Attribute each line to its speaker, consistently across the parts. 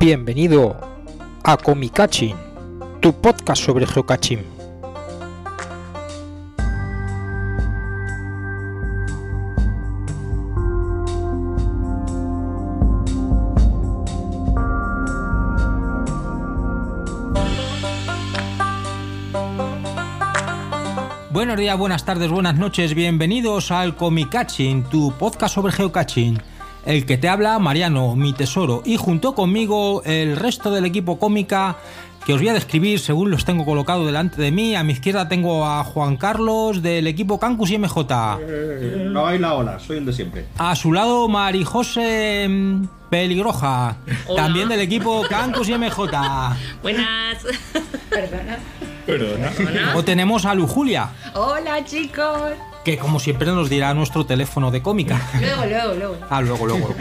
Speaker 1: Bienvenido a Comicachin, tu podcast sobre geocaching.
Speaker 2: Buenos días, buenas tardes, buenas noches, bienvenidos al Comicaching, tu podcast sobre geocaching. El que te habla, Mariano, mi tesoro, y junto conmigo el resto del equipo cómica que os voy a describir según los tengo colocado delante de mí. A mi izquierda tengo a Juan Carlos del equipo Cancus y MJ.
Speaker 3: Eh, No hay la ola, soy el de siempre.
Speaker 2: A su lado, Mari José mm, Peligroja,
Speaker 4: Hola.
Speaker 2: también del equipo Cancus y MJ.
Speaker 4: Buenas.
Speaker 2: O tenemos a Lu Julia,
Speaker 5: Hola chicos.
Speaker 2: que como siempre nos dirá nuestro teléfono de cómica.
Speaker 5: Luego, luego, luego.
Speaker 2: Ah, luego, luego.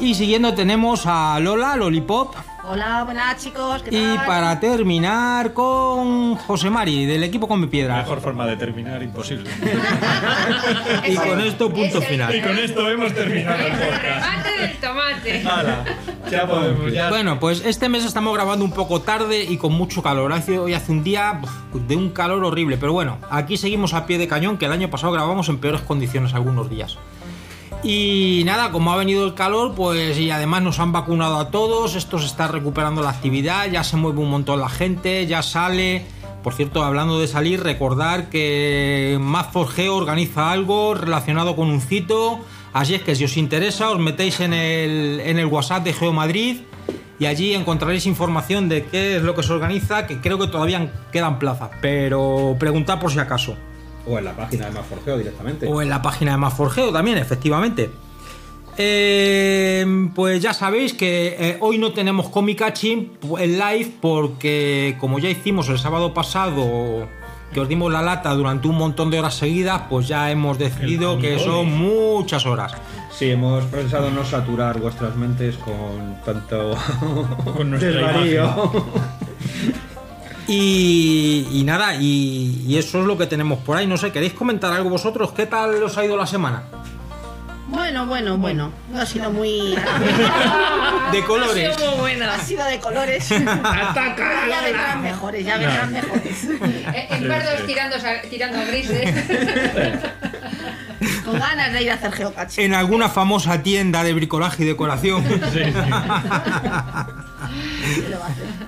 Speaker 2: y siguiendo tenemos a Lola, Lollipop.
Speaker 5: Hola, buenas chicos. ¿Qué
Speaker 2: Y
Speaker 5: tal?
Speaker 2: para terminar con José Mari, del equipo Come
Speaker 6: La
Speaker 2: Piedra.
Speaker 6: mejor forma de terminar, imposible.
Speaker 2: Y con esto, punto
Speaker 5: es el-
Speaker 6: y
Speaker 2: final.
Speaker 6: con esto hemos terminado el podcast.
Speaker 5: remate del tomate.
Speaker 2: Ah,
Speaker 6: Hala, ya podemos, ya.
Speaker 2: Bueno, pues este mes estamos grabando un poco tarde y con mucho calor. Hace, hoy hace un día uf, de un calor horrible, pero bueno, aquí seguimos a pie de cañón, que el año pasado grabamos en peores condiciones algunos días. Y nada, como ha venido el calor, pues y además nos han vacunado a todos, esto se está recuperando la actividad, ya se mueve un montón la gente, ya sale. Por cierto, hablando de salir, recordar que más Forgeo organiza algo relacionado con un cito. Así es que si os interesa, os metéis en el, en el WhatsApp de GeoMadrid y allí encontraréis información de qué es lo que se organiza, que creo que todavía quedan plazas, pero preguntad por si acaso.
Speaker 3: O en la página de Maforgeo directamente.
Speaker 2: O en la página de Más Forgeo también, efectivamente. Eh, pues ya sabéis que eh, hoy no tenemos Comicachi en live porque como ya hicimos el sábado pasado que os dimos la lata durante un montón de horas seguidas, pues ya hemos decidido que son muchas horas.
Speaker 3: Sí, hemos pensado no saturar vuestras mentes con tanto
Speaker 6: Con nuestra
Speaker 2: Y, y nada, y, y eso es lo que tenemos por ahí. No sé, ¿queréis comentar algo vosotros? ¿Qué tal os ha ido la semana?
Speaker 7: Bueno, bueno, bueno. No ha sido muy.
Speaker 2: De colores.
Speaker 4: Muy buena.
Speaker 7: Ah,
Speaker 5: Ah,
Speaker 7: ha sido de colores. ya vendrán mejores, ya vendrán mejores.
Speaker 5: Eh, En pardos tirando, sa- tirando a grises.
Speaker 7: Con ganas de ir a hacer geocache.
Speaker 2: En alguna famosa tienda de bricolaje y decoración.
Speaker 6: Sí, sí.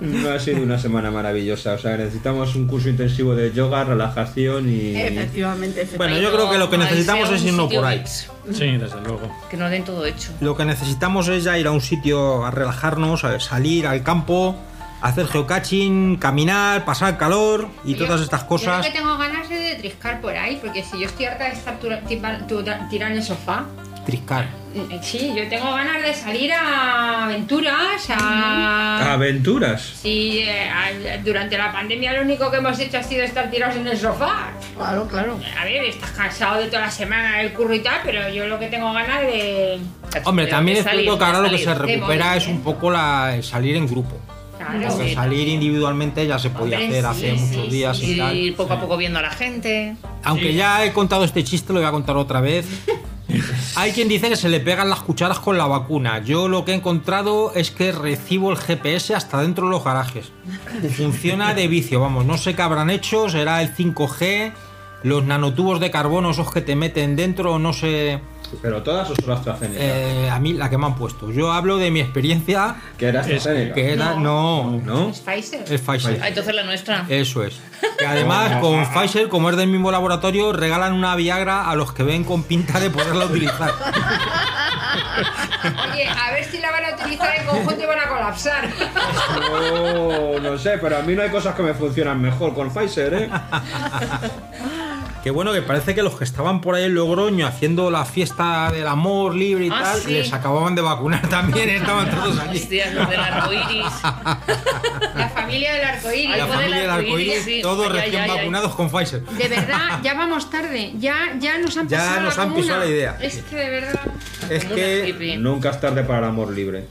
Speaker 3: No ha sido una semana maravillosa. O sea, necesitamos un curso intensivo de yoga, relajación y.
Speaker 7: Efectivamente, efectivamente.
Speaker 2: Bueno, yo creo que lo que
Speaker 4: Ay,
Speaker 2: necesitamos
Speaker 4: sea
Speaker 2: es
Speaker 4: un
Speaker 2: irnos
Speaker 4: sitio
Speaker 2: por ahí.
Speaker 4: mix,
Speaker 6: Sí, desde luego.
Speaker 4: Que no den todo hecho.
Speaker 2: Lo que necesitamos es ya ir a un sitio a relajarnos, a salir al campo, hacer geocaching, caminar, pasar calor y todas
Speaker 5: Yo-
Speaker 2: estas
Speaker 5: Yo lo
Speaker 2: cosas.
Speaker 5: que tengo ganas es de triscar por ahí, porque si yo estoy harta de estar tura- tipa- tura- tirada en el sofá.
Speaker 2: Triscar.
Speaker 5: mm, Sí, yo tengo ganas de salir a aventuras,
Speaker 2: Ah,
Speaker 5: a...
Speaker 3: ¡Aventuras!
Speaker 5: Sí, eh, a- durante la pandemia lo único que hemos hecho ha sido estar tirados en el sofá.
Speaker 7: Claro, claro.
Speaker 5: A ver, estás cansado de toda la semana del curro y tal, pero yo lo que tengo ganas de...
Speaker 2: Hombre,
Speaker 4: Pero
Speaker 2: también
Speaker 4: de
Speaker 2: es
Speaker 4: salir,
Speaker 2: cierto que
Speaker 4: de
Speaker 2: ahora lo que se
Speaker 4: salir.
Speaker 5: de
Speaker 2: recupera
Speaker 5: morir,
Speaker 2: es
Speaker 5: ¿eh?
Speaker 2: un poco la, el salir en grupo.
Speaker 5: Claro.
Speaker 2: Porque
Speaker 4: Sí.
Speaker 2: salir individualmente ya se podía
Speaker 5: Hombre,
Speaker 2: hacer
Speaker 5: sí,
Speaker 2: hace
Speaker 5: sí,
Speaker 2: muchos
Speaker 5: sí,
Speaker 2: días y
Speaker 4: Ir
Speaker 2: tal.
Speaker 4: poco a poco viendo a la gente.
Speaker 2: Aunque
Speaker 6: Sí.
Speaker 2: ya he contado este chiste, lo voy a contar otra vez. Hay quien dice que se le pegan las cucharas con la vacuna. Yo lo que he encontrado es que recibo el GPS hasta dentro de los garajes. Funciona de vicio, vamos, no sé qué habrán hecho, será el 5G, los nanotubos de carbono esos que te meten dentro, no sé.
Speaker 3: Pero todas o solo AstraZeneca.
Speaker 2: Eh, a mí la que me han puesto. Yo hablo de mi experiencia,
Speaker 3: que era
Speaker 6: es
Speaker 3: AstraZeneca.
Speaker 2: que era... No,
Speaker 3: ¿No?
Speaker 5: Es Pfizer.
Speaker 2: es Eh. Pfizer.
Speaker 4: Ah, entonces la nuestra.
Speaker 2: Eso es. Que además con Pfizer, como es del mismo laboratorio, regalan una Viagra a los que ven con pinta de poderla utilizar.
Speaker 5: Oye, a ver si la van a utilizar en conjunto y van a colapsar.
Speaker 3: No, no sé, pero a mí no hay cosas que me funcionan mejor con Pfizer, ¿eh?
Speaker 2: Que bueno, que parece que los que estaban por ahí en Logroño haciendo la fiesta del amor libre y
Speaker 4: Ah,
Speaker 2: tal,
Speaker 4: sí.
Speaker 2: les acababan de vacunar también, estaban todos allí.
Speaker 4: Hostias, los del arcoiris.
Speaker 5: La familia del arcoíris.
Speaker 4: Ay,
Speaker 2: La
Speaker 4: fue del
Speaker 2: familia del
Speaker 4: arcoíris,
Speaker 2: arcoíris,
Speaker 4: sí.
Speaker 2: todos
Speaker 4: Ay, ay,
Speaker 2: recién
Speaker 4: ay, ay.
Speaker 2: vacunados con Pfizer.
Speaker 5: De verdad, ya vamos tarde. Ya, ya nos han
Speaker 2: Ya
Speaker 5: pisado
Speaker 2: nos
Speaker 5: la
Speaker 2: han pisado
Speaker 5: comuna.
Speaker 2: la idea.
Speaker 5: Es que de verdad.
Speaker 2: Es
Speaker 4: Una
Speaker 2: que,
Speaker 4: hippie.
Speaker 3: Nunca es tarde para el amor libre.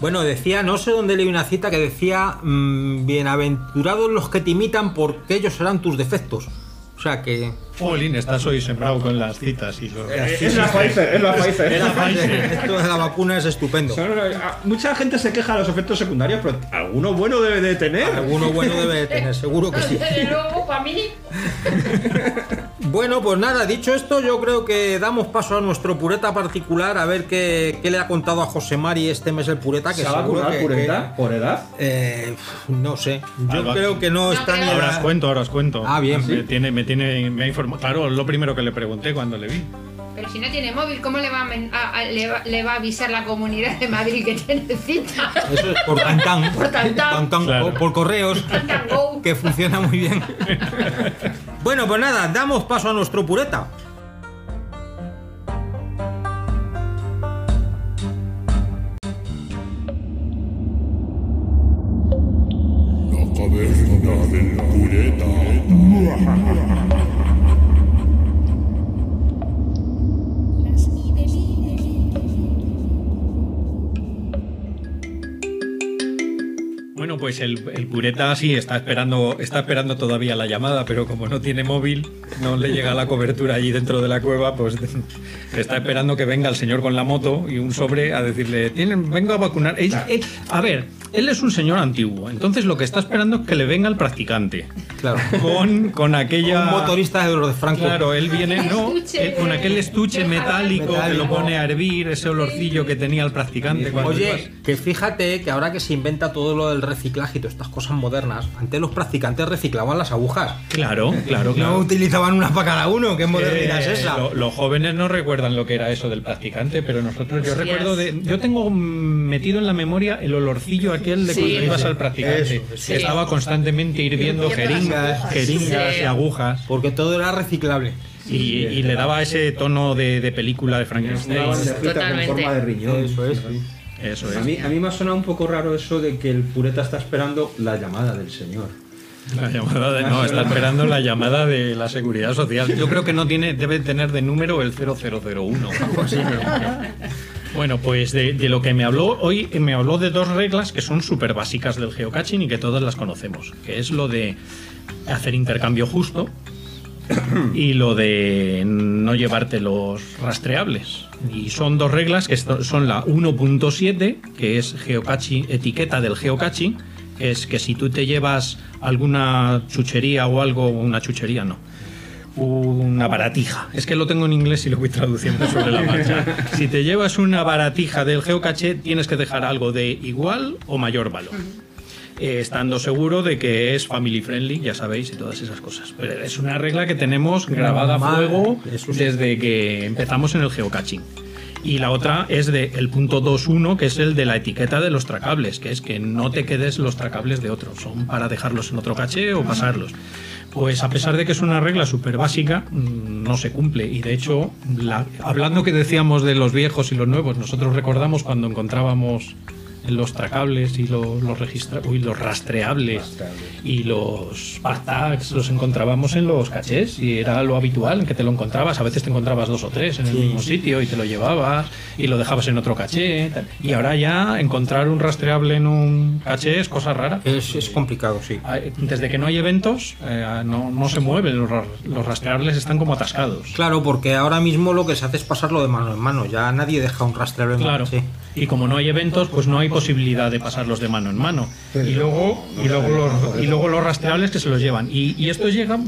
Speaker 2: bueno, decía, no sé dónde leí una cita que decía, mm, bienaventurados los que te imitan porque ellos serán tus defectos. O sea que...
Speaker 6: Polín, estás hoy sembrado con las citas y los...
Speaker 3: Es la Pfizer, es la Pfizer.
Speaker 2: Esto de la vacuna es estupendo.
Speaker 3: Son- ah, mucha gente se queja de los efectos secundarios, pero alguno bueno debe de tener.
Speaker 2: Alguno bueno debe de tener, seguro que sí.
Speaker 5: Desde luego, para mí,
Speaker 2: Bueno, pues nada, dicho esto, yo creo que damos paso a nuestro pureta particular a ver qué, qué le ha contado a José Mari este mes el pureta. Que
Speaker 3: ¿Se va a
Speaker 2: seguro
Speaker 3: curar
Speaker 2: que-
Speaker 3: por
Speaker 2: que-
Speaker 3: edad? ¿Por edad?
Speaker 2: eh, no sé, yo
Speaker 6: Algo
Speaker 2: creo
Speaker 6: aquí.
Speaker 2: que no está ni
Speaker 5: creo.
Speaker 2: en
Speaker 6: Ahora os
Speaker 2: la-
Speaker 6: cuento, ahora os cuento.
Speaker 2: Ah, bien.
Speaker 6: Me tiene, me tiene, me ha informado. Claro, lo primero que le pregunté cuando le vi.
Speaker 5: Pero si no tiene móvil, ¿cómo le va a, men- a- a- le va, le va a avisar la comunidad de Madrid que tiene cita?
Speaker 2: Eso es por Tantán.
Speaker 5: Por Tantán.
Speaker 2: Tantán,
Speaker 6: Claro.
Speaker 2: o por correos.
Speaker 5: Tantán Go.
Speaker 2: Que funciona muy bien. Bueno, pues nada, damos paso a nuestro pureta.
Speaker 8: La caverna del cureta.
Speaker 6: Bueno, pues el, el pureta sí está esperando, está esperando todavía la llamada, pero como no tiene móvil, no le llega la cobertura allí dentro de la cueva, pues está esperando que venga el señor con la moto y un sobre a decirle, "Tienen- vengo a vacunar. Él- él- a ver, él es un señor antiguo, entonces lo que está esperando es que le venga el practicante.
Speaker 2: Claro.
Speaker 6: Con, con aquella...
Speaker 2: Un motorista de los de Franco.
Speaker 6: Claro, él viene no
Speaker 5: Estuche
Speaker 6: eh, con aquel estuche
Speaker 5: de-
Speaker 6: metálico, que lo
Speaker 2: Metálico.
Speaker 6: pone a hervir, ese olorcillo que tenía el practicante cuando ibas.
Speaker 2: Oye, que fíjate que ahora que se inventa todo lo del reciclaje y todas estas cosas modernas, antes los practicantes reciclaban las agujas.
Speaker 6: Claro, claro,
Speaker 2: No
Speaker 6: claro.
Speaker 2: utilizaban una para cada uno, qué modernidad
Speaker 6: Eh,
Speaker 2: es esa.
Speaker 6: lo- los jóvenes no recuerdan lo que era eso del practicante, pero nosotros yo
Speaker 4: Hostias.
Speaker 6: recuerdo de, yo tengo mm, metido en la memoria el olorcillo aquel de
Speaker 4: Sí.
Speaker 6: cuando ibas al
Speaker 2: Eso,
Speaker 6: practicante.
Speaker 2: eso.
Speaker 6: que Estaba constantemente hirviendo
Speaker 7: Hirviendo las
Speaker 6: jeringas,
Speaker 7: agujas.
Speaker 6: jeringas
Speaker 4: Sí.
Speaker 6: y agujas.
Speaker 2: Porque todo era reciclable.
Speaker 6: Y, y le daba ese tono de, de película de Frankenstein.
Speaker 3: Una bandejita con
Speaker 4: Totalmente.
Speaker 3: forma de riñón.
Speaker 2: Eso es.
Speaker 6: Eso
Speaker 3: A
Speaker 6: es.
Speaker 3: mí, a mí me ha sonado un poco raro eso de que el pureta está esperando la llamada del señor.
Speaker 6: La llamada de, no, está esperando la llamada de la seguridad social. Yo creo que no tiene, debe tener de número el 0001. Pues Bueno, pues de, de lo que me habló hoy, eh, me habló de dos reglas que son súper básicas del geocaching y que todas las conocemos, que es lo de hacer intercambio justo y lo de no llevarte los rastreables. Y son dos reglas que esto- son la 1.7, que es geocaching, etiqueta del geocaching, que es que si tú te llevas alguna chuchería o algo, una chuchería no, una baratija. Es que lo tengo en inglés y lo voy traduciendo sobre la marcha. Si te llevas una baratija del geocache, tienes que dejar algo de igual o mayor valor. Eh, estando seguro de que es family friendly, ya sabéis, y todas esas cosas. Pero es una regla que tenemos grabada a
Speaker 2: Madre,
Speaker 6: fuego
Speaker 2: eso sí.
Speaker 6: desde que empezamos en el geocaching. Y la otra es de el punto 2.1, que es el de la etiqueta de los tracables, que es que no te quedes los tracables de otro, son para dejarlos en otro caché o pasarlos. Pues a pesar de que es una regla súper básica, mm, no se cumple. Y de hecho, la- hablando que decíamos de los viejos y los nuevos, nosotros recordamos cuando encontrábamos los tracables y lo- los, registra- uy, los rastreables y los partags los encontrábamos en los cachés y era lo habitual que te lo encontrabas a veces te encontrabas dos o tres en el mismo sitio y te lo llevabas y lo dejabas en otro caché tal. y ahora ya encontrar un rastreable en un caché es cosa rara
Speaker 2: Es, es complicado, sí.
Speaker 6: Eh, desde que no hay eventos eh, no, no se mueven los, ra- los rastreables están como atascados
Speaker 2: Claro, porque ahora mismo lo que se hace es pasarlo de mano en mano. Ya nadie deja un rastrero en
Speaker 6: Claro.
Speaker 2: Sí.
Speaker 6: Y como no hay eventos, pues no hay posibilidad de pasarlos de mano en mano. Y luego, y luego, los, y luego los rastreables que se los llevan. Y, y esto llega,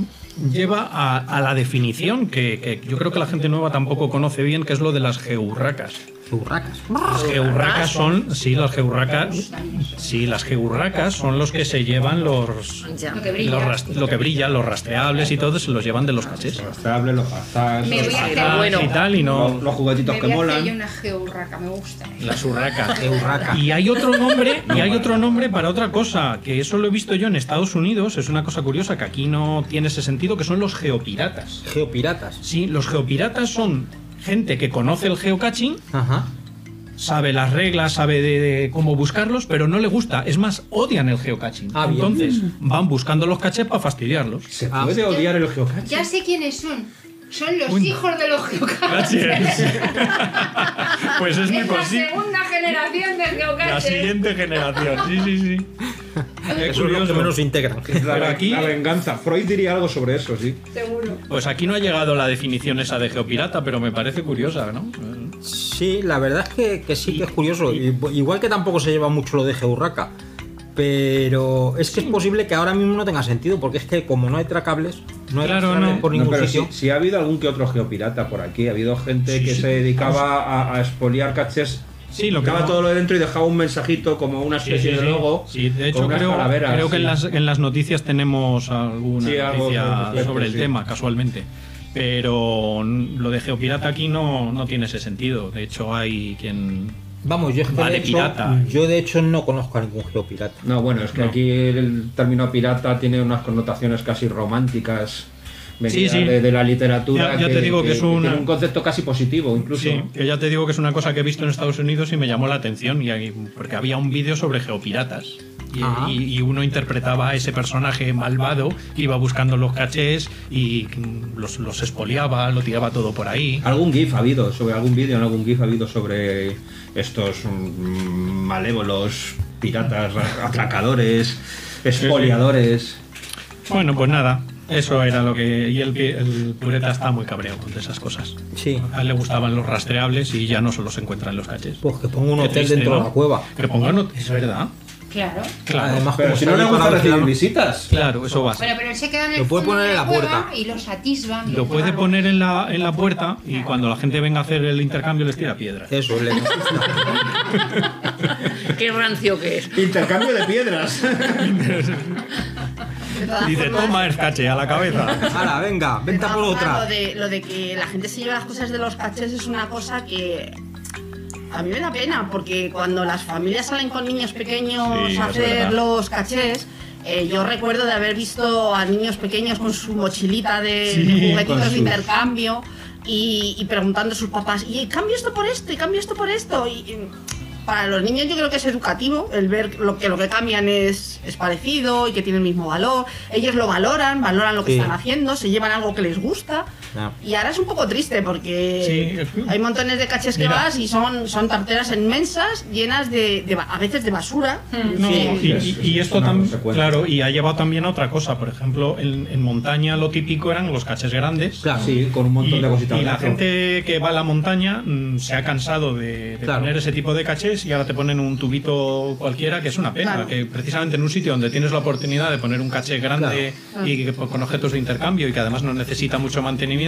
Speaker 6: lleva a, a la definición que, que yo creo que la gente nueva tampoco conoce bien, que es lo de las geurracas.
Speaker 2: Urracas.
Speaker 6: Las geurracas son, sí, las geurracas, sí, las geurracas son los que se llevan los,
Speaker 4: Ya.
Speaker 5: Lo que brilla.
Speaker 6: los ras- lo que brilla, los rastreables y todo, se los llevan de los cachés.
Speaker 3: Los tablets, los pasajes,
Speaker 5: Me
Speaker 3: los,
Speaker 5: voy a hacer,
Speaker 4: Ah,
Speaker 6: Y
Speaker 4: bueno.
Speaker 6: tal, y no.
Speaker 3: los- los juguetitos
Speaker 5: me
Speaker 3: que
Speaker 5: voy a hacer yo
Speaker 3: molan.
Speaker 5: una geurraca, me gusta.
Speaker 6: Las urracas.
Speaker 2: Urraca.
Speaker 6: Y hay otro nombre, y hay otro nombre para otra cosa, que eso lo he visto yo en Estados Unidos, es una cosa curiosa que aquí no tiene ese sentido, que son los geopiratas.
Speaker 2: Geopiratas.
Speaker 6: Sí, los geopiratas son gente que conoce el geocaching,
Speaker 2: Ajá.
Speaker 6: sabe las reglas, sabe de, de cómo buscarlos, pero no le gusta, es más, odian el geocaching.
Speaker 2: Ah, bien.
Speaker 6: Entonces, van buscando los cachés para fastidiarlos.
Speaker 3: Se
Speaker 2: Ah.
Speaker 3: puede odiar el geocaching.
Speaker 5: Ya sé quiénes son. Son los
Speaker 6: Un-
Speaker 5: hijos de los geocaches.
Speaker 6: Caches. pues es muy
Speaker 5: Es la
Speaker 6: posible.
Speaker 5: segunda generación de
Speaker 6: La
Speaker 5: geocaches.
Speaker 6: siguiente generación. Sí, sí, sí.
Speaker 2: Eso es lo que
Speaker 6: curioso.
Speaker 2: menos se integran.
Speaker 3: La,
Speaker 6: Pero
Speaker 3: ven-
Speaker 6: aquí-
Speaker 3: la venganza. Freud diría algo sobre eso, sí.
Speaker 5: Seguro.
Speaker 6: Pues aquí no ha llegado la definición esa de geopirata, pero me parece curiosa, ¿no?
Speaker 2: Sí, la verdad es que, que sí que es curioso. I- Igual que tampoco se lleva mucho lo de Geurraca. Pero es que es posible que ahora mismo no tenga sentido, porque es que como no hay tracables, no hay
Speaker 6: Claro,
Speaker 2: tracables
Speaker 6: no.
Speaker 2: por
Speaker 3: No,
Speaker 2: ningún
Speaker 3: pero
Speaker 2: sitio.
Speaker 3: sí, sí ha habido algún que otro geopirata por aquí. Ha habido gente
Speaker 6: Sí,
Speaker 3: que
Speaker 6: sí.
Speaker 3: se dedicaba a, a expoliar cachés.
Speaker 6: Sí, lo que
Speaker 3: Quitaba
Speaker 6: no-
Speaker 3: todo lo de dentro y dejaba un mensajito como una
Speaker 6: Sí,
Speaker 3: especie
Speaker 6: sí,
Speaker 3: de
Speaker 6: sí.
Speaker 3: logo.
Speaker 6: Sí, de
Speaker 3: con
Speaker 6: hecho
Speaker 3: unas
Speaker 6: creo,
Speaker 3: calaveras,
Speaker 6: creo que en
Speaker 3: sí.
Speaker 6: las, en las noticias tenemos alguna
Speaker 3: Sí, algo sobre el
Speaker 6: noticia
Speaker 3: respecto,
Speaker 6: sobre el
Speaker 3: sí.
Speaker 6: tema, casualmente. Pero n- lo de geopirata aquí no, no tiene ese sentido. De hecho, hay quien...
Speaker 2: Vamos, yo es que
Speaker 6: Vale,
Speaker 2: de hecho,
Speaker 6: pirata.
Speaker 2: yo de hecho no conozco a ningún geopirata.
Speaker 3: No, bueno, es que
Speaker 6: No.
Speaker 3: aquí el término pirata tiene unas connotaciones casi románticas. venidas
Speaker 6: sí.
Speaker 3: De, de la literatura.
Speaker 6: Ya- ya te digo que es un-
Speaker 3: tiene un concepto casi positivo, incluso.
Speaker 6: Sí, que ya te digo que es una cosa que he visto en Estados Unidos y me llamó la atención, y ahí- porque había un vídeo sobre geopiratas. Y,
Speaker 2: Ajá.
Speaker 6: y- y uno interpretaba a ese personaje malvado, que iba buscando los cachés y mm, los, los expoliaba, lo tiraba todo por ahí.
Speaker 3: Algún GIF ha habido sobre algún vídeo, en algún GIF ha habido sobre estos mm, malévolos, piratas, atracadores, expoliadores.
Speaker 6: Bueno, pues nada, eso era lo que. Y el, que- el pureta está muy cabreado con esas cosas.
Speaker 2: Sí,
Speaker 6: A él le gustaban los rastreables y ya no solo se encuentran los cachés.
Speaker 2: pues que pongo un
Speaker 6: Qué
Speaker 2: hotel
Speaker 6: triste,
Speaker 2: dentro
Speaker 6: ¿no?
Speaker 2: de la cueva.
Speaker 6: Que pongan hot- Es verdad.
Speaker 5: Claro.
Speaker 6: Claro.
Speaker 2: Además,
Speaker 3: Pero
Speaker 2: como
Speaker 3: si no
Speaker 2: sale
Speaker 3: le gusta
Speaker 2: para
Speaker 3: recibir
Speaker 2: vigilar-
Speaker 3: visitas.
Speaker 6: Claro, eso va. a ser.
Speaker 5: Bueno, pero él se queda en el
Speaker 2: Lo puede
Speaker 5: fondo
Speaker 2: poner
Speaker 5: de
Speaker 2: en la
Speaker 5: cueva
Speaker 2: puerta.
Speaker 5: Y los atisba.
Speaker 6: Lo puede poner en la, en la puerta y cuando la gente venga a hacer el intercambio les tira piedras.
Speaker 2: Eso, le
Speaker 4: Qué rancio que es.
Speaker 3: Intercambio de piedras.
Speaker 7: De todas
Speaker 6: Dice,
Speaker 7: formas,
Speaker 6: toma el caché a la cabeza.
Speaker 2: Ahora, venga,
Speaker 7: de
Speaker 2: vente a
Speaker 7: todas
Speaker 2: por
Speaker 7: formas,
Speaker 2: otra.
Speaker 7: Lo de, lo de que la gente se lleva las cosas de los cachés es una cosa que a mí me da pena, porque cuando las familias salen con niños pequeños
Speaker 6: Sí,
Speaker 7: a
Speaker 6: es verdad.
Speaker 7: hacer los cachés, eh, yo recuerdo de haber visto a niños pequeños con su mochilita de,
Speaker 6: Sí,
Speaker 7: de juguetitos
Speaker 3: con
Speaker 7: de
Speaker 3: sus-
Speaker 7: intercambio y, y preguntando a sus papás, y cambio esto por esto, y cambio esto por esto. Y, y para los niños yo creo que es educativo el ver lo que lo que cambian es, es parecido y que tiene el mismo valor. Ellos lo valoran, valoran lo que
Speaker 2: Sí.
Speaker 7: están haciendo, se llevan algo que les gusta.
Speaker 2: Ah.
Speaker 7: Y ahora es un poco triste porque
Speaker 6: Sí.
Speaker 7: hay montones de caches que
Speaker 6: Mira.
Speaker 7: vas y son, son tarteras inmensas llenas de, de ba- a veces de basura.
Speaker 6: No,
Speaker 7: que-
Speaker 6: y, y- y esto
Speaker 3: Una
Speaker 6: también,
Speaker 3: consecuencia.
Speaker 6: claro, y ha llevado también a otra cosa. Por ejemplo, en, en montaña lo típico eran los cachés grandes.
Speaker 2: Claro.
Speaker 3: Ah, Sí, con un montón
Speaker 6: y,
Speaker 3: de cositas.
Speaker 6: y la
Speaker 3: dentro.
Speaker 6: gente que va a la montaña mm, se ha cansado de, de
Speaker 2: Claro.
Speaker 6: poner ese tipo de cachés y ahora te ponen un tubito cualquiera, que es una pena.
Speaker 7: Claro.
Speaker 6: Que precisamente en un sitio donde tienes la oportunidad de poner un caché grande y que- con objetos de intercambio y que además no necesita mucho mantenimiento,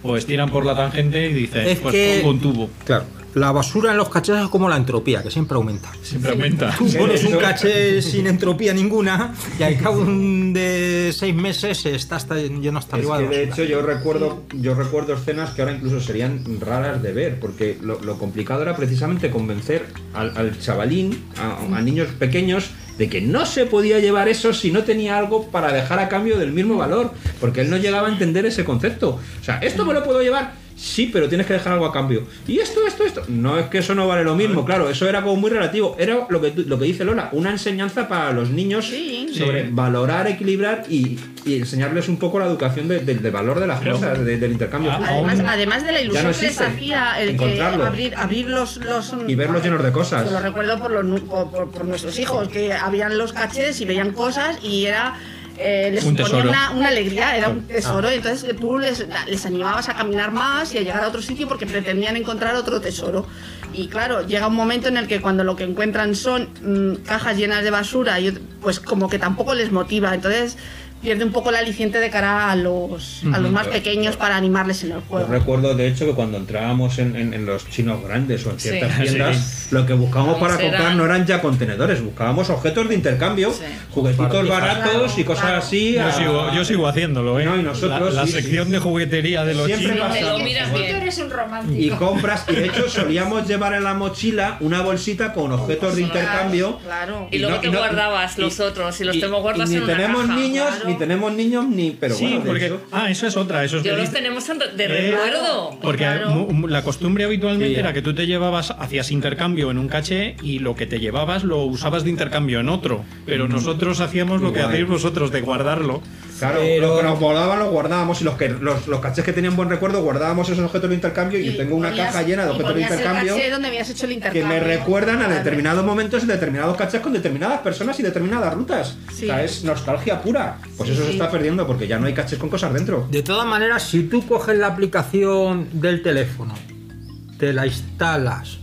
Speaker 6: pues tiran por la tangente y dicen,
Speaker 2: Es
Speaker 6: pues
Speaker 2: que-
Speaker 6: pongo un tubo.
Speaker 2: Claro, la basura en los cachés es como la entropía, que siempre aumenta.
Speaker 6: Siempre aumenta.
Speaker 2: Tú pones un
Speaker 3: eso-
Speaker 2: caché sin entropía ninguna y al cabo de seis meses se está hasta lleno hasta
Speaker 3: Es
Speaker 2: arriba
Speaker 3: que,
Speaker 2: de
Speaker 3: de
Speaker 2: basura.
Speaker 3: hecho yo recuerdo yo recuerdo escenas que ahora incluso serían raras de ver porque lo, lo complicado era precisamente convencer al, al chavalín a, a niños pequeños de que no se podía llevar eso si no tenía algo para dejar a cambio del mismo valor porque él no llegaba a entender ese concepto o sea esto me lo puedo llevar sí pero tienes que dejar algo a cambio y esto esto esto no es que eso no vale lo mismo claro eso era como muy relativo era lo que tú- lo que dice Lola una enseñanza para los niños
Speaker 7: Sí.
Speaker 3: sobre
Speaker 6: Sí.
Speaker 3: valorar, equilibrar y, y enseñarles un poco la educación de- del- del valor de las
Speaker 6: Pero-
Speaker 3: cosas, de- del intercambio.
Speaker 6: Ah,
Speaker 3: justo.
Speaker 7: Además,
Speaker 6: Aún-
Speaker 7: además de la
Speaker 3: Ya
Speaker 7: ilusión
Speaker 3: no
Speaker 7: que les
Speaker 3: existe.
Speaker 7: hacía el que
Speaker 3: Encontrarlo.
Speaker 7: abrir, abrir los, los-
Speaker 3: Y verlos llenos de cosas.
Speaker 7: Yo lo recuerdo por, los nu- por, por- por nuestros hijos, que abrían los cachés y veían cosas y era... eh, les
Speaker 6: Un
Speaker 7: suponía
Speaker 6: tesoro.
Speaker 7: una, una alegría, era
Speaker 3: Ah.
Speaker 7: un tesoro, y entonces que tú les, les animabas a caminar más y a llegar a otro sitio porque pretendían encontrar otro tesoro. Y claro, llega un momento en el que cuando lo que encuentran son mm, cajas llenas de basura, y ot- pues como que tampoco les motiva, entonces pierde un poco el aliciente de cara a los, a los más pequeños para animarles en el
Speaker 3: Yo
Speaker 7: juego.
Speaker 3: recuerdo, de hecho, que cuando entrábamos en, en- en los chinos grandes o en ciertas
Speaker 6: Sí.
Speaker 3: tiendas, lo que buscábamos para
Speaker 4: Serán-
Speaker 3: comprar no eran ya contenedores, buscábamos objetos de intercambio,
Speaker 4: Sí.
Speaker 3: juguetitos
Speaker 2: Partijas.
Speaker 3: baratos y cosas
Speaker 7: Claro,
Speaker 3: así.
Speaker 6: Yo
Speaker 3: a-
Speaker 6: sigo, yo sigo haciéndolo, ¿eh?
Speaker 3: No, y nosotros
Speaker 6: la la
Speaker 3: sí, sí.
Speaker 6: sección de juguetería de los
Speaker 3: Siempre
Speaker 6: chinos.
Speaker 3: pasa.
Speaker 5: Es
Speaker 4: Lo
Speaker 5: que
Speaker 4: miras
Speaker 5: tú
Speaker 4: bien.
Speaker 5: eres un
Speaker 3: Y
Speaker 5: romántico.
Speaker 3: compras, y de hecho solíamos llevar en la mochila una bolsita con objetos de intercambio.
Speaker 7: Claro.
Speaker 4: Y luego
Speaker 3: no-
Speaker 4: te
Speaker 3: no-
Speaker 4: guardabas los otros y los
Speaker 3: y-
Speaker 4: tengo guardas
Speaker 3: y
Speaker 4: en
Speaker 3: ni
Speaker 4: una
Speaker 3: tenemos
Speaker 4: caja.
Speaker 3: niños,
Speaker 7: claro.
Speaker 3: ni tenemos niños, ni. Pero
Speaker 6: sí,
Speaker 3: bueno, de
Speaker 6: porque.
Speaker 3: hecho-
Speaker 6: Ah, eso es otra. Eso es
Speaker 4: Yo
Speaker 6: que
Speaker 4: los
Speaker 6: dice-
Speaker 4: tenemos en- de
Speaker 6: Eh,
Speaker 4: recuerdo.
Speaker 6: Porque
Speaker 7: Claro.
Speaker 6: mu- mu- la costumbre habitualmente
Speaker 3: Sí.
Speaker 6: era que tú te llevabas, hacías intercambio en un caché y lo que te
Speaker 2: Mm.
Speaker 6: llevabas lo usabas de intercambio en otro. Pero nosotros hacíamos lo que
Speaker 3: Guay.
Speaker 6: hacéis vosotros de guardarlo
Speaker 3: Claro,
Speaker 2: Pero-
Speaker 3: los que nos volaban los guardábamos y los que los, los cachés que tenían buen recuerdo guardábamos esos objetos de intercambio y, yo tengo una
Speaker 7: ponías-
Speaker 3: caja llena de
Speaker 7: y
Speaker 3: objetos de
Speaker 7: ponías el
Speaker 3: intercambio
Speaker 7: caché donde habías hecho el
Speaker 3: que
Speaker 7: intercambio.
Speaker 3: me recuerdan a
Speaker 7: Vale.
Speaker 3: determinados momentos y determinados cachés con determinadas personas y determinadas rutas.
Speaker 7: Sí.
Speaker 3: O sea, es nostalgia pura. Pues
Speaker 7: Sí,
Speaker 3: eso se
Speaker 7: sí.
Speaker 3: está perdiendo porque ya no hay cachés con cosas dentro.
Speaker 2: De todas maneras, si tú coges la aplicación del teléfono, te la instalas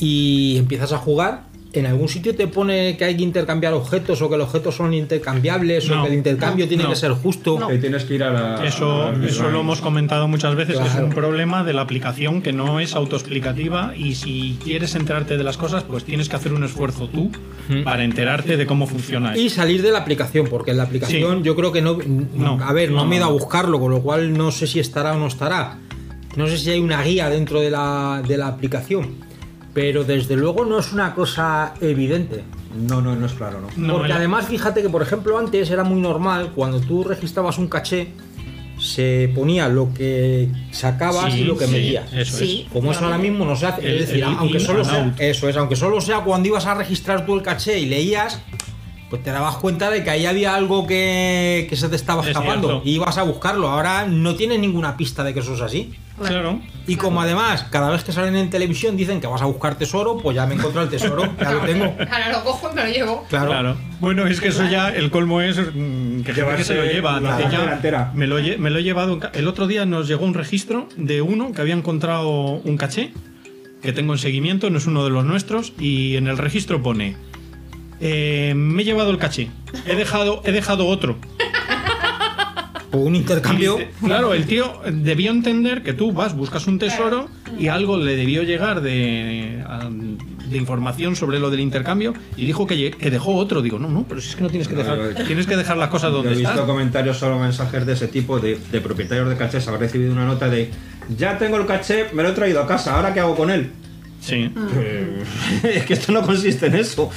Speaker 2: y empiezas a jugar, en algún sitio te pone que hay que intercambiar objetos o que los objetos son intercambiables o
Speaker 6: No,
Speaker 2: que el intercambio
Speaker 6: no,
Speaker 2: tiene
Speaker 6: no.
Speaker 2: que ser justo.
Speaker 3: Que tienes que ir a la.
Speaker 6: Eso,
Speaker 3: a la-
Speaker 6: eso lo hemos comentado muchas veces, que es
Speaker 2: Ah, Claro.
Speaker 6: un problema de la aplicación que no es autoexplicativa y si quieres enterarte de las cosas, pues tienes que hacer un esfuerzo tú
Speaker 2: Ujú.
Speaker 6: para enterarte de cómo funciona
Speaker 2: Mm. Y
Speaker 6: eso.
Speaker 2: salir de la aplicación, porque en la aplicación yo creo que no,
Speaker 6: No,
Speaker 2: A ver, no,
Speaker 6: no,
Speaker 2: me he ido a
Speaker 6: no.
Speaker 2: buscarlo, con lo cual no sé si estará o no estará. No sé si hay una guía dentro de la, de la aplicación. Pero desde luego no es una cosa evidente.
Speaker 3: No, no, no es claro, ¿no?
Speaker 6: No,
Speaker 2: Porque
Speaker 6: el-
Speaker 2: además, fíjate que, por ejemplo, antes era muy normal, cuando tú registrabas un caché, se ponía lo que sacabas
Speaker 6: Sí,
Speaker 2: y lo que
Speaker 6: sí,
Speaker 2: medías.
Speaker 6: eso
Speaker 7: Sí.
Speaker 6: es.
Speaker 2: Como eso ahora mismo no se hace.
Speaker 6: El-
Speaker 2: es decir,
Speaker 6: el
Speaker 2: aunque
Speaker 6: in
Speaker 2: solo
Speaker 6: and
Speaker 2: sea,
Speaker 6: out.
Speaker 2: eso es, aunque solo sea cuando ibas a registrar tú el caché y leías, pues te dabas cuenta de que ahí había algo que, que se te estaba
Speaker 6: Es
Speaker 2: escapando
Speaker 6: cierto.
Speaker 2: y ibas a buscarlo. Ahora no tienes ninguna pista de que eso es así.
Speaker 6: Claro.
Speaker 2: Y como además, cada vez que salen en televisión dicen que vas a buscar tesoro, pues ya me encontrado el tesoro, ya lo tengo.
Speaker 5: Ahora lo cojo y me lo llevo.
Speaker 2: Claro.
Speaker 6: Claro. Bueno, es que eso ya, el colmo es mm, que, gente que se lo
Speaker 3: Llevarse
Speaker 6: lleva.
Speaker 3: la
Speaker 6: dice,
Speaker 3: parte
Speaker 6: ya,
Speaker 3: delantera.
Speaker 6: me, lo, lle- me lo he llevado. en ca- El otro día nos llegó un registro de uno que había encontrado un caché que tengo en seguimiento, no es uno de los nuestros, y en el registro pone, eh, me he llevado el caché, he dejado, he dejado otro.
Speaker 2: O un intercambio.
Speaker 6: Y dice- Claro, el tío debió entender que tú vas, buscas un tesoro y algo le debió llegar de, de información sobre lo del intercambio y dijo que, lle- que dejó otro. Digo, no, no, pero si es que no tienes que
Speaker 3: No,
Speaker 6: dejar,
Speaker 3: no,
Speaker 6: tienes que dejar las cosas
Speaker 3: Yo
Speaker 6: donde
Speaker 3: he visto
Speaker 6: están.
Speaker 3: comentarios solo mensajes de ese tipo de, de propietarios de cachés haber recibido una nota de ya tengo el caché, me lo he traído a casa, ahora qué hago con él.
Speaker 6: Sí.
Speaker 3: Eh, es que esto no consiste en eso.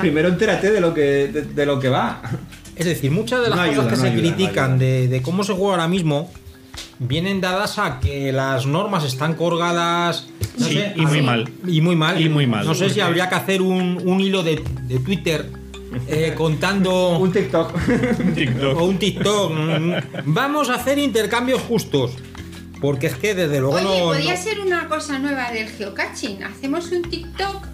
Speaker 3: Primero entérate de lo que de, de lo que va.
Speaker 2: Es decir, muchas de las
Speaker 3: No
Speaker 2: cosas
Speaker 3: ayuda,
Speaker 2: que
Speaker 3: no
Speaker 2: se
Speaker 3: ayuda, no
Speaker 2: critican
Speaker 3: ayuda.
Speaker 2: de, de cómo se juega ahora mismo vienen dadas a que las normas están colgadas no
Speaker 6: Sí,
Speaker 2: sé,
Speaker 6: y muy
Speaker 2: a-
Speaker 6: mal.
Speaker 2: y muy mal
Speaker 6: Y muy mal,
Speaker 2: no sé si
Speaker 6: porque-
Speaker 2: habría que hacer un, un hilo de, de Twitter eh, contando
Speaker 3: Un TikTok.
Speaker 2: o un TikTok mm, vamos a hacer intercambios justos porque es que desde luego
Speaker 5: Oye,
Speaker 2: no-
Speaker 5: podría
Speaker 2: no-
Speaker 5: ser una cosa nueva del geocaching. Hacemos un TikTok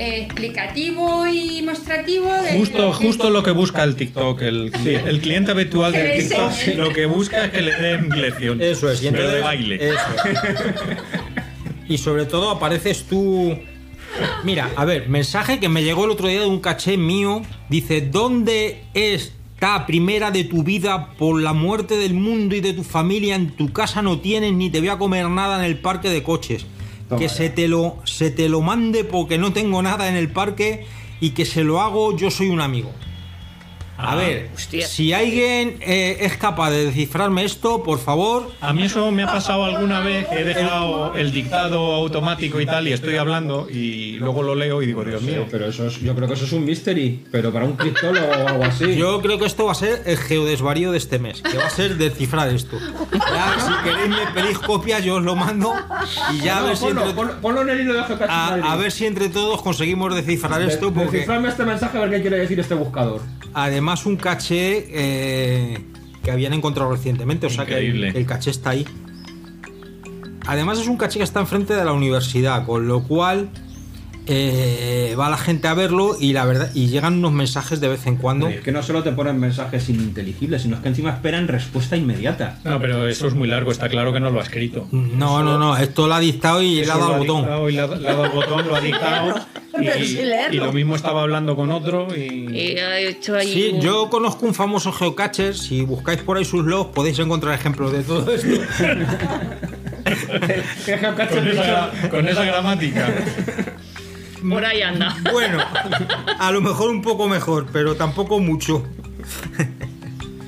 Speaker 5: eh, explicativo y mostrativo de.
Speaker 6: Justo,
Speaker 5: de-
Speaker 6: justo lo que busca el TikTok, el, el cliente habitual
Speaker 5: Que
Speaker 6: del
Speaker 5: le
Speaker 6: TikTok,
Speaker 5: enseñe.
Speaker 6: lo que busca es que le den lección.
Speaker 2: Eso es, y
Speaker 6: pero
Speaker 2: entonces, eh,
Speaker 6: de baile.
Speaker 2: eso es. Y sobre todo apareces tú. Mira, a ver, mensaje que me llegó el otro día de un caché mío. Dice, ¿dónde está primera de tu vida por la muerte del mundo y de tu familia? En tu casa no tienes ni te voy a comer nada en el parque de coches.
Speaker 3: Toma
Speaker 2: que
Speaker 3: ya.
Speaker 2: se te, lo, se te lo mande porque no tengo nada en el parque y que se lo hago yo soy un amigo. A
Speaker 6: Ah,
Speaker 2: ver,
Speaker 4: hostia.
Speaker 2: si alguien eh, es capaz de descifrarme esto, por favor,
Speaker 6: A mí eso me ha pasado alguna vez, que he dejado el dictado automático y tal, y estoy hablando y luego lo leo y digo, Dios mío.
Speaker 3: Pero eso es- yo creo que eso es un mystery, pero para un criptólogo o algo así.
Speaker 2: Yo creo que esto va a ser el geodesvarío de este mes, que va a ser descifrar esto. Ya, si queréis me pedís copias, yo os lo mando y ya a ver si
Speaker 3: ponlo,
Speaker 2: entre,
Speaker 3: ponlo- ponlo en el hilo de Geocaching
Speaker 2: a,
Speaker 3: Madrid.
Speaker 2: a ver si entre todos conseguimos descifrar
Speaker 3: De-
Speaker 2: esto, porque
Speaker 3: descifrarme este mensaje a ver qué quiere decir este buscador.
Speaker 2: además un caché eh, que habían encontrado recientemente, o sea que
Speaker 6: Increíble.
Speaker 2: el, el caché está ahí. Además es un caché que está enfrente de la universidad, con lo cual eh, va la gente a verlo y la verdad y llegan unos mensajes de vez en cuando.
Speaker 3: Es que no solo te ponen mensajes ininteligibles, sino es que encima esperan respuesta inmediata.
Speaker 6: No, pero eso es muy largo, está claro que no lo ha escrito.
Speaker 2: No, no, no, esto lo ha dictado y le ha
Speaker 6: Eso
Speaker 2: dado
Speaker 6: lo
Speaker 2: al botón.
Speaker 6: dictado y Le ha, le ha dado al botón, lo ha dictado.
Speaker 7: Pero sin
Speaker 6: Y,
Speaker 7: leerlo.
Speaker 6: y lo mismo estaba hablando con otro y.
Speaker 4: Y ha hecho ahí
Speaker 2: Sí,
Speaker 4: un-
Speaker 2: yo conozco un famoso geocacher, si buscáis por ahí sus logs podéis encontrar ejemplos de todo esto.
Speaker 6: Con esa, con esa gramática.
Speaker 4: Por ahí anda.
Speaker 2: Bueno, a lo mejor un poco mejor, pero tampoco mucho.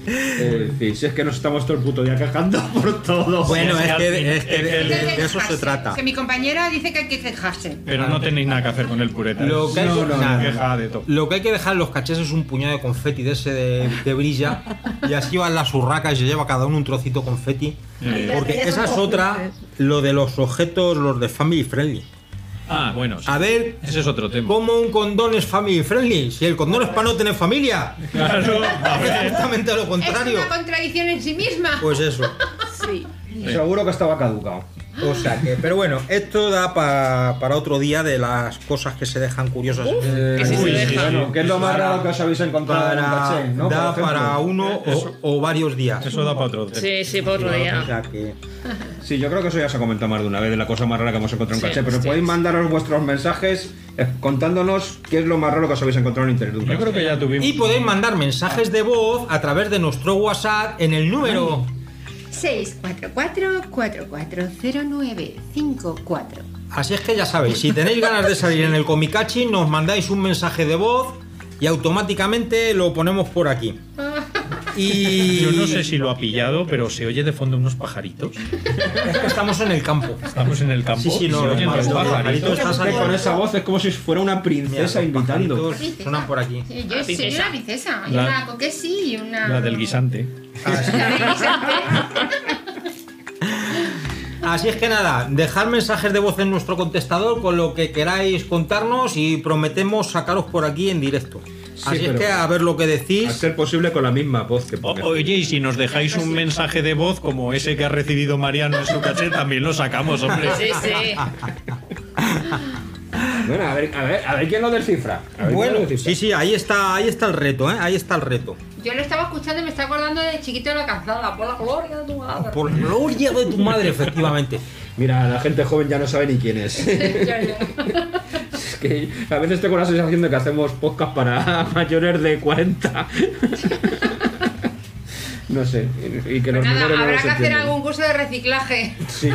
Speaker 3: Eh, En fin, si es que nos estamos todo el puto día quejando por todo.
Speaker 2: Bueno,
Speaker 6: sí,
Speaker 2: es
Speaker 6: al
Speaker 2: que,
Speaker 6: fin,
Speaker 2: de- es que
Speaker 6: es
Speaker 2: de,
Speaker 6: que el-
Speaker 2: de- de eso se
Speaker 5: Quejarse,
Speaker 2: trata.
Speaker 5: Que mi compañera dice que hay que cejarse.
Speaker 6: Pero no tenéis nada que hacer con el pureta.
Speaker 2: Lo que hay-
Speaker 6: no, no,
Speaker 2: nada.
Speaker 6: no, queja de todo.
Speaker 2: Lo que hay que dejar en los cachés es un puñado de confeti de ese de, de brilla y así van las urracas y se lleva cada uno un trocito confeti.
Speaker 6: Eh,
Speaker 2: Porque esa es otra, lo de los objetos, los de family friendly.
Speaker 6: Ah, bueno. sí.
Speaker 2: A ver,
Speaker 6: Ese es otro tema.
Speaker 2: ¿cómo un condón es family friendly? Si el condón es para no tener familia.
Speaker 6: Eh. Claro, a ver.
Speaker 2: Exactamente lo
Speaker 5: Es
Speaker 2: contrario.
Speaker 5: una contradicción en sí misma.
Speaker 2: Pues eso.
Speaker 7: Sí.
Speaker 3: Seguro que estaba caducado.
Speaker 2: O sea que, pero bueno, esto da pa- para otro día de las cosas que se dejan curiosas.
Speaker 4: que si se
Speaker 3: Eh, uy,
Speaker 4: deja.
Speaker 3: bueno, que es lo más
Speaker 2: Para-
Speaker 3: raro que os habéis encontrado en un
Speaker 2: Para-
Speaker 3: cachén, ¿no?
Speaker 2: da
Speaker 3: Por ejemplo.
Speaker 2: para uno o, o varios días.
Speaker 6: Eso da para otro tema.
Speaker 4: Sí, sí, por otro
Speaker 2: O
Speaker 4: día.
Speaker 2: sea que-
Speaker 3: Sí, yo creo que eso ya se ha comentado más de una vez, de la cosa más rara que hemos encontrado en
Speaker 4: Sí,
Speaker 3: un caché, pero
Speaker 4: sí.
Speaker 3: podéis mandaros vuestros mensajes eh, contándonos qué es lo más raro que os habéis encontrado en internet. de un
Speaker 6: Yo
Speaker 3: caché.
Speaker 6: creo que ya tuvimos.
Speaker 2: Y podéis mandar mensajes de voz a través de nuestro WhatsApp en el número
Speaker 5: 644-440954.
Speaker 2: Así es que ya sabéis, si tenéis ganas de salir en el Comicachi, nos mandáis un mensaje de voz y automáticamente lo ponemos por aquí. Y
Speaker 6: Yo no sé si lo ha pillado, pero se oye de fondo unos pajaritos.
Speaker 2: es que estamos en el campo.
Speaker 6: Estamos en el campo.
Speaker 2: Sí, sí, no,
Speaker 6: se
Speaker 2: los
Speaker 6: oyen los
Speaker 2: pajaritos,
Speaker 6: pajaritos.
Speaker 2: estás
Speaker 3: Es que con
Speaker 2: ahí.
Speaker 3: esa voz es como si fuera una
Speaker 2: Mira, los
Speaker 3: princesa invitando.
Speaker 2: pajaritos Suenan por aquí.
Speaker 5: Sí, Yo
Speaker 4: La
Speaker 5: soy
Speaker 4: princesa.
Speaker 5: una princesa. Y
Speaker 6: La-
Speaker 5: una coquesí y una.
Speaker 6: La del guisante.
Speaker 2: Así es que nada, dejad mensajes de voz en nuestro contestador con lo que queráis contarnos y prometemos sacaros por aquí en directo. Así es
Speaker 3: pero-
Speaker 2: que a ver lo que
Speaker 3: A
Speaker 2: decís.
Speaker 3: ser posible con la misma voz que
Speaker 6: O-
Speaker 3: pones.
Speaker 6: oye, y si nos dejáis un mensaje de voz como ese que ha recibido Mariano en su caché, también lo sacamos, hombre.
Speaker 4: Sí, sí.
Speaker 3: Bueno, a ver, a ver, a ver quién lo descifra. A ver quién
Speaker 2: Bueno,
Speaker 3: lo descifra.
Speaker 2: sí, sí, ahí está, ahí está el reto, ¿eh? Ahí está el reto.
Speaker 5: Yo lo estaba escuchando y me está acordando de chiquito de la calzada. Por la gloria de tu madre.
Speaker 2: Por la gloria de tu madre, efectivamente.
Speaker 3: Mira, la gente joven ya no sabe ni quién es.
Speaker 5: Ya, ya.
Speaker 3: Es que a veces tengo la sensación de que hacemos podcast para mayores de 40. No sé, y que los
Speaker 5: Nada,
Speaker 3: menores no
Speaker 5: habrá
Speaker 3: los
Speaker 5: que hacer
Speaker 3: entienden.
Speaker 5: algún curso de reciclaje.
Speaker 3: Sí.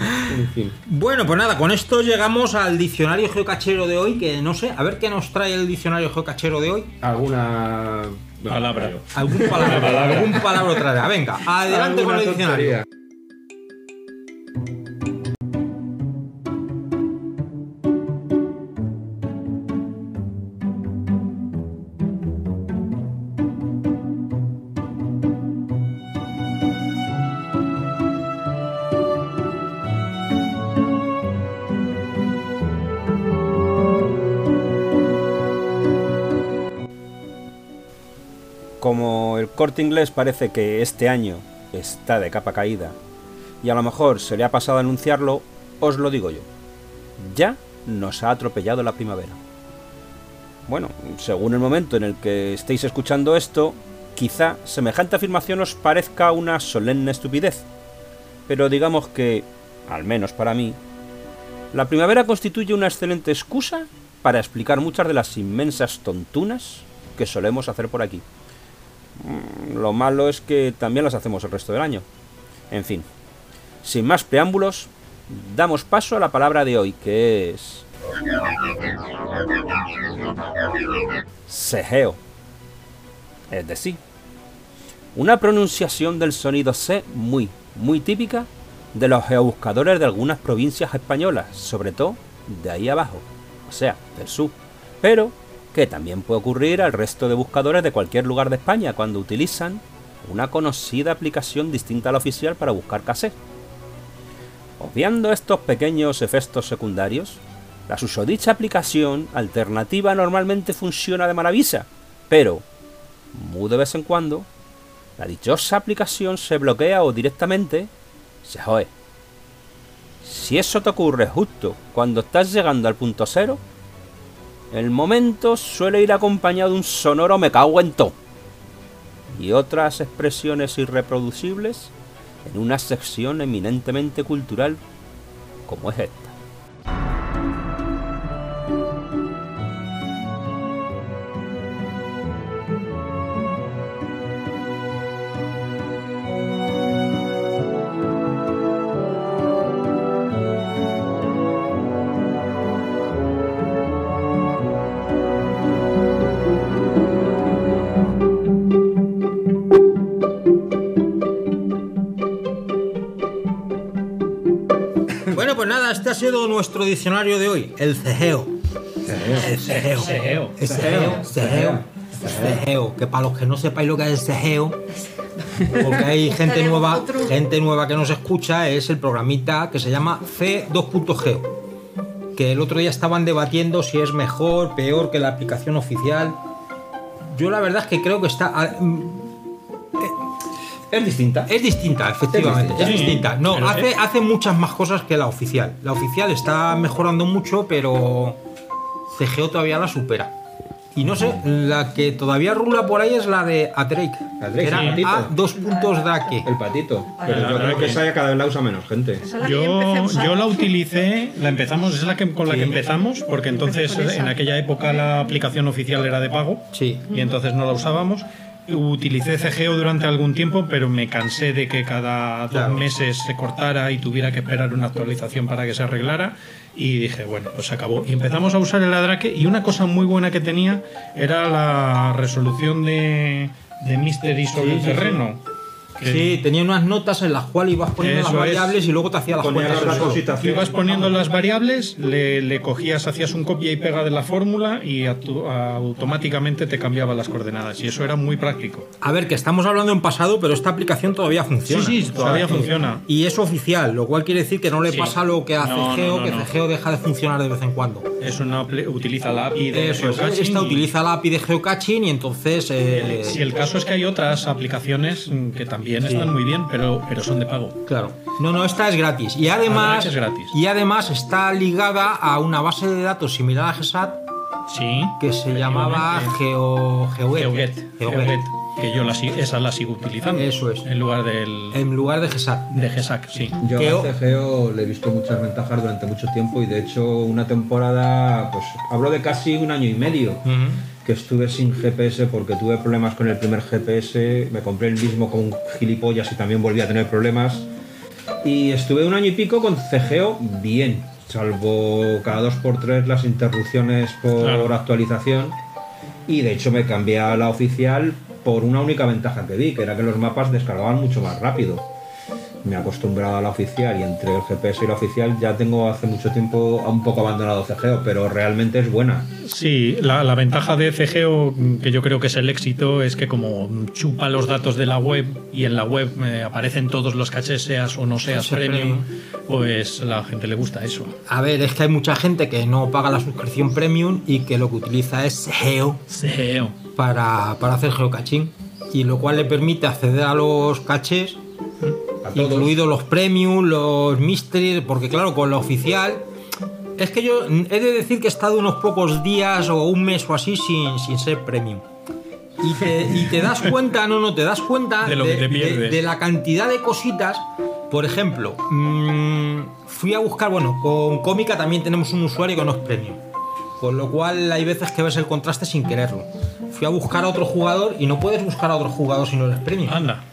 Speaker 3: En fin.
Speaker 2: Bueno, pues nada, con esto llegamos al diccionario geocachero de hoy, que no sé, a ver qué nos trae el diccionario geocachero de hoy.
Speaker 3: alguna
Speaker 6: Palabra.
Speaker 2: Algún palabra, algún palabra traerá. Venga, adelante
Speaker 3: Alguna
Speaker 2: con el diccionario.
Speaker 3: tontería.
Speaker 9: Como el corte inglés parece que este año está de capa caída, y a lo mejor se le ha pasado a anunciarlo, os lo digo yo. Ya nos ha atropellado la primavera. Bueno, según el momento en el que estéis escuchando esto, quizá semejante afirmación os parezca una solemne estupidez. Pero digamos que, al menos para mí, la primavera constituye una excelente excusa para explicar muchas de las inmensas tontunas que solemos hacer por aquí. Mm, Lo malo es que también las hacemos el resto del año. En fin, sin más preámbulos, damos paso a la palabra de hoy, que es... Sejeo. Es decir, una pronunciación del sonido se muy, muy típica de los geobuscadores de algunas provincias españolas, sobre todo de ahí abajo, o sea, del sur, pero que también puede ocurrir al resto de buscadores de cualquier lugar de España cuando utilizan una conocida aplicación distinta a la oficial para buscar casé. Obviando estos pequeños efectos secundarios, la susodicha aplicación alternativa normalmente funciona de maravilla, pero, muy de vez en cuando, la dichosa aplicación se bloquea o directamente se jode. Si eso te ocurre justo cuando estás llegando al punto cero, el momento suele ir acompañado de un sonoro me cago en todo y otras expresiones irreproducibles en una sección eminentemente cultural como es esta.
Speaker 2: Bueno, pues nada, este ha sido nuestro diccionario de hoy, el cejeo. El cejeo.
Speaker 6: Sejeo.
Speaker 2: El cejeo. Cejeo. Cejeo. Que para los que no sepáis lo que es el cejeo, porque hay gente
Speaker 7: Estaremos
Speaker 2: nueva,
Speaker 7: otro.
Speaker 2: gente nueva que nos escucha, es el programita que se llama C2.geo. que el otro día estaban debatiendo si es mejor, peor que la aplicación oficial. Yo la verdad es que creo que está... ah, mm,
Speaker 3: Es distinta.
Speaker 2: Es distinta, efectivamente.
Speaker 3: Es
Speaker 2: Es distinta.
Speaker 6: distinta.
Speaker 2: No,
Speaker 6: Pero
Speaker 2: hace,
Speaker 6: es-
Speaker 2: hace muchas más cosas que la oficial. La oficial está mejorando mucho, pero CGO todavía la supera. Y no sé, la que todavía rula por ahí es la de Adrake.
Speaker 3: La Drake,
Speaker 2: que era
Speaker 3: sí, el patito.
Speaker 2: A dos puntos Drake.
Speaker 3: El patito.
Speaker 6: Ah,
Speaker 3: Pero
Speaker 6: la
Speaker 3: yo creo
Speaker 6: verdad
Speaker 3: que
Speaker 6: que-
Speaker 3: esa ya cada vez la usa menos gente.
Speaker 7: Esa es la que yo empecé a
Speaker 6: Yo,
Speaker 7: usar.
Speaker 6: yo la utilicé, la empezamos, es la que, con la que empezamos, porque entonces
Speaker 7: con esa.
Speaker 6: en aquella época la aplicación oficial era de pago
Speaker 2: Sí.
Speaker 6: y entonces no la usábamos. Utilicé CGO durante algún tiempo, pero me cansé de que cada dos
Speaker 2: Claro.
Speaker 6: meses se cortara y tuviera que esperar una actualización para que se arreglara. Y dije, bueno, pues se acabó. Y empezamos a usar el Adraque. Y una cosa muy buena que tenía era la resolución de, de Mystery sobre el terreno. que-
Speaker 2: Sí, tenía unas notas en las cuales ibas poniendo
Speaker 6: Eso
Speaker 2: las
Speaker 6: es.
Speaker 2: variables y luego te hacía las
Speaker 3: Ponía
Speaker 2: cuentas.
Speaker 3: las
Speaker 2: él solo.
Speaker 3: cositas.
Speaker 6: Tú ibas poniendo las variables, le, le cogías, hacías un copia y pega de la fórmula y atu- automáticamente te cambiaba las coordenadas. Y eso era muy práctico.
Speaker 2: A ver, que estamos hablando en pasado, pero esta aplicación todavía
Speaker 6: Sí,
Speaker 2: funciona.
Speaker 6: sí, todavía
Speaker 2: O sea,
Speaker 6: funciona.
Speaker 2: Y es oficial, lo cual quiere decir que no le
Speaker 6: Sí.
Speaker 2: pasa lo que a
Speaker 6: No, no,
Speaker 2: CGO,
Speaker 6: no,
Speaker 2: que
Speaker 6: no.
Speaker 2: CGO deja de funcionar de vez en cuando.
Speaker 6: Es una apli- utiliza la API de
Speaker 2: Eso es,
Speaker 6: geocaching
Speaker 2: esta
Speaker 6: y-
Speaker 2: utiliza la API de geocaching y entonces... eh,
Speaker 6: Si el caso es que hay otras aplicaciones mm, que también están muy bien, pero, pero son de pago.
Speaker 2: Claro. No, no, esta es gratis. Y además,
Speaker 6: verdad es gratis.
Speaker 2: Y además está ligada a una base de datos similar a GESAT
Speaker 6: Sí.
Speaker 2: que se llamaba Geo, GeoGet.
Speaker 6: Geoget.
Speaker 2: GeoGet.
Speaker 6: Geoget, Que yo la, sig- esa la sigo utilizando.
Speaker 2: Eso es. Eh,
Speaker 6: En lugar del.
Speaker 2: En lugar de GESAT.
Speaker 6: de GESAC, sí.
Speaker 3: Yo
Speaker 2: Geo-
Speaker 3: a CGO le he visto muchas ventajas durante mucho tiempo y de hecho una temporada, pues hablo de casi un año y medio, que estuve sin GPS porque tuve problemas con el primer GPS, me compré el mismo con un gilipollas y también volví a tener problemas. Y estuve un año y pico con CGO bien, salvo cada dos por tres las interrupciones por
Speaker 6: Claro.
Speaker 3: actualización. Y de hecho me cambié a la oficial por una única ventaja que vi, que era que los mapas descargaban mucho más rápido. Me he acostumbrado a la oficial y entre el GPS y la oficial ya tengo hace mucho tiempo un poco abandonado CGO, pero realmente es buena.
Speaker 6: Sí, la, la ventaja de CGO, mm, que yo creo que es el éxito, es que como mm, chupa los datos de la web y en la web eh, aparecen todos los cachés, seas o no seas
Speaker 2: Seas
Speaker 6: premium, pues a la gente le gusta eso.
Speaker 2: A ver, es que hay mucha gente que no paga la suscripción premium y que lo que utiliza es Geo
Speaker 6: CGO.
Speaker 2: para, para hacer geocaching. Y lo cual le permite acceder a los cachés
Speaker 3: A todos.
Speaker 2: incluidos los premium, los mysteries, porque claro, con la oficial. Es que yo mm, he de decir que he estado unos pocos días o un mes o así sin, sin ser premium. Y te, y te das cuenta, no, no, te das cuenta
Speaker 6: De lo que te pierdes.
Speaker 2: de la cantidad de cositas. Por ejemplo, mm, fui a buscar, bueno, con Cómica también tenemos un usuario que no es premium. Con lo cual hay veces que ves el contraste sin quererlo. Fui a buscar a otro jugador y no puedes buscar a otro jugador si no eres premium.
Speaker 6: Anda.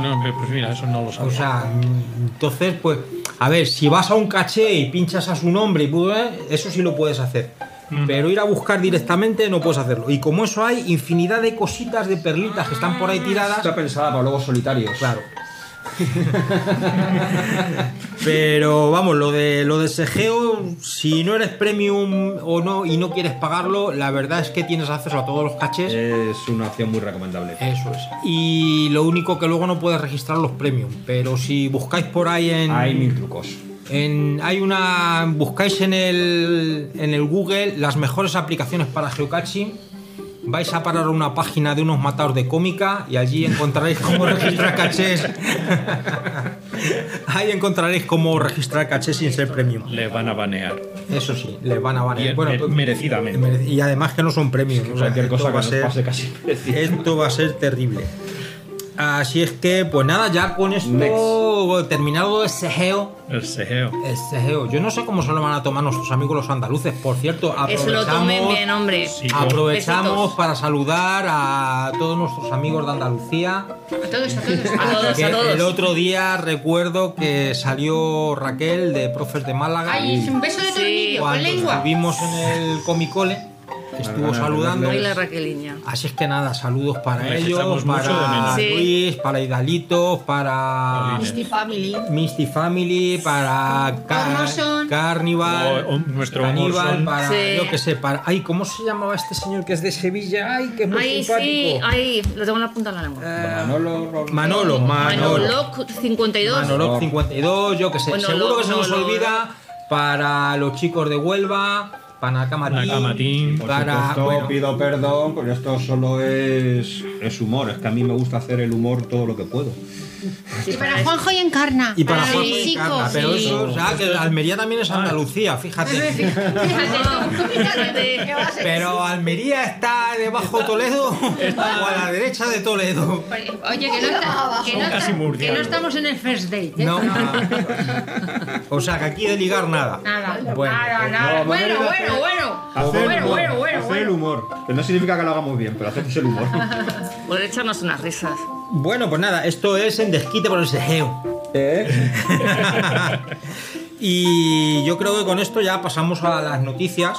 Speaker 6: No, pues Ah, mira, eso no lo
Speaker 2: O
Speaker 6: sabía.
Speaker 2: sea, mm, entonces, pues, a ver, si vas a un caché y pinchas a su nombre, y pu- eh, eso sí lo puedes hacer. Pero ir a buscar directamente no puedes hacerlo. Y como eso hay infinidad de cositas, de perlitas que están por ahí tiradas.
Speaker 3: Está pensada para lobos solitarios.
Speaker 2: Claro. Pero vamos, lo de lo de Segeo, si no eres premium o no y no quieres pagarlo, la verdad es que tienes acceso a todos los cachés.
Speaker 3: Es una opción muy recomendable.
Speaker 2: Eso es. Y lo único que luego no puedes registrar los premium. Pero si buscáis por ahí en.
Speaker 3: Hay mil trucos.
Speaker 2: En- hay una. Buscáis en el, en el Google las mejores aplicaciones para geocaching. Vais a parar a una página de unos matados de cómica y allí encontraréis cómo registrar cachés. Ahí encontraréis cómo registrar cachés sin ser premium.
Speaker 6: Le van a banear.
Speaker 2: Eso sí, les van a banear.
Speaker 6: Bien, mer-
Speaker 2: pues-
Speaker 6: merecidamente.
Speaker 2: mere- Y además que no son premium. o sea,
Speaker 3: Cualquier
Speaker 2: esto
Speaker 3: cosa que
Speaker 2: va a
Speaker 3: nos
Speaker 2: ser-
Speaker 3: pase casi.
Speaker 2: esto va a ser terrible. Así es que, pues nada, ya con esto terminado ese geo.
Speaker 6: El CGO.
Speaker 2: El cejeo. Este Yo no sé cómo se lo van a tomar nuestros amigos los andaluces. Por cierto,
Speaker 4: Eso lo tomen bien,
Speaker 2: aprovechamos,
Speaker 4: hombre.
Speaker 6: Sí.
Speaker 2: aprovechamos
Speaker 4: Besitos.
Speaker 2: para saludar a todos nuestros amigos de Andalucía.
Speaker 5: A todos, a todos,
Speaker 4: A
Speaker 5: a todos.
Speaker 4: todos,
Speaker 2: Que
Speaker 4: a
Speaker 2: el
Speaker 4: todos.
Speaker 2: otro día recuerdo que salió Raquel de Profes de Málaga.
Speaker 5: Ay, es un beso de
Speaker 4: Sí.
Speaker 5: tornillo, con
Speaker 2: cuando
Speaker 5: lengua.
Speaker 2: estuvimos en el Comicole, estuvo
Speaker 3: Perdona,
Speaker 2: saludando.
Speaker 4: Ay, la Raqueliña.
Speaker 2: Así es que nada, saludos para
Speaker 6: Les
Speaker 2: ellos,
Speaker 6: echamos mucho de
Speaker 2: para
Speaker 6: menos.
Speaker 4: Sí.
Speaker 2: Luis, para Hidalito, para
Speaker 6: Jolines.
Speaker 7: Misty Family.
Speaker 2: Misty Family, para Car-
Speaker 5: Orson.
Speaker 2: Carnival,
Speaker 6: O- o- Oh, nuestro
Speaker 2: Caníbal,
Speaker 6: Orson.
Speaker 2: para
Speaker 4: Sí.
Speaker 2: yo que sé, para ay, ¿cómo se llamaba este señor que es de Sevilla? Ay, que es muy
Speaker 4: Ay,
Speaker 2: simpático.
Speaker 4: sí, ay, lo tengo en la punta de la lengua.
Speaker 3: Manolo, Ro-
Speaker 2: Manolo, Manolo,
Speaker 4: Manoloc 52.
Speaker 2: Manolo 52, yo que sé,
Speaker 4: Bueno,
Speaker 2: seguro
Speaker 4: lo-
Speaker 2: que se nos
Speaker 4: no, lo-
Speaker 2: olvida para los chicos de Huelva, para Nakamatín,
Speaker 6: Nakamatín, por
Speaker 2: para...
Speaker 3: Esto
Speaker 2: bueno,
Speaker 3: pido perdón, pero esto solo es, es humor. Es que a mí me gusta hacer el humor todo lo que puedo.
Speaker 5: Y para Juanjo y Encarna.
Speaker 2: y para
Speaker 5: Para
Speaker 2: Juanjo
Speaker 5: mis
Speaker 2: y
Speaker 5: chicos.
Speaker 2: Carla, pero
Speaker 5: sí.
Speaker 2: eso, o sea, que Almería también
Speaker 6: ah.
Speaker 2: es Andalucía, fíjate.
Speaker 4: Fíjate,
Speaker 2: Pero Almería está debajo de Toledo o a la derecha de Toledo.
Speaker 5: Oye, que no, está- que no
Speaker 6: Son
Speaker 5: está-
Speaker 6: casi
Speaker 5: que no
Speaker 6: murcianos.
Speaker 5: estamos en el first date. ¿eh?
Speaker 2: No. O sea, que aquí de ligar nada.
Speaker 5: Nada.
Speaker 2: Bueno,
Speaker 5: nada,
Speaker 2: pues
Speaker 5: nada.
Speaker 3: no,
Speaker 5: bueno,
Speaker 3: no, no,
Speaker 5: bueno,
Speaker 3: no.
Speaker 5: bueno.
Speaker 3: Hacer
Speaker 5: Bueno,
Speaker 3: humor,
Speaker 5: bueno, bueno,
Speaker 3: hacer el
Speaker 5: bueno.
Speaker 3: humor. Que no significa que lo hagamos bien, pero hacemos el humor.
Speaker 4: Por echarnos unas risas.
Speaker 2: Bueno, pues nada, esto es en desquite por el sejeo.
Speaker 3: ¿Eh?
Speaker 2: Y yo creo que con esto ya pasamos a las noticias.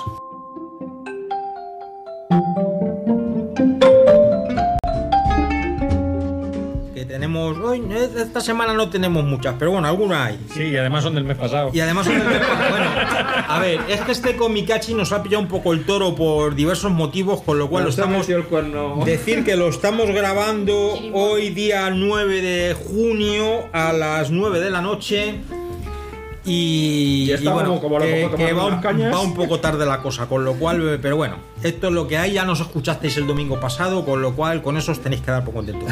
Speaker 2: Que tenemos hoy, eh, esta semana no tenemos muchas, pero bueno, alguna hay.
Speaker 6: Sí, y además son del mes pasado.
Speaker 2: Y además, bueno, a ver, es que este Komikachi nos ha pillado un poco el toro por diversos motivos, con lo cual lo
Speaker 3: Nos ha
Speaker 2: estamos
Speaker 3: metido el cuerno.
Speaker 2: Decir que lo estamos grabando hoy día 9 de junio a las 9 de la noche. Y,
Speaker 3: Y está como- como loco
Speaker 2: que,
Speaker 3: tomando
Speaker 2: que va,
Speaker 3: unas
Speaker 2: un,
Speaker 3: cañas.
Speaker 2: va un poco tarde la cosa, con lo cual, eh, pero bueno, esto es lo que hay, ya nos escuchasteis el domingo pasado, con lo cual con eso os tenéis que dar por contentos.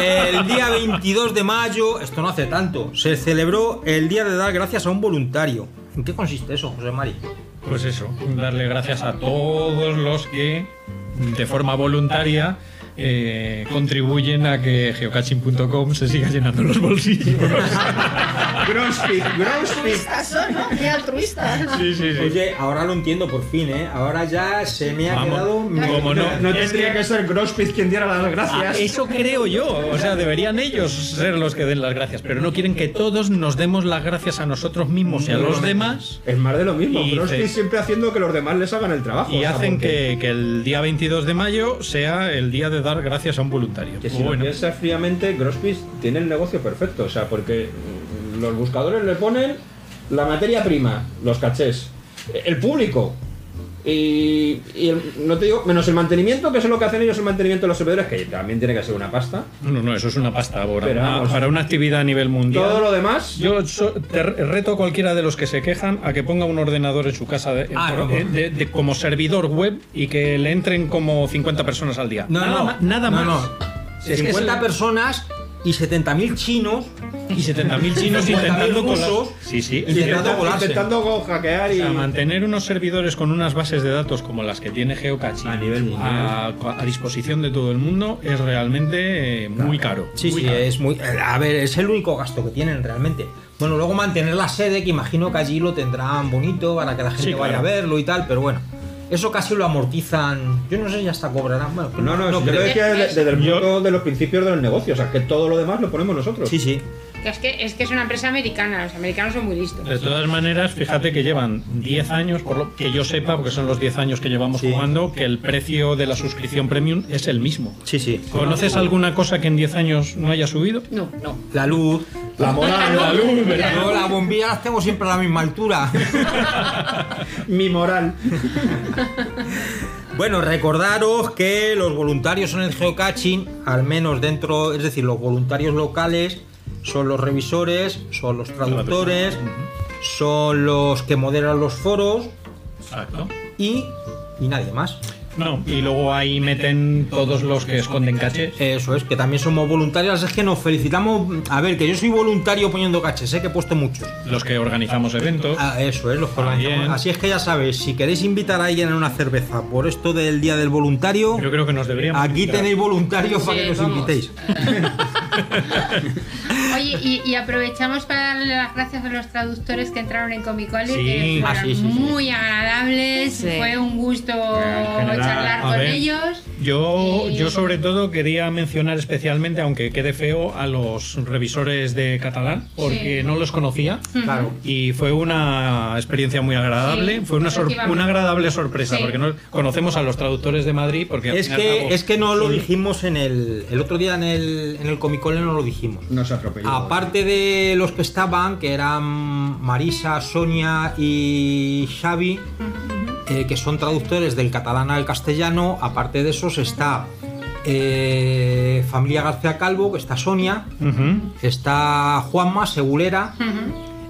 Speaker 2: el día 22 de mayo, esto no hace tanto, se celebró el día de dar gracias a un voluntario. ¿En qué consiste eso, José Mari?
Speaker 6: Pues eso, darle gracias a todos los que de forma voluntaria eh, contribuyen a que geocaching.com se siga llenando los bolsillos.
Speaker 3: Grossfit, Grossfit.
Speaker 7: Altruistas son, ¿no? Qué altruistas.
Speaker 6: sí, sí, sí.
Speaker 2: Oye, ahora lo entiendo por fin, ¿eh? Ahora ya se me ha
Speaker 6: Vamos,
Speaker 2: quedado...
Speaker 6: como no,
Speaker 3: No
Speaker 6: es
Speaker 3: tendría
Speaker 6: que-
Speaker 3: que ser Grossfit quien diera las
Speaker 6: Ah,
Speaker 3: gracias.
Speaker 6: eso creo yo, o sea, deberían ellos ser los que den las gracias, pero no quieren que todos nos demos las gracias a nosotros mismos y a los demás
Speaker 3: Es más de lo mismo.
Speaker 6: Y
Speaker 3: Grossfit
Speaker 6: dices-
Speaker 3: siempre haciendo que los demás les hagan el trabajo. o
Speaker 6: y
Speaker 3: sea,
Speaker 6: hacen
Speaker 3: porque-
Speaker 6: que, que el día 22 de mayo sea el día de dar gracias a un voluntario.
Speaker 3: Que si lo
Speaker 6: Bueno,
Speaker 3: piensas fríamente, Grosspis tiene el negocio perfecto, o sea, porque mm, los buscadores le ponen la materia prima, los cachés, el público. Y, y el- no te digo, menos el mantenimiento, que es lo que hacen ellos el mantenimiento de los servidores, que también tiene que ser una pasta.
Speaker 6: no, no, eso es una pasta ahora.
Speaker 3: Pero
Speaker 6: una-
Speaker 3: vamos.
Speaker 6: para una actividad a nivel mundial.
Speaker 3: Todo lo demás,
Speaker 6: Yo so- te re- reto a cualquiera de los que se quejan a que ponga un ordenador en su casa de-
Speaker 2: Ah,
Speaker 6: por-
Speaker 2: no.
Speaker 6: eh, de- de- como servidor web y que le entren como 50 personas al día.
Speaker 2: No,
Speaker 6: nada,
Speaker 2: no,
Speaker 6: ma- nada
Speaker 2: no,
Speaker 6: más.
Speaker 2: no.
Speaker 6: Es que es
Speaker 2: 50
Speaker 6: el-
Speaker 2: personas y 70.000 chinos.
Speaker 6: Y 70.000 chinos
Speaker 2: 50.000
Speaker 6: intentando colar-
Speaker 2: rusos.
Speaker 6: Sí, sí.
Speaker 2: Y intentando
Speaker 3: intenta-
Speaker 2: volarse.
Speaker 3: intentando hackear
Speaker 6: O
Speaker 3: y.
Speaker 6: sea, mantener unos servidores con unas bases de datos como las que tiene Geocaching
Speaker 3: A nivel mundial.
Speaker 6: a, a disposición de todo el mundo es realmente eh, muy caro.
Speaker 2: Sí, sí, es muy. eh, A ver, es el único gasto que tienen realmente. Bueno, luego mantener la sede, que imagino que allí lo tendrán bonito para que la gente
Speaker 6: Sí,
Speaker 2: vaya a
Speaker 6: claro.
Speaker 2: verlo y tal, pero bueno. Eso casi lo amortizan. Yo no sé si hasta cobrarán. Bueno,
Speaker 3: No, no, si yo
Speaker 2: creo.
Speaker 3: lo decía desde, desde el
Speaker 6: Yo-
Speaker 3: punto de los principios del negocio, o sea, que todo lo demás lo ponemos nosotros.
Speaker 2: Sí, sí.
Speaker 5: Es que, es que es una empresa americana, los americanos son muy listos.
Speaker 6: De todas maneras, fíjate que llevan 10 años, por lo que yo sepa, porque son los 10 años que llevamos
Speaker 2: Sí.
Speaker 6: jugando, que el precio de la suscripción premium es el mismo.
Speaker 2: Sí, sí.
Speaker 6: ¿Conoces alguna cosa que en 10 años no haya subido?
Speaker 4: No, no.
Speaker 2: La luz.
Speaker 3: La moral, la luz, ¿verdad?
Speaker 2: Yo las bombillas las tengo siempre a la misma altura.
Speaker 3: mi moral.
Speaker 2: Bueno, recordaros que los voluntarios en el geocaching, al menos dentro, es decir, los voluntarios locales son los revisores, son los traductores, son los que moderan los foros
Speaker 6: Exacto.
Speaker 2: y, y nadie más.
Speaker 6: No, y luego ahí meten todos los que esconden cachés.
Speaker 2: Eso es, que también somos voluntarios, es que nos felicitamos. A ver, que yo soy voluntario poniendo caches, sé que he puesto muchos.
Speaker 6: Los que organizamos eventos.
Speaker 2: Ah, eso es, los que
Speaker 6: También.
Speaker 2: organizamos. Así es que ya sabéis, si queréis invitar a alguien a una cerveza por esto del Día del Voluntario,
Speaker 6: Yo creo que nos deberíamos.
Speaker 2: aquí
Speaker 6: invitar.
Speaker 2: tenéis voluntarios
Speaker 4: Sí,
Speaker 2: para que nos
Speaker 4: vamos.
Speaker 2: invitéis.
Speaker 5: Oye, y, y aprovechamos para darle las gracias a los traductores que entraron en Comicole,
Speaker 6: Sí.
Speaker 5: que
Speaker 2: Ah,
Speaker 5: fueron
Speaker 2: sí, sí, sí.
Speaker 5: muy agradables,
Speaker 4: Sí.
Speaker 5: fue un gusto
Speaker 3: general,
Speaker 5: charlar
Speaker 6: a
Speaker 5: con
Speaker 6: ver.
Speaker 5: ellos.
Speaker 6: Yo,
Speaker 5: Y-
Speaker 6: yo sobre todo quería mencionar especialmente, aunque quede feo, a los revisores de catalán, porque no los conocía.
Speaker 5: Mm.
Speaker 2: Claro.
Speaker 6: Y fue una experiencia muy agradable,
Speaker 5: Sí,
Speaker 6: fue una, sor-
Speaker 5: efectivamente.
Speaker 6: una agradable sorpresa,
Speaker 5: Sí.
Speaker 6: porque no conocemos a los traductores de Madrid, porque al
Speaker 2: Es
Speaker 6: fin y al
Speaker 2: que,
Speaker 6: cabo
Speaker 2: es que no lo
Speaker 6: son-
Speaker 2: dijimos en el, el otro día en el, en el Comicole, no lo dijimos.
Speaker 3: Nos atropelló.
Speaker 2: Aparte de los que estaban, que eran Marisa, Sonia y Xavi, eh, que son traductores del catalán al castellano, aparte de esos está eh, Familia García Calvo, que está Sonia,
Speaker 6: Ujú.
Speaker 2: está Juanma Segulera,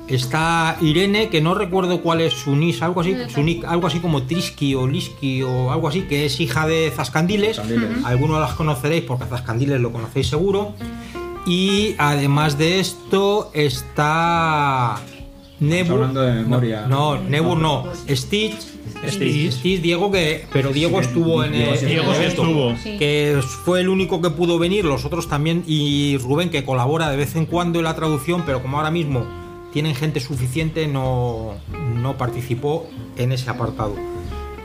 Speaker 2: Está Irene, que no recuerdo cuál es su nis, algo así,
Speaker 5: Mm,
Speaker 2: su nick, algo así como Trisky o Lisky o algo así, que es hija de Zascandiles.
Speaker 3: Zascandiles.
Speaker 2: Algunos las conoceréis porque a Zascandiles lo conocéis seguro. Y además de esto está Nebur.
Speaker 3: hablando de memoria.
Speaker 2: No, no, Nebur no. pues Stitch.
Speaker 6: Stitch.
Speaker 2: Stitch, Diego, que. Pero Diego
Speaker 3: Sí,
Speaker 2: estuvo en el.
Speaker 3: Diego
Speaker 2: en
Speaker 3: sí
Speaker 2: el
Speaker 6: Diego sí
Speaker 2: evento
Speaker 6: estuvo.
Speaker 5: Sí.
Speaker 2: que fue el único que pudo venir, los otros también, y Rubén, que colabora de vez en cuando en la traducción, pero como ahora mismo tienen gente suficiente, no, no participó en ese apartado.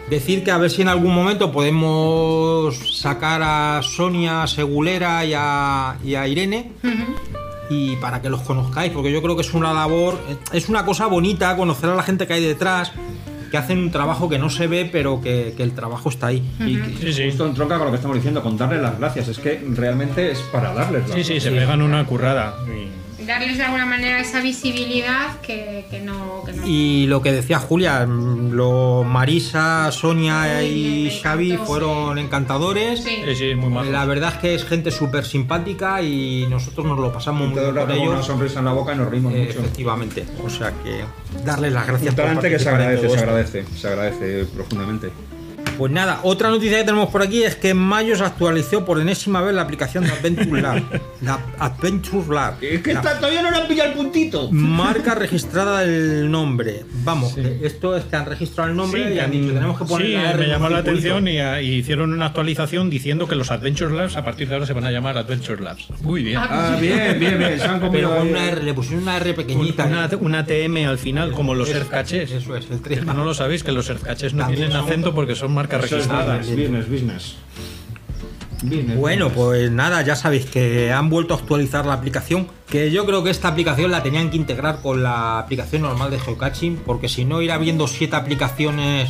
Speaker 2: Decir que a ver si en algún momento podemos sacar a Sonia Segulera y a, y a Irene. Y para que los conozcáis, porque yo creo que es una labor, es una cosa bonita conocer a la gente que hay detrás, que hacen un trabajo que no se ve, pero que, que el trabajo está ahí.
Speaker 3: Y
Speaker 6: Sí, sí.
Speaker 3: justo en tronca con lo que estamos diciendo, con darle las gracias. Es que realmente es para darles las
Speaker 6: Sí, sí,
Speaker 3: gracias.
Speaker 6: se pegan una currada.
Speaker 5: Darles de alguna manera esa visibilidad que, que no. Que no.
Speaker 2: Y lo que decía Julia, mm, lo Marisa, Sonia
Speaker 5: Ay,
Speaker 2: y
Speaker 5: me
Speaker 2: Xavi
Speaker 5: encantó,
Speaker 2: fueron encantadores.
Speaker 5: Sí.
Speaker 6: Sí, sí, muy mal.
Speaker 2: La verdad es que es gente súper simpática y nosotros nos lo pasamos
Speaker 3: Y
Speaker 2: muy
Speaker 3: todo
Speaker 2: bien
Speaker 3: el rato
Speaker 2: con
Speaker 3: con una
Speaker 2: ellos.
Speaker 3: sonrisa en la boca y nos rimos
Speaker 2: Eh,
Speaker 3: mucho.
Speaker 2: Efectivamente. O sea que darles las gracias por
Speaker 3: Talante que se
Speaker 2: participar en
Speaker 3: agradece,
Speaker 2: todo
Speaker 3: se
Speaker 2: esto.
Speaker 3: agradece, se agradece profundamente.
Speaker 2: Pues nada, otra noticia que tenemos por aquí es que en mayo se actualizó por enésima vez la aplicación de Adventure Lab. La Adventure Lab. La-
Speaker 3: todavía no le han pillado el puntito.
Speaker 2: Marca registrada el nombre. Vamos, que esto es que han registrado el nombre y han dicho, tenemos que poner
Speaker 6: sí,
Speaker 2: la R
Speaker 6: me
Speaker 2: en un
Speaker 6: llamó la
Speaker 2: circulito".
Speaker 6: atención y, ah, y hicieron una actualización diciendo que los Adventure Labs a partir de ahora se van a llamar Adventure Labs. Muy bien.
Speaker 3: Ah, bien, bien, bien. Se han
Speaker 2: Pero
Speaker 3: comido
Speaker 2: con
Speaker 3: ahí.
Speaker 2: una R, le pusieron una R pequeñita.
Speaker 6: "Eh, una, una TM al final, como los
Speaker 2: Eso,
Speaker 6: Earth Caches.
Speaker 2: Eso es, el
Speaker 6: Es que no
Speaker 2: 3.
Speaker 6: lo sabéis, que los Earth Caches no
Speaker 2: También
Speaker 6: tienen
Speaker 2: son-
Speaker 6: acento porque son marcas
Speaker 3: Eso es nada,
Speaker 6: registradas.
Speaker 3: es business, business. Business,
Speaker 2: Bueno,
Speaker 3: business.
Speaker 2: pues nada, ya sabéis que han vuelto a actualizar la aplicación. Que yo creo que esta aplicación la tenían que integrar con la aplicación normal de geocaching, porque si no, ir habiendo siete aplicaciones.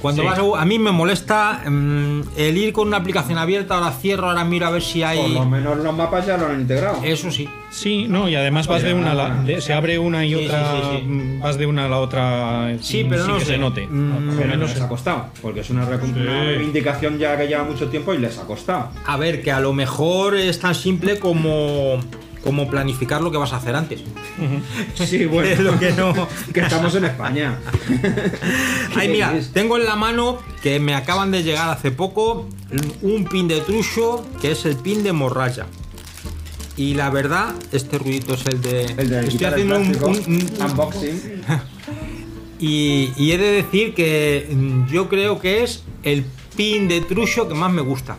Speaker 2: Cuando
Speaker 6: Sí.
Speaker 2: vas a, a mí me molesta mm, el ir con una aplicación abierta, ahora cierro, ahora miro a ver si hay.
Speaker 3: Por lo menos los mapas ya lo han integrado.
Speaker 2: Eso sí.
Speaker 6: Sí, no, y además vas de una a la- de- se abre una y
Speaker 2: Sí, sí,
Speaker 6: otra,
Speaker 2: sí, sí.
Speaker 6: mm, vas de una a la otra
Speaker 2: Sí,
Speaker 6: sin-
Speaker 2: pero
Speaker 6: sin
Speaker 2: no
Speaker 6: que
Speaker 2: sé.
Speaker 6: se note.
Speaker 2: Mm.
Speaker 3: Pero
Speaker 6: menos-
Speaker 3: les ha costado, porque es una, recom- una reivindicación ya que lleva mucho tiempo y les ha costado.
Speaker 2: A ver, que a lo mejor es tan simple como, como planificar lo que vas a hacer antes.
Speaker 3: Sí,
Speaker 2: Es
Speaker 3: bueno,
Speaker 2: lo que no.
Speaker 3: que estamos en España.
Speaker 2: Ay, mira,
Speaker 3: es?
Speaker 2: tengo en la mano que me acaban de llegar hace poco un pin de trucho que es el pin de morralla. Y la verdad, este ruidito es el de.
Speaker 3: El de
Speaker 2: estoy
Speaker 3: quitar el
Speaker 2: haciendo un,
Speaker 3: plástico,
Speaker 2: un- un-
Speaker 3: unboxing.
Speaker 2: y, y he de decir que mm, yo creo que es el pin de trucho que más me gusta.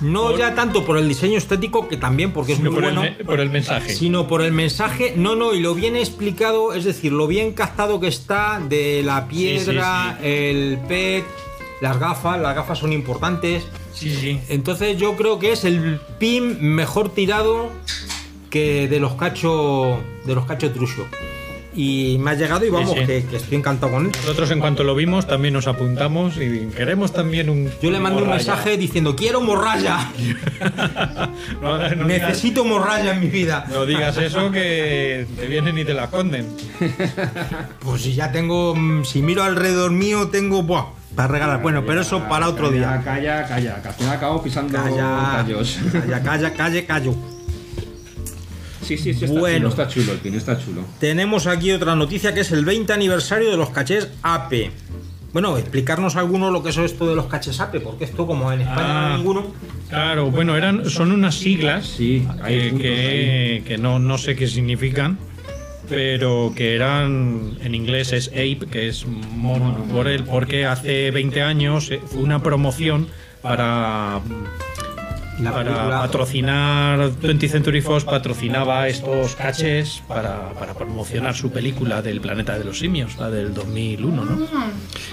Speaker 2: No ya tanto por el diseño estético, que también, porque es
Speaker 6: sino
Speaker 2: muy
Speaker 6: por,
Speaker 2: bueno.
Speaker 6: el, me- por el mensaje.
Speaker 2: Sino por el mensaje, no, no, y lo bien explicado, es decir, lo bien captado que está de la piedra, el pet, las gafas, las gafas son importantes.
Speaker 6: Sí, sí.
Speaker 2: Entonces yo creo que es el pin mejor tirado que de los cachos de los cachos Trusio. Y me ha llegado y vamos,
Speaker 6: Sí, sí.
Speaker 2: Que, que estoy encantado con él.
Speaker 6: Nosotros en cuanto lo vimos también nos apuntamos y queremos también un...
Speaker 2: Yo le mando un
Speaker 6: morralla.
Speaker 2: mensaje diciendo, quiero morralla,
Speaker 6: No, no digas-
Speaker 2: necesito morralla en mi vida.
Speaker 6: No digas eso que te vienen y te la esconden.
Speaker 2: Pues si ya tengo, mm, si miro alrededor mío, tengo, buah, para regalar. Bueno, pero eso para otro
Speaker 3: Calla,
Speaker 2: día.
Speaker 3: Calla, calla, que al final acabo pisando
Speaker 2: Calla,
Speaker 3: callos.
Speaker 2: calla, calla, calla, callo.
Speaker 3: Sí, sí, sí, está
Speaker 2: Bueno.
Speaker 3: chulo, está chulo, el pin está chulo.
Speaker 2: Tenemos aquí otra noticia que es el 20 aniversario de los cachés AP. Bueno, explicarnos alguno lo que es esto de los cachés AP, porque esto como en España no
Speaker 6: Ah.
Speaker 2: hay ninguno.
Speaker 6: Claro, bueno, eran, son unas siglas eh,
Speaker 3: Sí, hay
Speaker 6: que,
Speaker 3: puntos
Speaker 6: que- que no, no sé qué significan, pero que eran, en inglés es ape, que es mono, por el- porque hace 20 años eh, fue una promoción para,
Speaker 2: La
Speaker 6: para
Speaker 2: película-
Speaker 6: patrocinar, 20th Century Fox patrocinaba estos caches para, para promocionar su película del Planeta de los Simios, la del 2001, ¿no?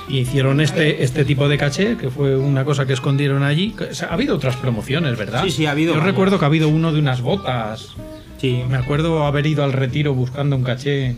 Speaker 6: Y hicieron este, este tipo de caché, que fue una cosa que escondieron allí. Que- o sea, ha habido otras promociones, ¿verdad?
Speaker 2: Sí, sí, ha habido
Speaker 6: Yo
Speaker 2: varias.
Speaker 6: recuerdo que ha habido uno de unas botas.
Speaker 2: Sí,
Speaker 6: Me acuerdo haber ido al retiro buscando un caché.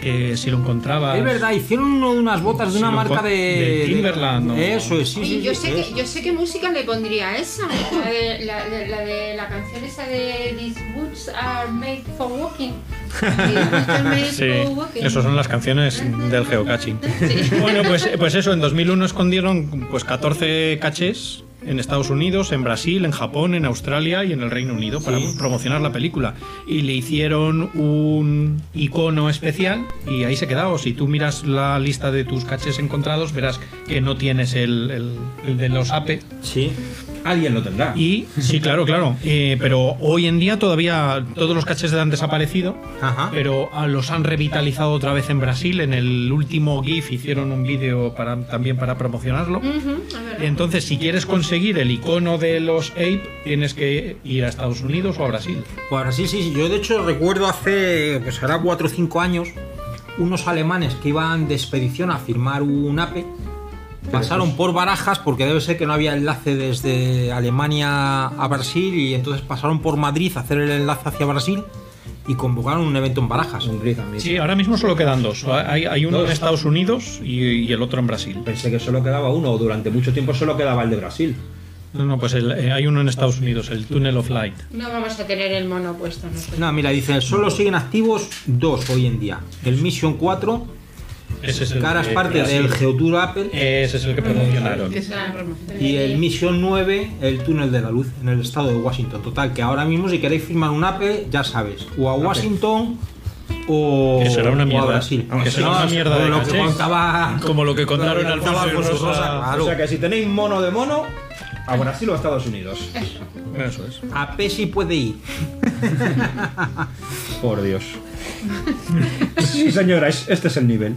Speaker 6: Que si lo encontrabas.
Speaker 2: es verdad, hicieron uno de unas botas de
Speaker 6: Sí,
Speaker 2: una
Speaker 6: lo
Speaker 2: marca
Speaker 6: co-
Speaker 2: de...
Speaker 6: de Timberland, ¿no?
Speaker 2: Eso es, sí,
Speaker 5: Oye,
Speaker 2: sí,
Speaker 5: yo,
Speaker 2: sí,
Speaker 5: sé
Speaker 2: eso.
Speaker 5: que, yo sé qué música le pondría a esa. La de la, de- la de la canción esa de These Boots Are Made for Walking. These boots are made
Speaker 6: Sí,
Speaker 5: for walking.
Speaker 6: esas son las canciones del geocaching.
Speaker 5: Sí.
Speaker 6: Bueno, pues, pues eso, en 2001 escondieron pues 14 cachés en Estados Unidos, en Brasil, en Japón, en Australia y en el Reino Unido para promocionar la película. Y le hicieron un icono especial y ahí se ha quedado. Si tú miras la lista de tus caches encontrados, verás que no tienes el, el- el de los E. APE.
Speaker 2: Sí.
Speaker 3: Alguien lo tendrá.
Speaker 6: Y sí, claro, claro. Eh, pero hoy en día todavía todos los caches han desaparecido
Speaker 2: Ajá.
Speaker 6: pero ah, los han revitalizado otra vez en Brasil. En el último GIF hicieron un vídeo para, también para promocionarlo.
Speaker 5: Ujú, a ver.
Speaker 6: Entonces, si quieres conseguir el icono de los Ape, tienes que ir a Estados Unidos o a Brasil.
Speaker 2: Pues ahora sí, sí, sí. Yo de hecho recuerdo hace, pues hará 4 o 5 años, unos alemanes que iban de expedición a firmar un APE. Pasaron por Barajas porque debe ser que no había enlace desde Alemania a Brasil y entonces pasaron por Madrid a hacer el enlace hacia Brasil y convocaron un evento en Barajas.
Speaker 3: Un gris a mí.
Speaker 6: Sí, ahora mismo solo quedan dos. Hay, hay uno en Estados Unidos y, y el otro en Brasil.
Speaker 3: Pensé que solo quedaba uno, o durante mucho tiempo solo quedaba el de Brasil.
Speaker 6: No, no, pues el- eh, hay uno en Estados Unidos, el Tunnel of Light.
Speaker 5: No vamos a tener el mono puesto nosotros.
Speaker 2: No, mira, dicen, solo siguen activos dos hoy en día. El Mission 4,
Speaker 6: Ese es el
Speaker 2: que ahora es
Speaker 6: de
Speaker 2: parte
Speaker 6: Brasil.
Speaker 2: del Geotour Apple.
Speaker 6: Ese es el que promocionaron.
Speaker 7: Que sea la promoción.
Speaker 2: Y el Mission 9, el túnel de la luz en el estado de Washington. Total, que ahora mismo si queréis firmar un APE, ya sabes, o a Washington o,
Speaker 6: Que será una
Speaker 2: o a
Speaker 6: mierda.
Speaker 2: Brasil.
Speaker 6: Que será una mierda
Speaker 2: como
Speaker 6: de
Speaker 2: lo que
Speaker 6: cachés.
Speaker 2: contaba-
Speaker 6: Como lo que contaron
Speaker 2: lo
Speaker 6: Alfonso
Speaker 2: contaba
Speaker 6: y
Speaker 2: Alfonso
Speaker 6: Rosa.
Speaker 2: claro.
Speaker 3: O sea que si tenéis mono de mono, a Brasil o a Estados Unidos.
Speaker 6: Ah, Eso es.
Speaker 2: APE sí puede ir.
Speaker 3: Por Dios. Sí, señora, es- este es el nivel.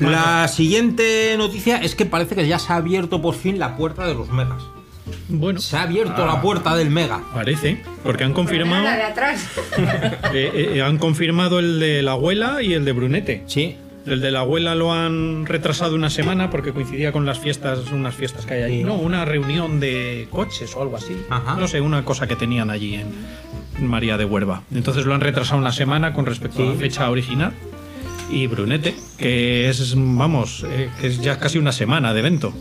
Speaker 2: La siguiente noticia es que parece que ya se ha abierto por fin la puerta de los megas.
Speaker 6: Bueno,
Speaker 2: Se ha abierto
Speaker 6: Ah.
Speaker 2: la puerta del mega.
Speaker 6: parece, porque han confirmado.
Speaker 5: La de atrás.
Speaker 6: Eh, eh, eh, han confirmado el de la abuela y el de Brunete.
Speaker 2: Sí.
Speaker 6: El de la abuela lo han retrasado una semana porque coincidía con las fiestas, unas fiestas que hay allí.
Speaker 2: Sí.
Speaker 6: No, una reunión de coches o algo así.
Speaker 2: Ajá.
Speaker 6: No sé, una cosa que tenían allí en María de Huerva. Entonces lo han retrasado una semana con respecto a la fecha original. Y Brunete, que es, vamos, eh, que es ya casi una semana de evento.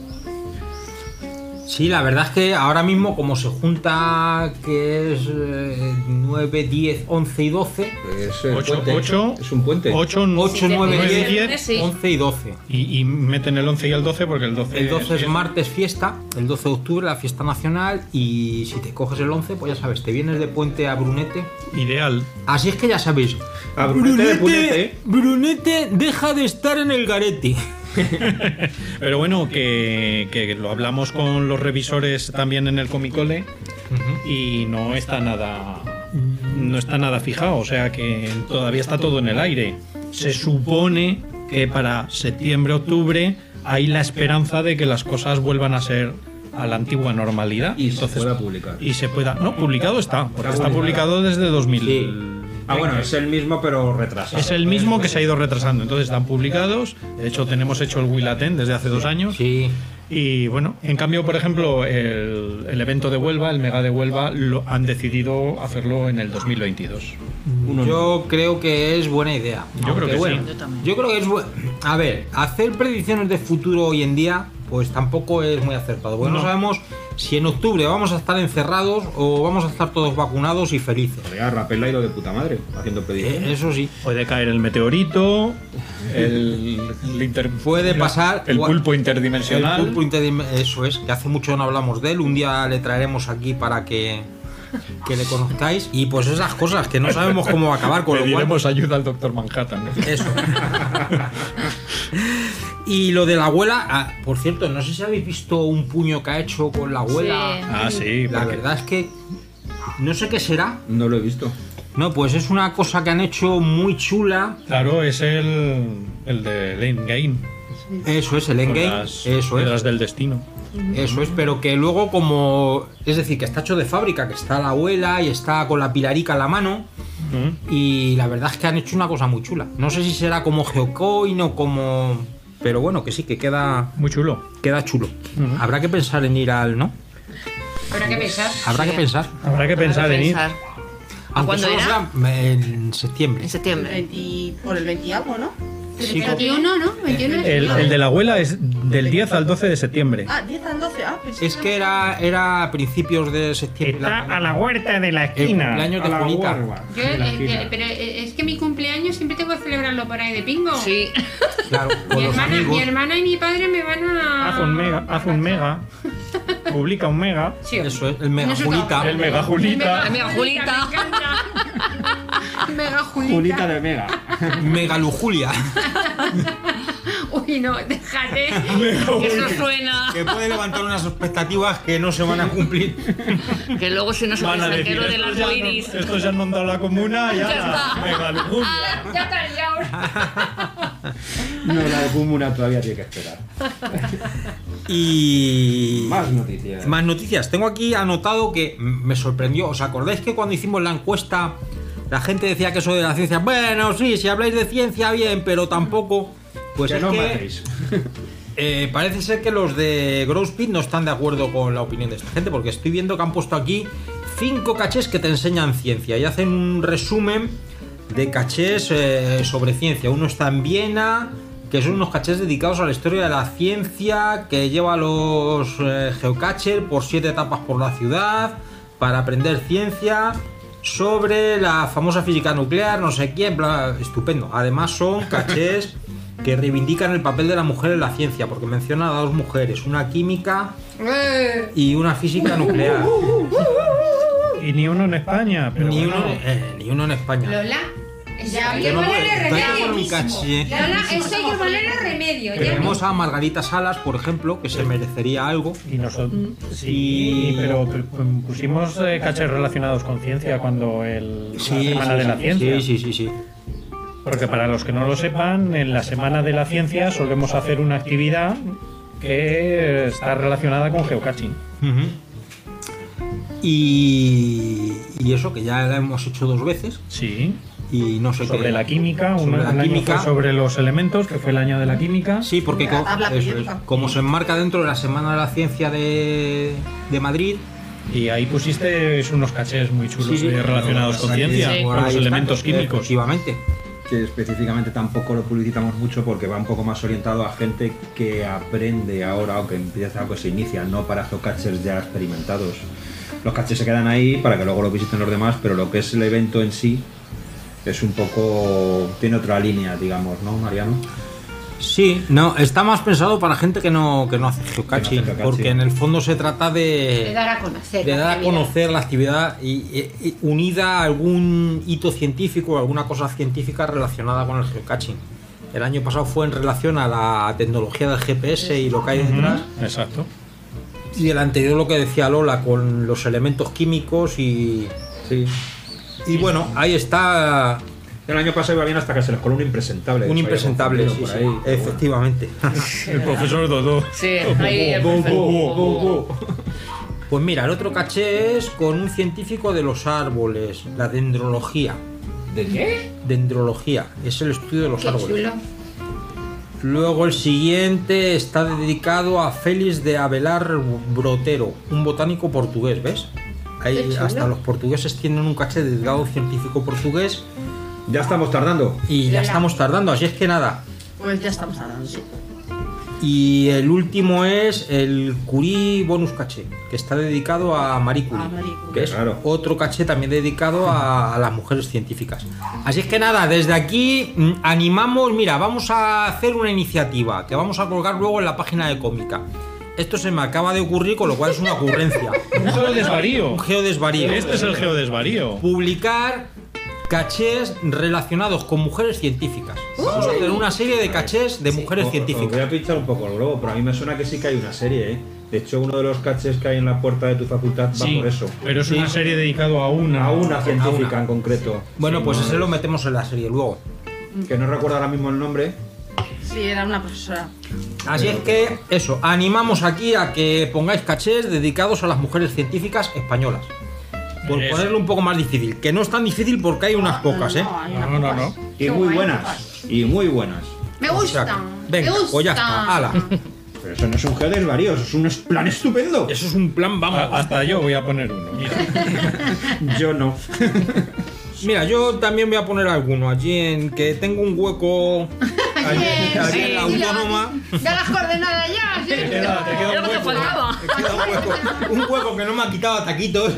Speaker 2: Sí, la verdad es que ahora mismo como se junta que es eh, 9, 10, 11 y 12,
Speaker 3: Es,
Speaker 6: Ocho, ocho,
Speaker 3: es un puente.
Speaker 6: Ocho,
Speaker 2: 8, 9,
Speaker 6: nueve,
Speaker 2: 10,
Speaker 6: diez,
Speaker 4: sí.
Speaker 2: 11 y 12.
Speaker 6: Y, y meten el 11 y el 12 porque el 12,
Speaker 2: El 12 es martes fiesta, el 12 de octubre la fiesta nacional y si te coges el 11, pues ya sabes, te vienes de puente a Brunete.
Speaker 6: ideal.
Speaker 2: Así es que ya sabéis.
Speaker 3: A Brunete de
Speaker 6: ¿eh?
Speaker 3: Punete.
Speaker 2: Brunete deja de estar en el garete.
Speaker 6: Pero bueno, que, que lo hablamos con los revisores también en el Comicole y no está nada no está nada fijado, o sea que todavía está todo en el aire. Se supone que para septiembre octubre hay la esperanza de que las cosas vuelvan a ser a la antigua normalidad
Speaker 3: Y se pueda publicar.
Speaker 6: y se pueda no publicado está porque
Speaker 3: Está
Speaker 6: está
Speaker 3: publicado.
Speaker 6: publicado desde 2000
Speaker 2: Sí.
Speaker 3: Ah, bueno, es el mismo, pero retrasado.
Speaker 6: es el mismo que se ha ido retrasando entonces están publicados de hecho tenemos hecho el Willaten desde hace dos años
Speaker 2: Sí.
Speaker 6: y bueno, en cambio, por ejemplo, el, el evento de Huelva, el Mega de Huelva, lo, han decidido hacerlo en el 2022.
Speaker 2: Yo creo que es buena idea.
Speaker 6: Yo creo que sí.
Speaker 2: bueno,
Speaker 4: Yo también.
Speaker 2: Yo creo que es bu- A ver, hacer predicciones de futuro hoy en día, pues tampoco es muy acertado. Porque no,
Speaker 6: No.
Speaker 2: sabemos si en octubre vamos a estar encerrados o vamos a estar todos vacunados y felices.
Speaker 3: Ya, Rapel ha ido de puta madre haciendo pedidos.
Speaker 2: Eh, Eso sí.
Speaker 6: Puede caer el meteorito, el, el inter-
Speaker 2: Puede pasar
Speaker 6: el
Speaker 2: cua-
Speaker 6: pulpo
Speaker 2: El
Speaker 6: interdimensional.
Speaker 2: pulpo interdim- eso es, que hace mucho no hablamos de él, un día le traeremos aquí para que, que le conozcáis. Y pues esas cosas que no sabemos cómo va a acabar, con lo cual
Speaker 6: Pediremos ayuda al doctor Manhattan.
Speaker 2: Eso. y lo de la abuela, ah, por cierto, no sé si habéis visto un puño que ha hecho con la abuela.
Speaker 6: Ah, sí,
Speaker 2: la
Speaker 6: porque-
Speaker 2: verdad es que no sé qué será.
Speaker 3: No lo he visto.
Speaker 2: No, pues es una cosa que han hecho muy chula.
Speaker 6: claro, es el, el del Endgame.
Speaker 2: Eso es, el
Speaker 6: con
Speaker 2: endgame.
Speaker 6: las
Speaker 2: Eso es.
Speaker 6: piedras del destino.
Speaker 2: Eso es, pero que luego como... Es decir, que está hecho de fábrica, que está la abuela y está con la pilarica en la mano.
Speaker 6: ¿Mm?
Speaker 2: Y la verdad es que han hecho una cosa muy chula. No sé si será como Geocoin o como... Pero bueno, que sí, que queda...
Speaker 6: Muy chulo.
Speaker 2: queda chulo. Habrá que pensar en ir al, ¿no?
Speaker 5: Habrá que pensar.
Speaker 2: Habrá que pensar.
Speaker 6: Habrá que pensar en ir.
Speaker 4: Pensar.
Speaker 2: Aunque
Speaker 4: cuándo
Speaker 2: solo
Speaker 4: era?
Speaker 2: sea en septiembre.
Speaker 4: En septiembre.
Speaker 7: 20 por el 20 y algo, ¿no?
Speaker 2: Sí, co-
Speaker 5: 21, ¿no? 21 es
Speaker 2: Eh,
Speaker 6: El, el de la abuela es del 10 al 12 de septiembre.
Speaker 7: Ah, 10 al 12. Ah, pensé
Speaker 2: es que era, era a principios de septiembre.
Speaker 6: Está a la huerta de la esquina.
Speaker 2: El cumpleaños de Juanita.
Speaker 5: Yo, es que, pero eh, es que mi cumpleaños siempre tengo que celebrarlo por ahí de pingo.
Speaker 4: Sí.
Speaker 2: Claro, con
Speaker 5: Mi
Speaker 2: los
Speaker 5: hermana,
Speaker 2: amigos. Ah,
Speaker 5: mi hermana y mi padre me van a.
Speaker 6: Haz un mega, haz un mega. publica un mega,
Speaker 5: Sí.
Speaker 2: Eso es, el mega
Speaker 5: Eso
Speaker 2: Julita.
Speaker 5: está-
Speaker 6: el mega Julita,
Speaker 4: El mega Julita.
Speaker 5: Me encanta. Mega Julita.
Speaker 3: Julita de Mega.
Speaker 2: Mega Lujulia.
Speaker 5: Uy, no, déjate.
Speaker 4: Eso suena.
Speaker 2: Que puede levantar unas expectativas que no se van a cumplir.
Speaker 4: Que luego si no se
Speaker 6: van a decir,
Speaker 4: lo del
Speaker 6: estos ya,
Speaker 4: arco
Speaker 6: no-
Speaker 4: iris.
Speaker 6: estos ya han montado la comuna, ya,
Speaker 4: Ya está. Ah.
Speaker 6: mega lujuria.
Speaker 5: Ya te has liado.
Speaker 3: No, la de Gumura todavía tiene que esperar.
Speaker 2: Y.
Speaker 3: Más noticias.
Speaker 2: Más noticias. Tengo aquí anotado que mm, me sorprendió. ¿Os acordáis que cuando hicimos la encuesta la gente decía que eso de la ciencia, bueno, sí, si habláis de ciencia, bien, pero tampoco. Pues
Speaker 3: que
Speaker 2: es
Speaker 3: no
Speaker 2: que,
Speaker 3: matéis.
Speaker 2: eh, parece ser que los de Growspit no están de acuerdo con la opinión de esta gente, porque estoy viendo que han puesto aquí cinco cachés que te enseñan ciencia y hacen un resumen de cachés eh, sobre ciencia. Uno está en Viena, que son unos cachés dedicados a la historia de la ciencia, que lleva a los eh, geocacher por siete etapas por la ciudad para aprender ciencia sobre la famosa física nuclear, no sé quién, bla, bla, estupendo. Además son cachés que reivindican el papel de la mujer en la ciencia, porque menciona a dos mujeres, una química
Speaker 5: Eh,
Speaker 2: y una física nuclear.
Speaker 6: Y ni uno en España, pero
Speaker 2: Ni
Speaker 6: bueno.
Speaker 2: uno, eh, ni uno en España.
Speaker 5: Lola. Eso
Speaker 2: Que
Speaker 5: hay que
Speaker 2: no
Speaker 5: ponerle
Speaker 2: puede- vaya con mi
Speaker 5: remedio.
Speaker 2: caché.
Speaker 5: Lola, eso hay que ponerle remedio. ya
Speaker 2: Tenemos a Margarita Salas, por ejemplo, que se merecería algo.
Speaker 6: Y nosotros.
Speaker 4: Mm.
Speaker 6: Sí, pero p- p- pusimos eh, cachés relacionados con ciencia cuando el, la Semana de la
Speaker 2: sí,
Speaker 6: Ciencia.
Speaker 2: Sí, sí, sí, sí.
Speaker 6: Porque para los que no lo sepan, en la Semana de la Ciencia solemos hacer una actividad que está relacionada con geocaching.
Speaker 2: Ujú. y, y eso que ya la hemos hecho dos veces
Speaker 6: Sí.
Speaker 2: y no sé qué.
Speaker 6: Sobre la química, un,
Speaker 2: Sobre la
Speaker 6: un año
Speaker 2: química.
Speaker 6: fue sobre los elementos, que fue el año de la química.
Speaker 2: Sí, porque
Speaker 7: La
Speaker 2: co-
Speaker 7: tabla
Speaker 2: eso es,
Speaker 7: periódica.
Speaker 2: como se enmarca dentro de la Semana de la Ciencia de, de Madrid,
Speaker 6: Y ahí pusiste unos cachés muy chulos
Speaker 2: sí, sí.
Speaker 6: eh, relacionados con
Speaker 2: Sí,
Speaker 6: ciencia,
Speaker 2: sí,
Speaker 6: con
Speaker 2: ahí
Speaker 6: los
Speaker 2: está,
Speaker 6: elementos químicos.
Speaker 2: Efectivamente.
Speaker 3: que específicamente tampoco lo publicitamos mucho porque va un poco más orientado a gente que aprende ahora o que empieza o que se inicia, no para geocachers ya experimentados. Los caches se quedan ahí para que luego lo visiten los demás, pero lo que es el evento en sí es un poco. tiene otra línea, digamos, ¿no, Mariano?
Speaker 2: Sí, no, está más pensado para gente que no, que no hace geocaching,
Speaker 3: geocaching.
Speaker 2: porque en el fondo se trata
Speaker 5: De dar a conocer.
Speaker 2: de
Speaker 5: la
Speaker 2: dar a
Speaker 5: actividad.
Speaker 2: conocer la actividad y, y- y unida a algún hito científico o alguna cosa científica relacionada con el geocaching. El año pasado fue en relación a la tecnología del GPS y lo que hay detrás.
Speaker 6: Ujú, Exacto.
Speaker 2: Y el anterior lo que decía Lola con los elementos químicos y...
Speaker 3: Sí.
Speaker 2: Y bueno, ahí está
Speaker 3: El año pasado iba bien hasta que se les coló un impresentable.
Speaker 2: un
Speaker 3: Eso,
Speaker 2: impresentable,
Speaker 3: había
Speaker 2: sí, sí,
Speaker 3: confundido por ahí, pero bueno.
Speaker 2: efectivamente.
Speaker 6: El profesor Dodó.
Speaker 4: Sí, ahí el
Speaker 3: Go,
Speaker 4: perfecto.
Speaker 3: go, go, go.
Speaker 2: Pues mira, el otro caché es con un científico de los árboles, la dendrología.
Speaker 3: ¿De qué?
Speaker 2: Dendrología, es el estudio de los
Speaker 5: Qué
Speaker 2: árboles.
Speaker 5: chulo.
Speaker 2: Luego el siguiente está dedicado a Félix de Avelar Brotero, un botánico portugués, ¿ves? Ahí
Speaker 5: Qué chulo.
Speaker 2: hasta los portugueses tienen un caché dedicado a un científico portugués
Speaker 3: Ya estamos tardando.
Speaker 2: y ya
Speaker 5: Lola.
Speaker 2: estamos tardando, así es que nada.
Speaker 7: Pues ya estamos hablando, sí.
Speaker 2: Y el último es el Curie Bonus Caché, que está dedicado a Marie Curie,
Speaker 7: A Marie Curie.
Speaker 2: que es
Speaker 3: Claro.
Speaker 2: otro caché también dedicado a, a las mujeres científicas. Así es que nada, desde aquí mm, animamos, mira, vamos a hacer una iniciativa que vamos a colgar luego en la página de cómica. Esto se me acaba de ocurrir, con lo cual es una ocurrencia.
Speaker 6: Eso es el desvarío.
Speaker 2: Un geodesvarío.
Speaker 6: Este es el geodesvarío.
Speaker 2: Publicar cachés relacionados con mujeres científicas. Vamos a hacer una serie de cachés de mujeres
Speaker 3: Os- os
Speaker 2: científicas.
Speaker 3: voy a pinchar un poco el globo, pero a mí me suena que sí que hay una serie, ¿eh? De hecho, uno de los caches que hay en la puerta de tu facultad va
Speaker 6: Sí,
Speaker 3: por eso.
Speaker 6: pero es una serie dedicada a una.
Speaker 3: A una científica
Speaker 2: A una.
Speaker 3: en concreto.
Speaker 2: Bueno,
Speaker 3: Sí,
Speaker 2: pues
Speaker 3: no,
Speaker 2: ese lo metemos en la serie luego.
Speaker 3: Que no recuerdo ahora mismo el nombre.
Speaker 7: Sí, era una profesora.
Speaker 2: Así es que eso, animamos aquí a que pongáis cachés dedicados a las mujeres científicas españolas. Por
Speaker 6: Eso.
Speaker 2: ponerlo un poco más difícil, que no es tan difícil porque hay unas pocas, ¿eh?
Speaker 7: Ah, No, hay
Speaker 6: No,
Speaker 7: unas
Speaker 6: no, no,
Speaker 7: pocas.
Speaker 6: no.
Speaker 3: Y muy buenas. Y muy buenas.
Speaker 5: Me
Speaker 2: O sea
Speaker 5: gusta.
Speaker 2: que-
Speaker 5: me
Speaker 2: venga,
Speaker 5: gusta.
Speaker 2: pues ya está, ala.
Speaker 3: Pero eso no es un gel varío, eso es un es- plan estupendo.
Speaker 2: Eso es un plan, vamos.
Speaker 6: A- Hasta yo voy a poner uno. mira.
Speaker 3: Yo no.
Speaker 2: Mira, yo también voy a poner alguno allí en que tengo un hueco allí, allí en la
Speaker 5: Sí, la-
Speaker 2: autónoma.
Speaker 5: Da las coordenadas ya. sí.
Speaker 6: queda- te queda
Speaker 4: Era lo que faltaba.
Speaker 2: Me queda un hueco, un hueco que no me ha quitado a taquitos.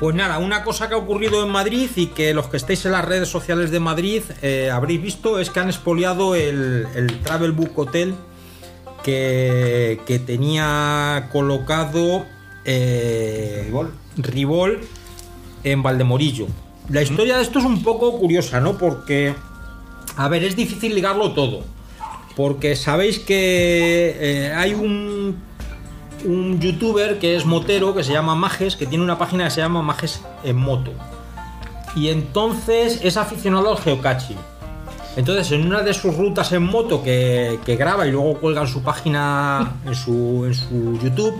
Speaker 2: Pues nada, una cosa que ha ocurrido en Madrid y que los que estáis en las redes sociales de Madrid eh, habréis visto es que han expoliado el, el Travel Book Hotel que, que tenía colocado eh,
Speaker 3: Ribol.
Speaker 2: Ribol en Valdemorillo. La historia de esto es un poco curiosa, ¿no? Porque, a ver, es difícil ligarlo todo. Porque sabéis que eh, hay un un youtuber que es motero, que se llama Majes, que tiene una página que se llama Majes en moto. Y entonces es aficionado al geocaching. Entonces, en una de sus rutas en moto que, que graba y luego cuelga en su página, en su, en su YouTube,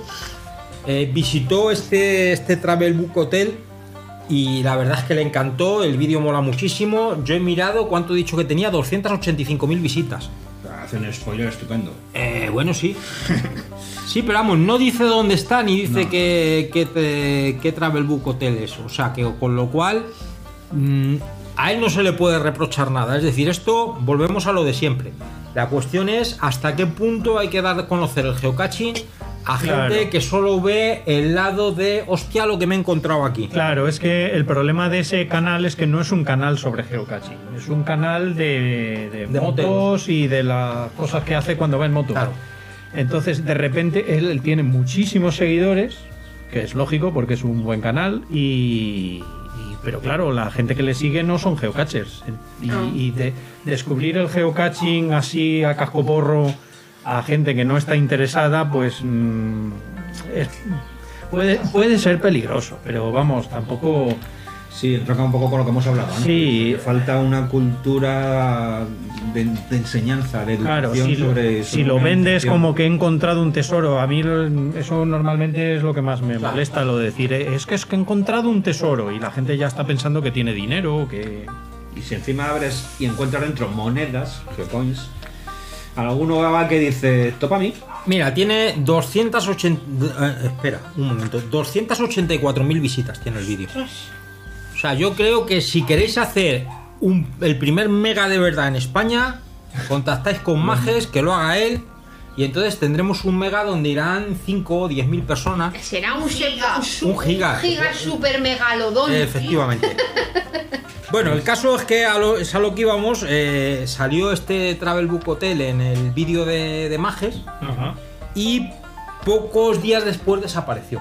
Speaker 2: eh, visitó este, este Travel Book Hotel y la verdad es que le encantó, el vídeo mola muchísimo. Yo he mirado cuánto he dicho que tenía, 285.000 visitas.
Speaker 3: Hace un spoiler estupendo.
Speaker 2: Eh, bueno, sí. Sí, pero vamos, no dice dónde está ni dice
Speaker 3: No.
Speaker 2: que, que, te- que Travel Book Hotel es. O sea, que con lo cual mm, a él no se le puede reprochar nada. Es decir, esto volvemos a lo de siempre. La cuestión es hasta qué punto hay que dar a conocer el geocaching a
Speaker 6: Claro.
Speaker 2: gente que solo ve el lado de hostia lo que me he encontrado aquí.
Speaker 6: Claro, es que el problema de ese canal es que no es un canal sobre geocaching, es un canal de, de
Speaker 2: De
Speaker 6: motos
Speaker 2: moteros.
Speaker 6: y de las cosas que hace cuando va en moto.
Speaker 2: Claro.
Speaker 6: Entonces, de repente, él, él tiene muchísimos seguidores, que es lógico porque es un buen canal, y, y- pero claro, la gente que le sigue no son geocachers. Y, y de- descubrir el geocaching así a cascoporro a gente que no está interesada, pues mm, es- puede, puede ser peligroso, pero vamos, tampoco...
Speaker 3: Sí, toca un poco con lo que hemos hablado. antes.
Speaker 6: Sí.
Speaker 3: Falta una cultura de, de enseñanza, de
Speaker 6: Claro,
Speaker 3: educación
Speaker 6: si, lo-
Speaker 3: sobre.
Speaker 6: si
Speaker 3: sobre
Speaker 6: lo
Speaker 3: una
Speaker 6: vendes
Speaker 3: intención.
Speaker 6: como que he encontrado un tesoro, a mí lo- eso normalmente es lo que más me molesta, lo de decir, eh, es que es que he encontrado un tesoro y la gente ya está pensando que tiene dinero, o que...
Speaker 3: Y si encima abres y encuentras dentro monedas, geocoins, alguno va que dice, topa a mí.
Speaker 2: Mira, tiene 280. eh, espera, un momento. 284.000 visitas tiene el vídeo. O sea, yo creo que si queréis hacer un- el primer mega de verdad en España, contactáis con Majes, que lo haga él. Y entonces tendremos un mega donde irán 5 o 10.000 personas.
Speaker 5: Será un
Speaker 7: giga.
Speaker 5: giga,
Speaker 2: Un giga.
Speaker 5: giga super megalodón.
Speaker 2: Ah, Efectivamente. Bueno, el caso es que a lo, es a lo que íbamos. eh, salió este Travel Book Hotel en el vídeo de, de Majes. y pocos días después desapareció.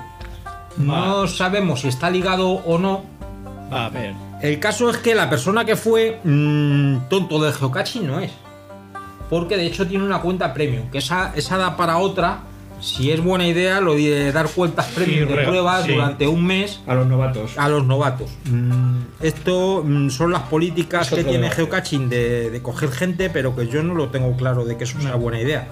Speaker 2: No sabemos si está ligado o no.
Speaker 6: A ver.
Speaker 2: El caso es que la persona que fue mm, tonto del geocaching no es. Porque de hecho tiene una cuenta premium, que esa, esa da para otra. Si es buena idea lo de dar cuentas premium de
Speaker 6: re-
Speaker 2: pruebas
Speaker 6: sí.
Speaker 2: durante un mes
Speaker 3: A los novatos.
Speaker 2: a los novatos. Mm, Esto mm, son las políticas
Speaker 3: Es
Speaker 2: que
Speaker 3: otro
Speaker 2: tiene
Speaker 3: debate.
Speaker 2: geocaching de, de coger gente, pero que yo no lo tengo claro de que eso sea buena idea.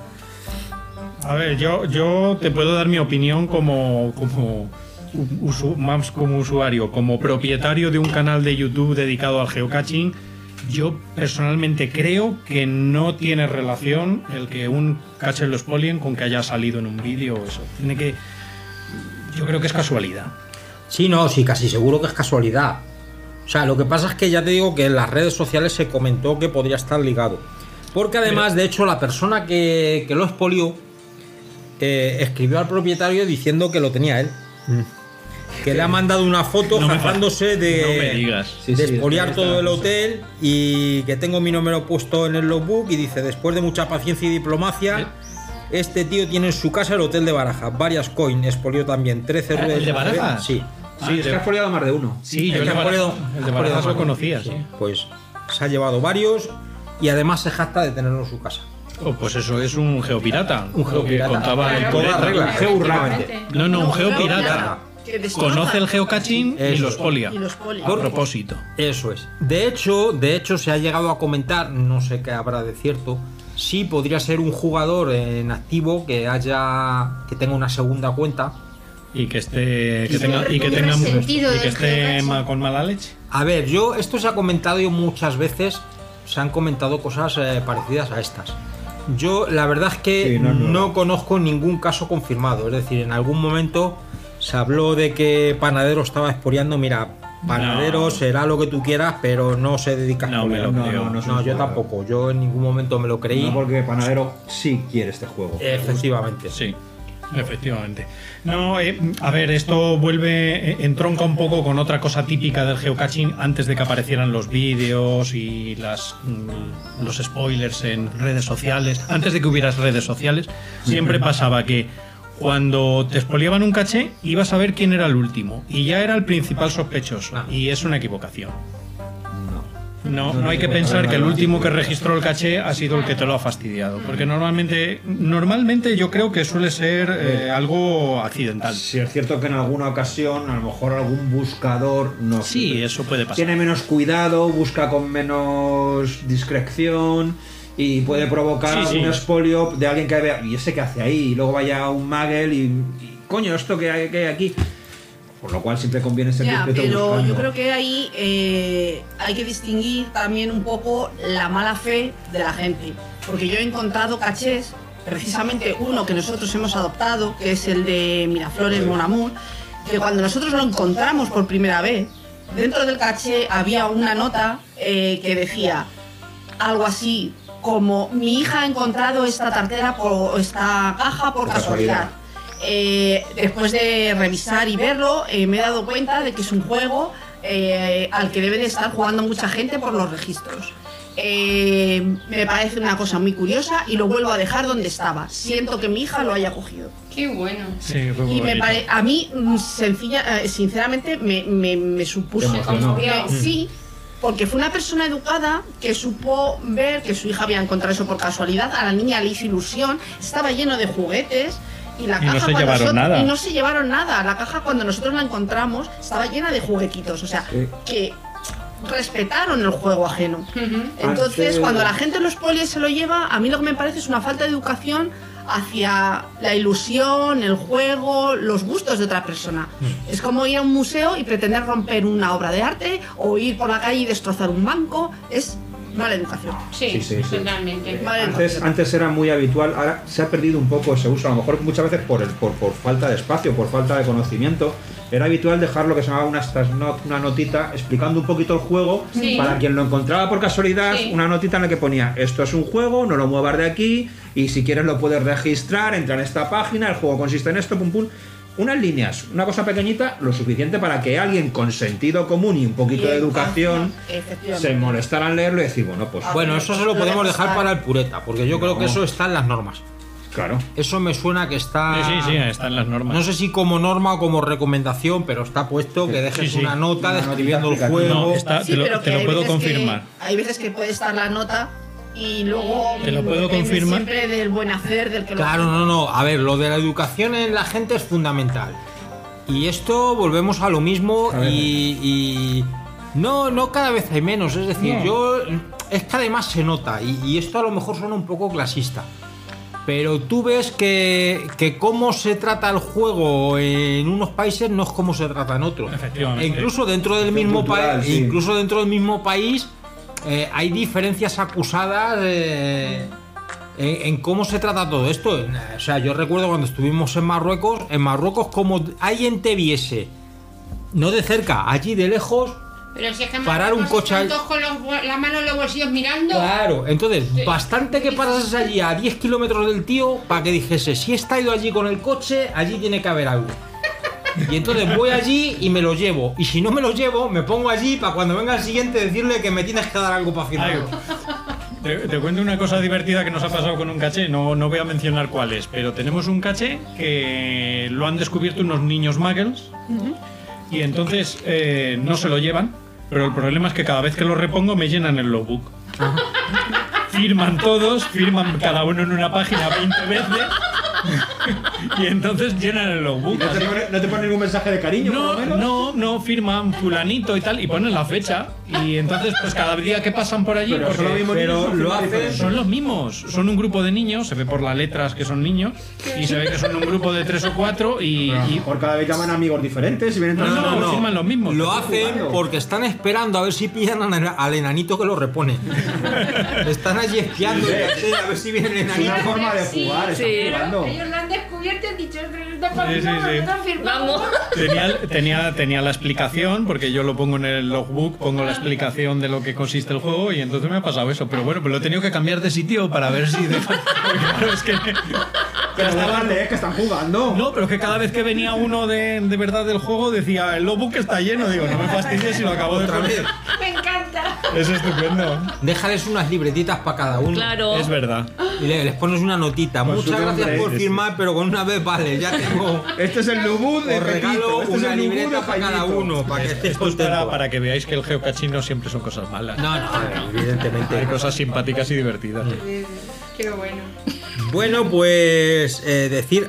Speaker 6: A ver, yo, yo te puedo dar mi opinión como, como, u- usu- más como usuario, como propietario de un canal de YouTube dedicado al geocaching. Yo personalmente creo que no tiene relación el que un cache lo expolien con que haya salido en un vídeo o eso. Tiene que. Yo creo que es casualidad.
Speaker 2: Sí, no, sí, casi seguro que es casualidad. O sea, lo que pasa es que ya te digo que en las redes sociales se comentó que podría estar ligado. Porque además, de hecho, la persona que, que lo expolió eh, escribió al propietario diciendo que lo tenía él. Que le ha mandado una foto
Speaker 6: Mm. No me
Speaker 2: jactándose de,
Speaker 6: no me digas.
Speaker 3: Sí, sí,
Speaker 2: de
Speaker 3: está-
Speaker 2: expoliar
Speaker 3: está
Speaker 2: todo el
Speaker 3: la cosa.
Speaker 2: hotel y que tengo mi número puesto en el logbook y dice, después de mucha paciencia y diplomacia, este tío tiene en su casa el hotel de Barajas, varias coins, expolió también 13
Speaker 6: ¿El
Speaker 2: ruedas
Speaker 6: de
Speaker 2: madera.
Speaker 6: Barajas?
Speaker 2: Sí.
Speaker 6: Ah,
Speaker 3: Sí, es que
Speaker 6: de-
Speaker 3: has foliado más de uno.
Speaker 6: sí,
Speaker 2: el
Speaker 6: yo el
Speaker 2: de
Speaker 6: de
Speaker 2: Barajas-
Speaker 6: Barajas, el de Barajas lo conocía, sí.
Speaker 2: Pues se ha llevado varios y además se jacta de tenerlo en su casa.
Speaker 6: Oh, pues eso es un geopirata.
Speaker 2: Un geopirata.
Speaker 6: Lo que contaba el
Speaker 2: Con todas
Speaker 6: Cureta.
Speaker 2: reglas.
Speaker 6: No, no, un geopirata.
Speaker 2: pirata.
Speaker 7: Que destroza.
Speaker 6: Conoce el geocaching y
Speaker 2: Eso.
Speaker 6: los polia.
Speaker 7: Y los polia.
Speaker 6: A propósito.
Speaker 2: Eso es. De hecho, de hecho se ha llegado a comentar, no sé qué habrá de cierto, si podría ser un jugador en activo que haya que tenga una segunda cuenta.
Speaker 6: Y que esté. Que
Speaker 5: Y
Speaker 6: tenga,
Speaker 5: sobre
Speaker 6: y que
Speaker 5: todo
Speaker 6: tenga
Speaker 5: el sentido
Speaker 6: y que
Speaker 5: del
Speaker 6: esté
Speaker 5: geocaching.
Speaker 6: ma- con mala leche.
Speaker 2: A ver, yo esto se ha comentado yo muchas veces, se han comentado cosas eh, parecidas a estas. Yo la verdad es que
Speaker 3: Sí, no
Speaker 2: no,
Speaker 3: es nuevo.
Speaker 2: conozco ningún caso confirmado, es decir, en algún momento se habló de que Panadero estaba expoliando, mira, Panadero
Speaker 6: No.
Speaker 2: será lo que tú quieras, pero no se dedica a
Speaker 6: No me
Speaker 2: expoliar.
Speaker 6: lo
Speaker 3: No,
Speaker 6: creo.
Speaker 3: no, no.
Speaker 2: No,
Speaker 3: es un
Speaker 2: yo
Speaker 3: jugador.
Speaker 2: tampoco, yo en ningún momento me lo creí. Eh.
Speaker 3: No, porque Panadero sí quiere este juego.
Speaker 2: Efectivamente.
Speaker 6: Sí. Efectivamente. No, eh, a ver, esto vuelve, eh, entronca un poco con otra cosa típica del geocaching antes de que aparecieran los vídeos y las, mm, los spoilers en redes sociales, antes de que hubieras redes sociales, siempre pasaba que cuando te expoliaban un caché ibas a ver quién era el último y ya era el principal sospechoso
Speaker 5: Ah.
Speaker 6: y es una equivocación. No, no hay que pensar que el último que registró el caché ha sido el que te lo ha fastidiado, porque normalmente, normalmente yo creo que suele ser eh, algo accidental.
Speaker 3: Si es cierto que en alguna ocasión, a lo mejor algún buscador no
Speaker 6: Sí, eso puede pasar.
Speaker 3: tiene menos cuidado, busca con menos discreción y puede provocar
Speaker 6: Mm. Sí, sí.
Speaker 3: un expolio de alguien que vea, y ese que hace ahí, y luego vaya un magel y, y, coño, esto que hay, que hay aquí. Por lo cual siempre conviene ser
Speaker 7: Ya,
Speaker 3: discreto
Speaker 7: pero
Speaker 3: buscando.
Speaker 7: yo creo que ahí eh, hay que distinguir también un poco la mala fe de la gente. Porque yo he encontrado cachés, precisamente uno que nosotros hemos adoptado, que es el de Miraflores Monamur, que cuando nosotros lo encontramos por primera vez, dentro del caché había una nota eh, que decía algo así como mi hija ha encontrado esta tartera por- o esta caja por
Speaker 3: Por
Speaker 7: casualidad.
Speaker 3: casualidad.
Speaker 7: Eh, después de revisar y verlo, eh, me he dado cuenta de que es un juego eh, al que debe de estar jugando mucha gente por los registros. Eh, me parece una cosa muy curiosa y lo vuelvo a dejar donde estaba. Siento que mi hija lo haya cogido.
Speaker 5: Qué bueno.
Speaker 6: Sí, fue muy
Speaker 7: Y me
Speaker 6: bonito.
Speaker 7: pare- a mí, mm, sencilla, eh, sinceramente, me, me- me supuso.
Speaker 3: Te emocionó.
Speaker 7: Me- sí, porque fue una persona educada que supo ver que su hija había encontrado eso por casualidad. A la niña le hizo ilusión, estaba lleno de juguetes. Y, la
Speaker 6: Y no
Speaker 7: caja
Speaker 6: se
Speaker 7: cuando
Speaker 6: llevaron
Speaker 7: nosotros-
Speaker 6: nada.
Speaker 7: y no se llevaron nada. La caja, cuando nosotros la encontramos, estaba llena de juguetitos. O sea,
Speaker 3: Sí.
Speaker 7: que respetaron el juego ajeno. Entonces,
Speaker 3: Hace-
Speaker 7: cuando la gente en los polies se lo lleva, a mí lo que me parece es una falta de educación hacia la ilusión, el juego, los gustos de otra persona.
Speaker 6: Mm.
Speaker 7: Es como ir a un museo y pretender romper una obra de arte o ir por la calle y destrozar un banco. Es mala educación.
Speaker 5: Sí,
Speaker 3: Sí, sí, sí.
Speaker 5: totalmente.
Speaker 7: Vale,
Speaker 3: Antes, antes era muy habitual, ahora se ha perdido un poco ese uso, a lo mejor muchas veces por, el- por, por falta de espacio, por falta de conocimiento. Era habitual dejar lo que se llamaba una, estas not- una notita explicando un poquito el juego
Speaker 5: Sí.
Speaker 3: para quien lo encontraba por casualidad,
Speaker 5: Sí.
Speaker 3: una notita en la que ponía esto es un juego, no lo muevas de aquí y si quieres lo puedes registrar, entra en esta página, el juego consiste en esto, pum pum. Unas líneas, una cosa pequeñita, lo suficiente para que alguien con sentido común y un poquito de educación
Speaker 7: Efectivamente.
Speaker 3: se molestara en leerlo y decir, bueno, pues
Speaker 2: Ah, Bueno, eso se lo podemos dejar para el pureta, porque yo creo que
Speaker 3: No.
Speaker 2: eso está en las normas.
Speaker 3: claro.
Speaker 2: Eso me suena que está.
Speaker 6: Sí, sí, sí, están las normas.
Speaker 2: No sé si como norma o como recomendación, pero está puesto que dejes
Speaker 6: Sí, sí.
Speaker 2: una nota
Speaker 3: Una
Speaker 2: describiendo el
Speaker 3: notita
Speaker 2: juego.
Speaker 6: No, está-
Speaker 7: Sí,
Speaker 6: te lo,
Speaker 7: pero
Speaker 6: te
Speaker 7: que
Speaker 6: lo
Speaker 7: hay
Speaker 6: puedo
Speaker 7: veces que-
Speaker 6: confirmar.
Speaker 7: hay veces que puede estar la nota y luego
Speaker 6: Te lo puedo
Speaker 7: depende
Speaker 6: confirmar.
Speaker 7: siempre del buen hacer del que lo
Speaker 2: Claro, no, no. A ver, lo de la educación en la gente es fundamental. Y esto volvemos a lo mismo
Speaker 3: A ver.
Speaker 2: y, y- No, no cada vez hay menos. Es decir, yo... Es que además se nota y, y esto a lo mejor suena un poco clasista. Pero tú ves que, que cómo se trata el juego en unos países no es como se trata en otros.
Speaker 6: Efectivamente.
Speaker 2: E incluso dentro del
Speaker 3: Cuestión
Speaker 2: mismo
Speaker 3: cultural,
Speaker 2: país,
Speaker 3: sí.
Speaker 2: incluso dentro del mismo país, eh, hay diferencias acusadas eh, en, en cómo se trata todo esto. En, eh, O sea, yo recuerdo cuando estuvimos en Marruecos, en Marruecos como alguien te viese, no de cerca, allí de lejos,
Speaker 5: Pero si es que
Speaker 2: Parar un
Speaker 5: Marruecos
Speaker 2: coche
Speaker 5: están
Speaker 2: al-
Speaker 5: todos con los bol- la mano en los bolsillos mirando.
Speaker 2: Claro, entonces,
Speaker 5: Sí.
Speaker 2: bastante que pasases allí a 10 kilómetros del tío para que dijese, si he estado allí con el coche, allí tiene que haber algo. Y entonces voy allí y me lo llevo. Y si no me lo llevo, me pongo allí para cuando venga el siguiente decirle que me tienes que dar algo para firmarlo.
Speaker 6: Te, te cuento una cosa divertida que nos ha pasado con un caché, no, no voy a mencionar cuál es, pero tenemos un caché que lo han descubierto unos niños muggles y entonces eh, no se lo llevan, pero el problema es que cada vez que lo repongo me llenan el logbook. Firman todos, firman cada uno en una página 20 veces y entonces llenan el logbook.
Speaker 3: ¿No
Speaker 6: así
Speaker 3: te, pone, no te pone ningún mensaje de cariño? por lo
Speaker 6: no,
Speaker 3: menos?
Speaker 6: no, no firman fulanito y tal y ponen la fecha y entonces pues cada día que pasan por allí
Speaker 3: Pero
Speaker 6: porque-
Speaker 3: son los mismos
Speaker 6: pero
Speaker 3: niños, son
Speaker 6: lo
Speaker 3: firmas
Speaker 6: hacen-
Speaker 3: diferentes.
Speaker 6: son los mismos son un grupo de niños se ve por las letras que son niños y se ve que son un grupo de tres o cuatro y, y-
Speaker 3: Por cada vez llaman amigos diferentes y vienen
Speaker 6: No,
Speaker 3: todos-
Speaker 6: no, no. firman los mismos.
Speaker 2: Lo hacen
Speaker 3: Jugando.
Speaker 2: porque están esperando a ver si pillan al- al enanito que lo repone. están allí espiando y a ver si viene el
Speaker 3: Es una
Speaker 2: enanito.
Speaker 3: forma de jugar,
Speaker 4: Sí,
Speaker 3: están
Speaker 4: sí.
Speaker 3: jugando.
Speaker 5: Ellos lo han descubierto y han dicho, pero no
Speaker 6: Sí, sí, sí.
Speaker 5: están firmando.
Speaker 4: Vamos.
Speaker 6: tenía, tenía, tenía la explicación porque yo lo pongo en el logbook pongo la explicación de lo que consiste el juego y entonces me ha pasado eso pero bueno pues lo he tenido que cambiar de sitio para ver si de- porque claro, es que
Speaker 3: Que no vuelvan a leer, que están jugando.
Speaker 6: No, pero es que cada vez que venía uno de, de verdad del juego decía, el logbook está lleno. Digo, no me fastidies si lo acabo de
Speaker 2: Otra
Speaker 6: poner.
Speaker 2: vez.
Speaker 5: Me encanta.
Speaker 6: Es estupendo.
Speaker 2: Déjales unas libretitas para cada uno.
Speaker 4: Claro.
Speaker 6: Es verdad.
Speaker 2: Y le- les pones una notita.
Speaker 3: Con su
Speaker 2: Muchas
Speaker 3: nombre,
Speaker 2: gracias por
Speaker 3: sí, sí.
Speaker 2: firmar, pero con una vez vale, ya tengo.
Speaker 3: Este es el Lubu de
Speaker 2: Os regalo
Speaker 3: Pepito, este es
Speaker 2: una
Speaker 3: el Lubu de
Speaker 2: libreta para cada
Speaker 3: Jaimito.
Speaker 2: uno, para que estés
Speaker 6: Esto es
Speaker 2: contento.
Speaker 6: para, para que veáis que el geocaching no siempre son cosas malas.
Speaker 2: No, no,
Speaker 6: Hay
Speaker 2: evidentemente.
Speaker 6: cosas simpáticas y divertidas.
Speaker 5: Qué bueno.
Speaker 2: Bueno, pues eh, decir,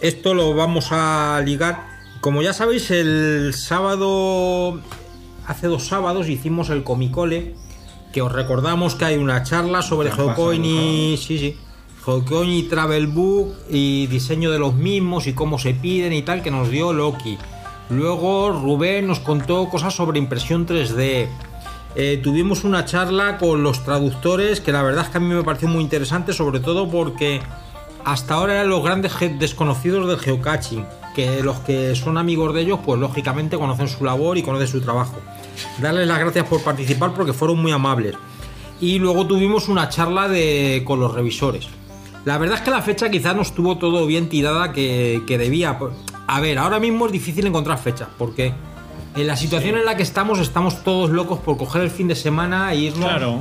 Speaker 2: esto lo vamos a ligar. Como ya sabéis, el sábado, hace dos sábados, hicimos el Comicole, que os recordamos que hay una charla sobre
Speaker 3: Ya pasó,
Speaker 2: Geocoin y... Sí, sí. Geocoin y Travel Book y diseño de los mismos y cómo se piden y tal, que nos dio Loki. Luego Rubén nos contó cosas sobre impresión 3D. Eh, tuvimos una charla con los traductores que la verdad es que a mí me pareció muy interesante, sobre todo porque hasta ahora eran los grandes ge- desconocidos del geocaching, que los que son amigos de ellos, pues lógicamente conocen su labor y conocen su trabajo. Darles las gracias por participar porque fueron muy amables. Y luego tuvimos una charla de, con los revisores. La verdad es que la fecha quizás no estuvo todo bien tirada que, que debía. A ver, ahora mismo es difícil encontrar fechas, porque en la situación en la que estamos, estamos todos locos por coger el fin de semana e irnos.
Speaker 6: Claro.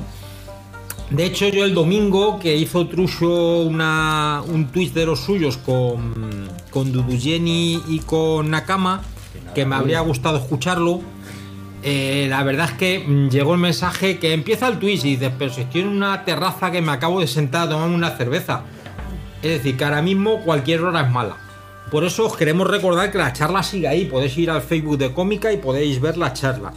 Speaker 2: De hecho, yo el domingo que hizo Trusho una, un twist de los suyos con, con Dudujeni y con Nakama, que me habría gustado escucharlo. eh, la verdad es que mm, llegó el mensaje que empieza el twist y dices, pero si estoy en una terraza que me acabo de sentar a tomarme una cerveza. Es decir, que ahora mismo cualquier hora es mala. Por eso os queremos recordar que la charla sigue ahí. Podéis ir al Facebook de Cómica y podéis ver la charla.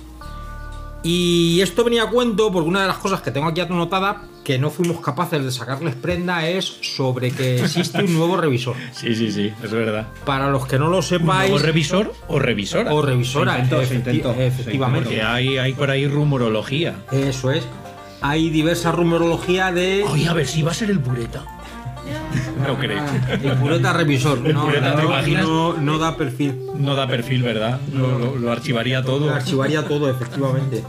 Speaker 2: Y esto venía a cuento porque una de las cosas que tengo aquí anotada que no fuimos capaces de sacarles prenda es sobre que existe un nuevo revisor.
Speaker 6: Sí, sí, sí, es verdad.
Speaker 2: Para los que no lo sepáis,
Speaker 6: ¿O revisor o revisora?
Speaker 2: o revisora,
Speaker 3: Se intentó,
Speaker 2: efecti-
Speaker 3: se intentó, se
Speaker 2: efectivamente.
Speaker 6: Porque hay, hay por ahí rumorología.
Speaker 2: Eso es. Hay diversa rumorología de
Speaker 6: Oye, a ver si va a ser el pureta. No creo.
Speaker 2: el pureta revisor.
Speaker 6: El
Speaker 2: No,
Speaker 6: pureta, ¿te
Speaker 2: no-
Speaker 6: imaginas?
Speaker 2: no- no da perfil.
Speaker 6: No da perfil, ¿verdad? Lo, lo- lo archivaría todo.
Speaker 2: Archivaría todo, efectivamente.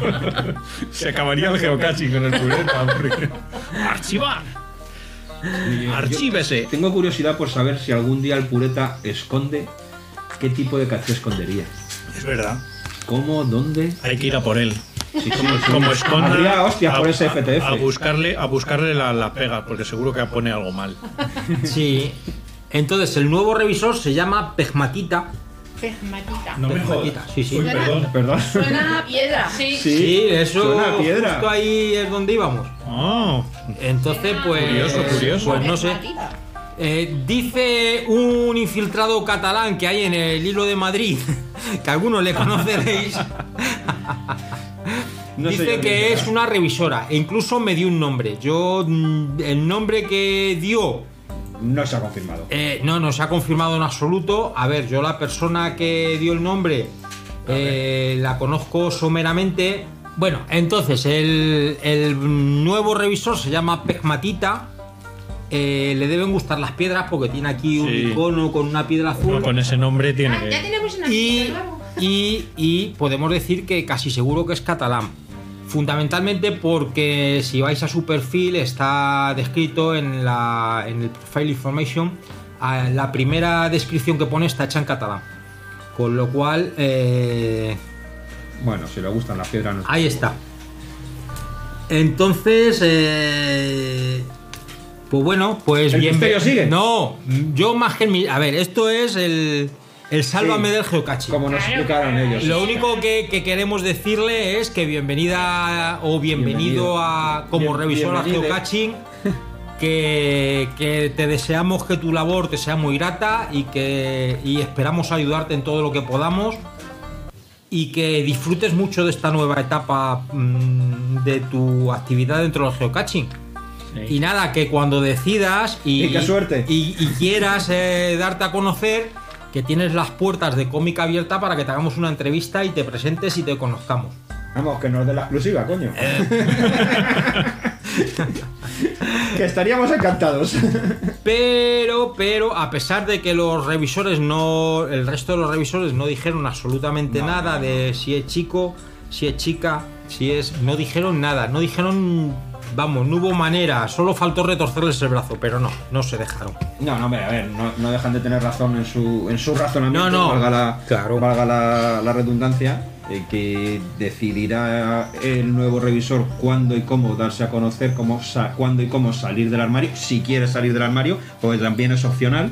Speaker 6: Se acabaría el geocaching con el pureta. porque- ¡Archivar! ¡Archívese!
Speaker 3: Tengo curiosidad por saber si algún día el pureta esconde qué tipo de caché escondería.
Speaker 6: Es verdad.
Speaker 3: ¿Cómo? ¿Dónde?
Speaker 6: Hay que ir a por él.
Speaker 3: Sí, como,
Speaker 6: Como esconda.
Speaker 3: Habría hostias por
Speaker 6: a-
Speaker 3: ese FTF.
Speaker 6: A, a buscarle, a buscarle la, la pega, porque seguro que pone algo mal.
Speaker 2: Sí. Entonces, el nuevo revisor se llama Pegmatita.
Speaker 5: Pesmatita.
Speaker 6: No me
Speaker 2: Pegmatita, sí, sí.
Speaker 6: Uy, perdón.
Speaker 3: Perdón.
Speaker 7: Suena a piedra.
Speaker 5: Sí.
Speaker 2: Sí, eso
Speaker 3: Suena a piedra.
Speaker 2: justo ahí es donde íbamos.
Speaker 6: Oh,
Speaker 2: Entonces, pues.
Speaker 6: Curioso, curioso.
Speaker 2: Pues no sé.
Speaker 5: Pesmatita.
Speaker 2: Eh, dice un infiltrado catalán que hay en el hilo de Madrid, que algunos le conoceréis.
Speaker 3: No sé
Speaker 2: dice
Speaker 3: yo
Speaker 2: que
Speaker 3: quién
Speaker 2: es
Speaker 3: será.
Speaker 2: una revisora. E incluso me dio un nombre. Yo. mm, El nombre que dio
Speaker 3: No se ha confirmado.
Speaker 2: eh, no, no se ha confirmado en absoluto. A ver, yo la persona que dio el nombre eh, la conozco someramente. Bueno, entonces el, el nuevo revisor se llama Pegmatita. Eh, le deben gustar las piedras porque tiene aquí un
Speaker 6: Sí.
Speaker 2: icono con una piedra
Speaker 6: no,
Speaker 2: azul.
Speaker 6: con ese nombre tiene
Speaker 5: Ah, ya
Speaker 6: que.
Speaker 5: tenemos una
Speaker 2: Y,
Speaker 5: cita luego.
Speaker 2: y- y podemos decir que casi seguro que es catalán. Fundamentalmente porque si vais a su perfil está descrito en, la, en el Profile Information, a- la primera descripción que pone está hecha en catalán. Con lo cual, eh,
Speaker 3: Bueno, si le gustan las piedras, no sé.
Speaker 2: ahí está. Entonces, eh, pues bueno, pues
Speaker 3: ¿El
Speaker 2: bien.
Speaker 3: misterio sigue?
Speaker 2: No, yo más que el mi- A ver, esto es el, el sálvame
Speaker 3: Sí.
Speaker 2: del geocaching.
Speaker 3: Como nos
Speaker 5: Claro.
Speaker 3: explicaron ellos.
Speaker 2: Lo único que, que queremos decirle es que bienvenida o bienvenido,
Speaker 3: Bienvenido.
Speaker 2: a como
Speaker 3: Bien-
Speaker 2: revisor a
Speaker 3: bienvenide.
Speaker 2: Geocaching. Que, que te deseamos que tu labor te sea muy grata y que y esperamos ayudarte en todo lo que podamos y que disfrutes mucho de esta nueva etapa mm, de tu actividad dentro del geocaching. Y nada, que cuando decidas y,
Speaker 3: Y qué suerte.
Speaker 2: y- y quieras eh, darte a conocer, que tienes las puertas de cómica abierta para que te hagamos una entrevista y te presentes y te conozcamos.
Speaker 3: Vamos, que nos de la exclusiva, coño. que estaríamos encantados.
Speaker 2: Pero, pero, a pesar de que los revisores no. El resto de los revisores no dijeron absolutamente nada de si es chico, si es chica, si es. No dijeron nada, no dijeron Vamos, no hubo manera, solo faltó retorcerles el brazo, pero no, no se dejaron.
Speaker 3: No, no, hombre, a ver, no, no dejan de tener razón en su, en su razonamiento,
Speaker 2: No, no,
Speaker 3: valga, la,
Speaker 2: claro.
Speaker 3: valga la, la redundancia, eh, que decidirá el nuevo revisor cuándo y cómo darse a conocer, cómo sa- cuándo y cómo salir del armario, si quiere salir del armario, porque también es opcional.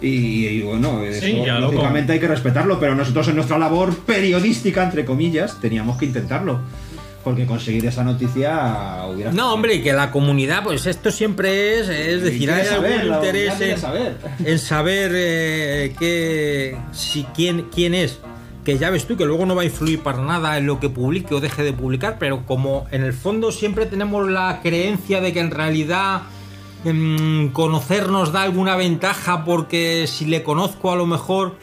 Speaker 3: Y, y bueno, eso,
Speaker 6: Sí, ya lo
Speaker 3: lógicamente hay que respetarlo, pero nosotros en nuestra labor periodística, entre comillas, teníamos que intentarlo. Porque conseguir esa noticia hubiera...
Speaker 2: No, hombre, y que la comunidad, pues esto siempre es, es decir, hay
Speaker 3: Quiere
Speaker 2: algún
Speaker 3: saberlo, ya
Speaker 2: interés
Speaker 3: quiere
Speaker 2: en,
Speaker 3: saber.
Speaker 2: en saber eh, qué- si, quién, quién es. Que ya ves tú que luego no va a influir para nada en lo que publique o deje de publicar, pero como en el fondo siempre tenemos la creencia de que en realidad em, conocernos da alguna ventaja porque si le conozco a lo mejor,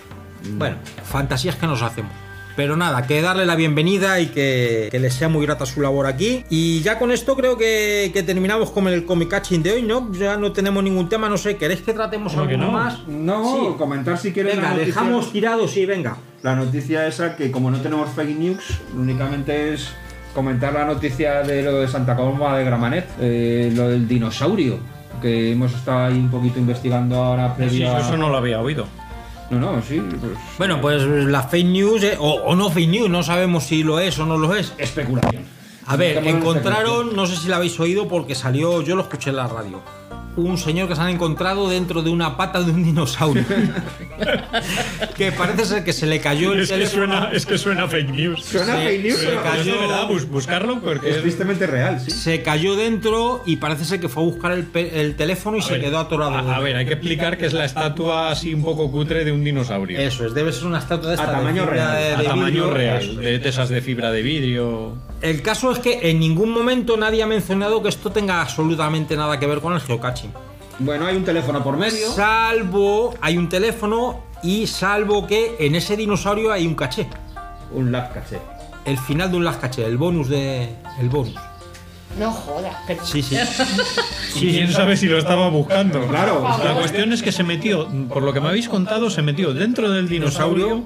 Speaker 2: bueno, fantasías que nos hacemos. Pero nada, que darle la bienvenida y que, que les sea muy grata su labor aquí. Y ya con esto creo que, que terminamos con el comic catching de hoy, ¿no? Ya no tenemos ningún tema, no sé, ¿queréis que tratemos
Speaker 6: ¿Cómo que
Speaker 2: algo
Speaker 6: no?
Speaker 2: más?
Speaker 3: No,
Speaker 2: Sí.
Speaker 3: comentar si quieres la
Speaker 2: Venga,
Speaker 3: noticia-
Speaker 2: dejamos tirado, sí, venga.
Speaker 3: La noticia esa que como no tenemos fake news, únicamente es comentar la noticia de lo de Santa Coloma de Gramanet, eh, lo del dinosaurio, que hemos estado ahí un poquito investigando ahora
Speaker 6: Sí,
Speaker 3: previo
Speaker 6: yo
Speaker 3: a-
Speaker 6: eso no lo había oído.
Speaker 3: No, no, sí, pues...
Speaker 2: Bueno, pues la fake news, eh, o, o no fake news, no sabemos si lo es o no lo es.
Speaker 3: Especulación.
Speaker 2: A ver,
Speaker 3: Estamos en
Speaker 2: encontraron, no sé si lo habéis oído porque salió, yo lo escuché en la radio, un señor que se han encontrado dentro de una pata de un dinosaurio. que parece ser que se le cayó el
Speaker 6: Es que,
Speaker 2: teléfono.
Speaker 6: suena, es que suena fake news.
Speaker 3: Suena
Speaker 2: Se-
Speaker 3: fake news,
Speaker 2: se
Speaker 3: pero
Speaker 2: cayó-
Speaker 6: Es de verdad, bus- buscarlo porque
Speaker 3: Es
Speaker 6: es-
Speaker 3: tristemente real, sí.
Speaker 2: Se cayó dentro y parece ser que fue a buscar el, pe- el teléfono y se
Speaker 6: ver,
Speaker 2: quedó atorado.
Speaker 6: A, a ver, hay que explicar que es la estatua así un poco cutre de un dinosaurio.
Speaker 2: Eso es, debe ser una estatua de esta de
Speaker 3: tamaño
Speaker 2: fibra
Speaker 3: real,
Speaker 2: de-
Speaker 6: a
Speaker 2: de
Speaker 6: tamaño
Speaker 2: vidrio.
Speaker 6: real, de tesas de fibra de vidrio.
Speaker 2: El caso es que en ningún momento nadie ha mencionado que esto tenga absolutamente nada que ver con el geocaching.
Speaker 3: Bueno, hay un teléfono por medio.
Speaker 2: Salvo, hay un teléfono y salvo que en ese dinosaurio hay un caché.
Speaker 3: Un lab caché.
Speaker 2: El final de un las caché, el bonus de. El bonus.
Speaker 5: No jodas, pero
Speaker 2: Sí, sí.
Speaker 6: Y quién sabe si lo estaba buscando.
Speaker 3: Claro,
Speaker 6: Pues La cuestión es que se metió, por lo que me habéis contado, se metió dentro del dinosaurio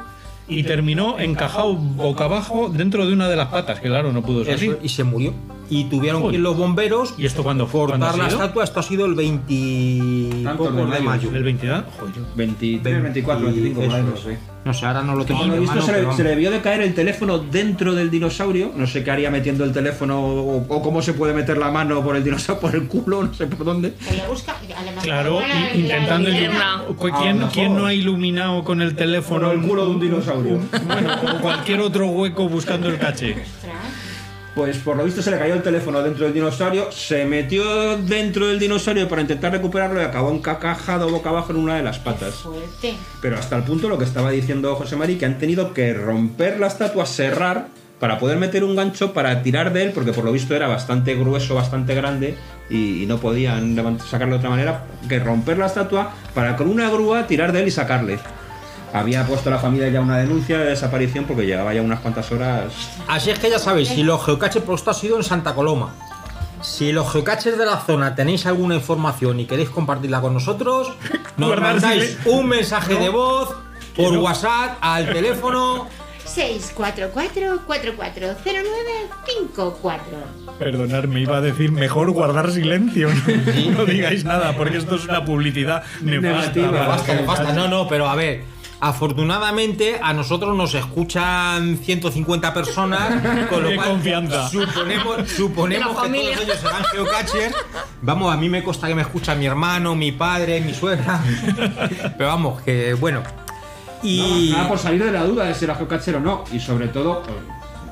Speaker 6: y terminó encajado boca abajo dentro de una de las patas, que claro, no pudo
Speaker 2: Eso,
Speaker 6: salir.
Speaker 2: y se murió. Y tuvieron
Speaker 6: Joder.
Speaker 2: que ir los bomberos
Speaker 6: ¿Y esto cuándo fue? ¿Cuándo ha
Speaker 2: cortar la
Speaker 6: sido?
Speaker 2: estatua. Esto ha sido el 20
Speaker 3: Tanto
Speaker 2: poco
Speaker 3: de
Speaker 2: de
Speaker 3: mayo.
Speaker 2: mayo.
Speaker 6: ¿El 20 de Joder.
Speaker 3: 23, 24, 25, por ahí,
Speaker 2: eso
Speaker 3: no
Speaker 2: es.
Speaker 3: sé.
Speaker 2: No sé, ahora no lo tengo
Speaker 3: Por lo
Speaker 2: en
Speaker 3: visto,
Speaker 2: mano,
Speaker 3: se,
Speaker 2: pero
Speaker 3: le,
Speaker 2: vamos.
Speaker 3: se le vio de caer el teléfono dentro del dinosaurio. No sé qué haría metiendo el teléfono o, o cómo se puede meter la mano por el dinosaurio, por el culo, no sé por dónde.
Speaker 5: que le busca. a lo mejor
Speaker 6: Claro,
Speaker 5: la- la
Speaker 6: y- intentando
Speaker 5: linterna.
Speaker 6: iluminar. ¿Quién,
Speaker 3: mejor.
Speaker 6: quién no ha iluminado con el
Speaker 3: Por
Speaker 6: teléfono
Speaker 3: el culo de un dinosaurio.
Speaker 6: Bueno, o cualquier otro hueco buscando el caché.
Speaker 5: Ostras.
Speaker 3: Pues por lo visto se le cayó el teléfono dentro del dinosaurio, se metió dentro del dinosaurio para intentar recuperarlo y acabó encajado boca abajo en una de las patas.
Speaker 5: Fuerte.
Speaker 3: Pero hasta el punto lo que estaba diciendo José Mari, que han tenido que romper la estatua, cerrar, para poder meter un gancho para tirar de él, porque por lo visto era bastante grueso, bastante grande, y, y no podían levant- sacarlo de otra manera, que romper la estatua para con una grúa tirar de él y sacarle. Había puesto la familia ya una denuncia de desaparición porque llevaba ya unas cuantas horas.
Speaker 2: Así es que ya sabéis, si los geocaches, por esto ha sido en Santa Coloma. Si los geocaches de la zona tenéis alguna información y queréis compartirla con nosotros, nos
Speaker 6: Guardar
Speaker 2: mandáis un mensaje de voz por WhatsApp al teléfono.
Speaker 5: 644-4409-54.
Speaker 6: Perdonadme, iba a decir mejor guardar silencio. No, digáis nada, porque esto es una publicidad nefasta.
Speaker 3: Negativa.
Speaker 6: para-
Speaker 2: Basta, basta. No, no, pero a ver. Afortunadamente a nosotros nos escuchan 150 personas, con lo
Speaker 6: Qué
Speaker 2: cual
Speaker 6: confianza.
Speaker 2: suponemos,
Speaker 4: De
Speaker 2: suponemos
Speaker 4: la
Speaker 2: que
Speaker 4: familia.
Speaker 2: todos ellos serán geocachers. Vamos, a mí me consta que me escucha mi hermano, mi padre, mi suegra. Pero vamos, que bueno. Y
Speaker 3: No, nada por salir de la duda de si era geocacher o no. Y sobre todo, eh,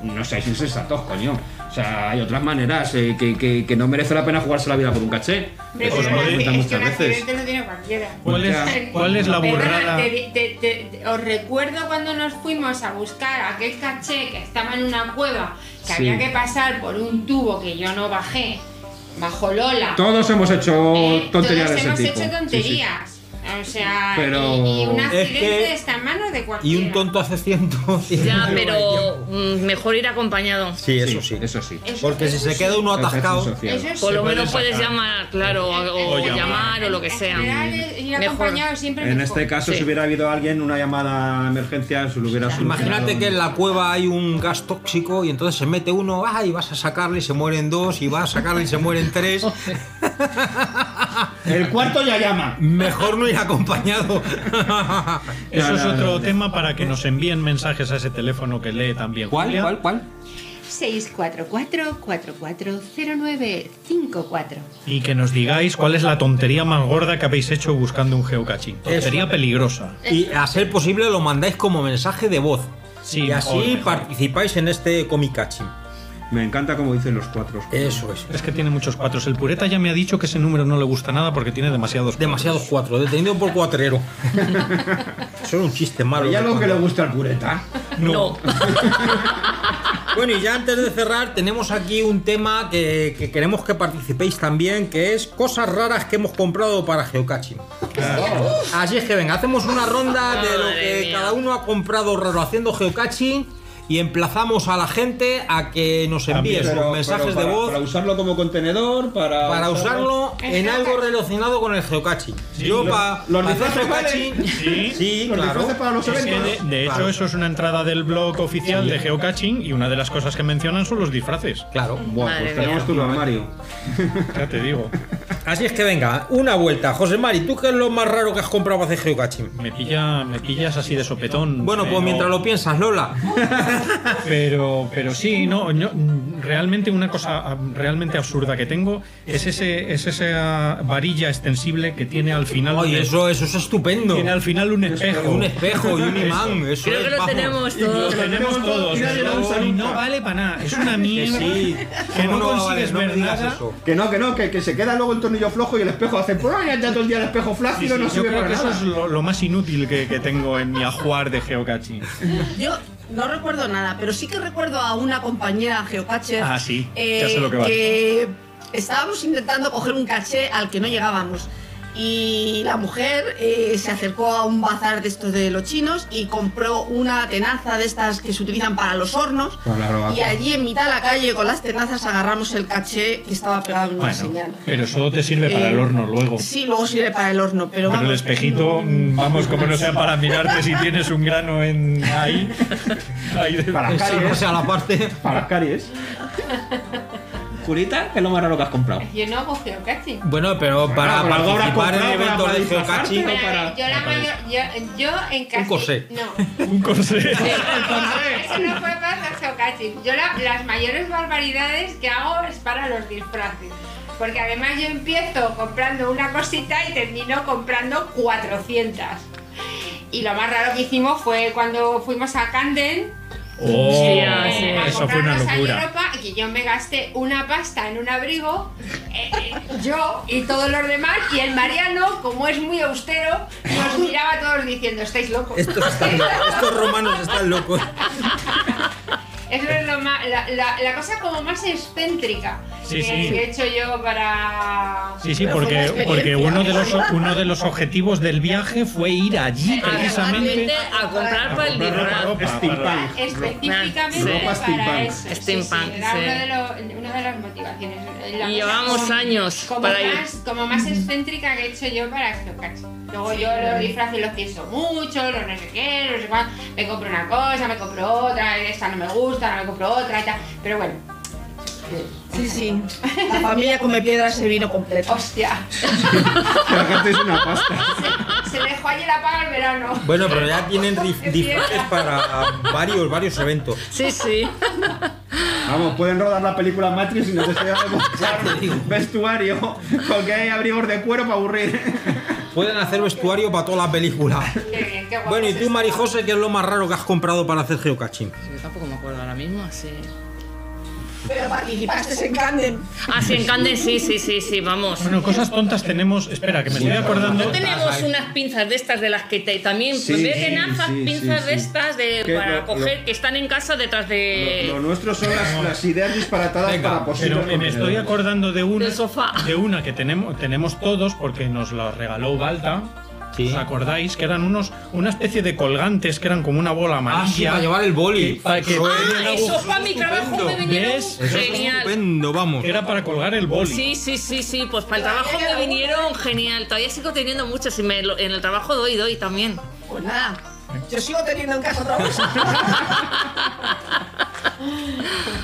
Speaker 3: no seáis insensatos, coño. O sea, hay otras maneras eh, que, que- que no merece la pena jugarse la vida por un caché.
Speaker 5: Pero
Speaker 3: Eso
Speaker 5: si
Speaker 3: lo
Speaker 5: un
Speaker 6: podéis
Speaker 3: cuentan
Speaker 5: accidente- es que
Speaker 3: muchas
Speaker 5: un
Speaker 3: veces.
Speaker 5: accidente lo este tiene cualquiera.
Speaker 6: ¿Cuál es, cuál es la
Speaker 5: Perdona,
Speaker 6: burrada?
Speaker 5: te- te- te- te- os recuerdo cuando nos fuimos a buscar aquel caché que estaba en una cueva, que
Speaker 3: Sí.
Speaker 5: había que pasar por un tubo que yo no bajé, bajo Lola.
Speaker 3: Todos hemos hecho
Speaker 5: Eh,
Speaker 3: tonterías de ese
Speaker 5: todos hemos
Speaker 3: tipo.
Speaker 5: hecho
Speaker 3: Sí, sí.
Speaker 5: tonterías. O sea,
Speaker 3: Pero-
Speaker 5: y, y un
Speaker 3: Es
Speaker 5: accidente
Speaker 2: que-
Speaker 5: está en manos de
Speaker 2: Y
Speaker 5: cualquiera.
Speaker 2: un tonto hace cientos.
Speaker 4: Ya, pero mm, mejor ir acompañado.
Speaker 2: Sí, eso sí.
Speaker 3: Eso sí.
Speaker 5: Eso-
Speaker 2: Porque si
Speaker 5: eso
Speaker 2: se
Speaker 5: sí.
Speaker 2: queda uno
Speaker 3: Eso es
Speaker 2: atascado.
Speaker 3: insociable.
Speaker 5: Eh, Eso es
Speaker 4: Por lo
Speaker 6: puede
Speaker 4: menos puedes
Speaker 6: sacar.
Speaker 4: llamar, claro, o, o llamar o lo que sea. mm,
Speaker 5: En general, ir
Speaker 4: Mejor.
Speaker 5: acompañado siempre
Speaker 3: En
Speaker 5: mejor.
Speaker 3: este caso,
Speaker 4: Sí.
Speaker 3: si hubiera habido alguien, una llamada a emergencia, se lo hubiera solucionado.
Speaker 2: Imagínate que en la cueva hay un gas tóxico y entonces se mete uno, ah, y vas a sacarle y se mueren dos, y vas a sacarle y se mueren tres.
Speaker 3: El cuarto ya llama.
Speaker 2: Mejor no ir acompañado.
Speaker 6: Eso
Speaker 3: Ya,
Speaker 6: es
Speaker 3: ya,
Speaker 6: otro
Speaker 3: ya.
Speaker 6: tema para que nos envíen mensajes a ese teléfono que lee también
Speaker 2: ¿Cuál?
Speaker 6: Julia.
Speaker 2: ¿Cuál? ¿Cuál?
Speaker 5: 644-440954.
Speaker 6: Y que nos digáis cuál es la tontería más gorda que habéis hecho buscando un geocaching. Tontería peligrosa.
Speaker 2: Y a ser posible lo mandáis como mensaje de voz.
Speaker 6: Sí,
Speaker 2: y así
Speaker 6: mejor, mejor.
Speaker 2: participáis en este comicachi.
Speaker 3: Me encanta como dicen los cuatro.
Speaker 2: Eso es.
Speaker 6: Es que tiene muchos cuatros. El pureta ya me ha dicho que ese número no le gusta nada porque tiene demasiados cuatros.
Speaker 2: Demasiados cuatro, detenido por cuatrero. Eso era un chiste malo.
Speaker 3: Ya lo que le gusta al pureta.
Speaker 4: No.
Speaker 2: Bueno, y ya antes de cerrar, tenemos aquí un tema que, que queremos que participéis también, que es cosas raras que hemos comprado para geocaching. Así es que venga, hacemos una ronda de lo
Speaker 4: Madre
Speaker 2: que
Speaker 4: mía.
Speaker 2: cada uno ha comprado raro haciendo geocaching y emplazamos a la gente a que nos envíe
Speaker 6: También,
Speaker 2: sus
Speaker 3: Pero-
Speaker 2: mensajes
Speaker 3: pero para,
Speaker 2: de voz
Speaker 3: Para usarlo como contenedor, para.
Speaker 2: para usarlo
Speaker 5: En
Speaker 2: en
Speaker 5: geocaching.
Speaker 2: algo relacionado con el geocaching. Yo
Speaker 3: los-
Speaker 2: para
Speaker 3: los
Speaker 2: hacer
Speaker 3: disfraces
Speaker 2: geocaching,
Speaker 6: Sí.
Speaker 2: sí,
Speaker 3: Los
Speaker 2: claro.
Speaker 3: disfraces para los
Speaker 6: Es que
Speaker 3: eventos.
Speaker 6: de, de hecho,
Speaker 2: Claro.
Speaker 6: eso es una entrada del blog oficial de Geocaching y una de las cosas que mencionan son los disfraces.
Speaker 2: Claro.
Speaker 3: Buah,
Speaker 4: Madre
Speaker 3: pues
Speaker 4: mía.
Speaker 3: tenemos tu armario.
Speaker 6: Ya te digo.
Speaker 2: Así es que venga, una vuelta. José Mari, ¿tú qué es lo más raro que has comprado para hacer geocaching?
Speaker 6: Me, pilla, me pillas así de sopetón.
Speaker 2: Bueno, pues
Speaker 6: pero-
Speaker 2: mientras lo piensas, Lola.
Speaker 6: Pero, pero sí, no, yo- realmente una cosa ah, realmente absurda que tengo es ese, es esa varilla extensible que tiene al final. un-
Speaker 2: Oye, eso, eso es estupendo.
Speaker 6: Tiene al final un espejo.
Speaker 2: Un espejo y un imán. Eso
Speaker 4: Creo
Speaker 2: es,
Speaker 4: que lo
Speaker 2: vamos.
Speaker 4: tenemos todo.
Speaker 6: Lo tenemos todos.
Speaker 3: Mira,
Speaker 6: pero
Speaker 3: yo lo uso
Speaker 6: y no
Speaker 3: nunca.
Speaker 6: vale para nada. Es una
Speaker 2: Que
Speaker 6: mierda
Speaker 2: sí.
Speaker 6: que
Speaker 2: ¿Cómo
Speaker 6: no
Speaker 2: va a valer?
Speaker 6: consigues
Speaker 2: No me
Speaker 6: ver
Speaker 2: digas
Speaker 6: nada.
Speaker 2: eso.
Speaker 3: Que no, que no, que, que se queda luego el tornillo flojo y el espejo hace. ¡Pruah! Ya todo el día el espejo flácido no
Speaker 6: Yo
Speaker 3: sirve
Speaker 6: creo
Speaker 3: para
Speaker 6: que eso es
Speaker 3: nada.
Speaker 6: lo, lo más inútil que, que tengo en mi ajuar de geocaching.
Speaker 7: Yo no recuerdo nada, pero sí que recuerdo a una compañera geocacher
Speaker 6: Ah, sí, ya sé lo que vas.
Speaker 7: que estábamos intentando coger un caché al que no llegábamos. Y la mujer eh, se acercó a un bazar de estos de los chinos y compró una tenaza de estas que se utilizan para los hornos.
Speaker 3: Claro,
Speaker 7: Y allí en mitad de la calle con las tenazas agarramos el caché que estaba pegado en una
Speaker 6: Bueno,
Speaker 7: señal.
Speaker 6: pero solo te sirve para el
Speaker 7: Eh,
Speaker 6: horno luego.
Speaker 7: Sí, luego sirve para el horno, pero,
Speaker 6: Pero el
Speaker 7: vamos,
Speaker 6: espejito, mm, vamos, como no sea para mirarte si tienes un grano en ahí. ahí de-
Speaker 3: Para
Speaker 2: Esa no
Speaker 3: caries.
Speaker 2: sea la parte.
Speaker 3: Para caries. Curita, ¿qué es lo más raro que has comprado?
Speaker 5: Yo no hago geocaching.
Speaker 2: Bueno, pero para
Speaker 3: pero algo habrás
Speaker 2: participar en
Speaker 3: comprado para-
Speaker 2: eventos
Speaker 3: para
Speaker 2: de
Speaker 3: disfrazarte,
Speaker 2: geocaching.
Speaker 3: ¿no?
Speaker 5: Mira,
Speaker 3: para-
Speaker 5: yo, la mayor, yo, yo en casi.
Speaker 2: corsé.
Speaker 5: No.
Speaker 6: Un consejo.
Speaker 5: Eso no fue para hacer geocaching. Yo la- las mayores barbaridades que hago es para los disfraces. Porque además yo empiezo comprando una cosita y termino comprando 400. Y lo más raro que hicimos fue cuando fuimos a Camden
Speaker 6: Oh,
Speaker 4: Sí, ah, sí.
Speaker 5: eh, a
Speaker 6: eso fue una
Speaker 5: comprarnos allí
Speaker 6: locura.
Speaker 5: ropa, que yo me gasté una pasta en un abrigo, eh, eh, yo y todos los demás, y el Mariano, como es muy austero, nos miraba a todos diciendo, estáis locos.
Speaker 2: Estos, están- estos romanos están locos.
Speaker 5: Eso es lo ma- la, la- la cosa como más excéntrica
Speaker 6: Sí,
Speaker 5: que,
Speaker 6: sí.
Speaker 5: que he hecho yo para...
Speaker 6: Sí, sí,
Speaker 7: fue una
Speaker 6: porque,
Speaker 7: experiencia.
Speaker 6: porque uno, de los, uno de los objetivos del viaje fue ir allí
Speaker 4: A-
Speaker 6: precisamente
Speaker 4: a comprar para el
Speaker 6: comprar ropa,
Speaker 4: disfraz.
Speaker 6: ropa,
Speaker 3: Steampunk.
Speaker 6: para-
Speaker 5: Específicamente
Speaker 4: Ropa
Speaker 5: para
Speaker 3: steampunk.
Speaker 5: eso.
Speaker 4: Steampunk,
Speaker 5: sí, sí, era
Speaker 4: sí.
Speaker 5: una de lo- una de las motivaciones. La
Speaker 4: Y
Speaker 5: cosa
Speaker 4: llevamos
Speaker 5: como-
Speaker 4: años
Speaker 5: como
Speaker 4: para ir.
Speaker 5: más, Como más excéntrica que he hecho yo para Geocaching. Luego yo los disfraces los pienso mucho, los no sé qué, no sé cuál. Me compro una cosa, me compro otra, esta no me gusta, no me compro otra y tal. Pero bueno,
Speaker 7: Sí, sí. La familia come piedras se vino completa.
Speaker 5: hostia.
Speaker 3: Te gastes una pasta.
Speaker 5: Se, se dejó ayer la paga el verano.
Speaker 2: Bueno, pero ya tienen dif- disfraces para varios, varios eventos.
Speaker 4: Sí, sí.
Speaker 3: Vamos, pueden rodar la película Matrix y no te estoy dando vestuario. Porque hay abrigos de cuero para aburrir.
Speaker 2: Pueden hacer vestuario para toda la película.
Speaker 5: Qué bien, qué guapo
Speaker 2: Bueno, y
Speaker 5: es
Speaker 2: tú,
Speaker 5: esto.
Speaker 2: Marijose, ¿qué es lo más raro que has comprado para hacer geocaching?
Speaker 4: Yo tampoco me acuerdo ahora mismo, así.
Speaker 7: Pero participaste en Candem.
Speaker 4: Ah, sí, en Cande, sí, sí, sí, sí, vamos.
Speaker 6: Bueno, cosas tontas tenemos. Espera, que me estoy acordando.
Speaker 4: No tenemos unas pinzas de estas de las que te- también pues
Speaker 3: Sí,
Speaker 4: en vez
Speaker 3: sí,
Speaker 4: de nazas,
Speaker 3: sí,
Speaker 4: pinzas
Speaker 3: sí,
Speaker 4: de
Speaker 3: sí.
Speaker 4: estas de
Speaker 3: Que
Speaker 4: para
Speaker 3: lo-
Speaker 4: coger
Speaker 3: lo-
Speaker 4: que están en casa detrás de
Speaker 3: Lo, lo nuestro son las, las ideas disparatadas
Speaker 2: Venga,
Speaker 3: para posibles
Speaker 6: Pero me estoy
Speaker 3: contenedores.
Speaker 6: acordando de una,
Speaker 4: Del sofá.
Speaker 6: de una que tenemos, tenemos todos porque nos la regaló Balta.
Speaker 2: Sí.
Speaker 6: ¿Os acordáis? Que eran unos, una especie de colgantes que eran como una bola amarilla.
Speaker 2: Ah, sí, para llevar el boli.
Speaker 6: Que- para que-
Speaker 2: Eso
Speaker 4: Ah,
Speaker 2: era-
Speaker 4: eso para mi trabajo me vinieron
Speaker 6: ¿Ves?
Speaker 2: eso es
Speaker 4: genial.
Speaker 2: estupendo, vamos.
Speaker 6: Era para colgar el boli.
Speaker 4: Sí, sí, sí, sí, pues para el trabajo me vinieron genial. Todavía sigo teniendo muchas y me lo- en el trabajo doy, doy también.
Speaker 7: Pues nada, yo sigo teniendo en casa otra cosa.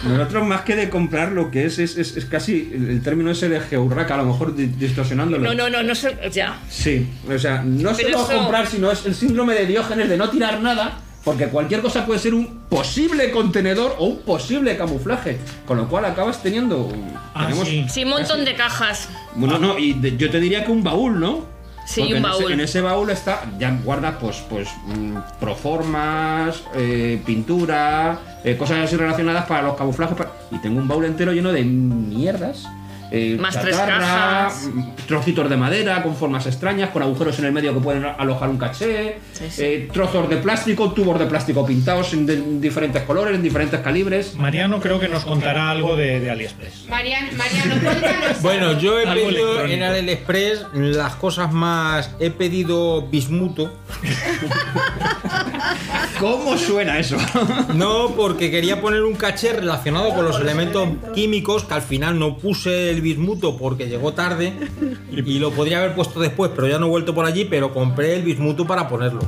Speaker 3: Nosotros más que de comprar lo que es, es, es, es casi el el término ese de geurraca, a lo mejor di- distorsionándolo.
Speaker 4: No, no, no, no sé, ya.
Speaker 3: Sí, o sea, no se
Speaker 4: Pero
Speaker 3: lo
Speaker 4: eso-
Speaker 3: comprar, sino es el síndrome de Diógenes de no tirar nada, porque cualquier cosa puede ser un posible contenedor o un posible camuflaje, con lo cual acabas teniendo...
Speaker 6: Ah,
Speaker 3: tenemos-
Speaker 6: sí.
Speaker 4: Sí, un montón de cajas.
Speaker 3: Bueno, no, y de- yo te diría que un baúl, ¿no?
Speaker 4: Ah. Sí,
Speaker 3: Porque
Speaker 4: un
Speaker 3: en ese-
Speaker 4: baúl.
Speaker 3: en ese baúl está, ya guarda pues, pues mm, proformas, eh, pintura, eh, cosas así relacionadas para los camuflajes. para- Y tengo un baúl entero lleno de mierdas. eh,
Speaker 4: Más tres cajas.
Speaker 3: mm, trocitos de madera con formas extrañas, con agujeros en el medio que pueden alojar un caché,
Speaker 4: Sí, sí.
Speaker 3: eh, trozos de plástico, tubos de plástico pintados en, de- en diferentes colores, en diferentes calibres.
Speaker 6: Mariano creo que nos contará algo de, de AliExpress.
Speaker 5: Mariano, Mariano, cuéntanos.
Speaker 2: Bueno, yo he
Speaker 6: Algo
Speaker 2: pedido en
Speaker 6: electrónico.
Speaker 2: AliExpress las cosas más. He pedido bismuto.
Speaker 3: ¿Cómo suena eso?
Speaker 2: No, porque quería poner un caché relacionado con los elementos químicos que al final no puse el bismuto porque llegó tarde y lo podría haber puesto después, pero ya no he vuelto por allí, pero compré el bismuto para ponerlo.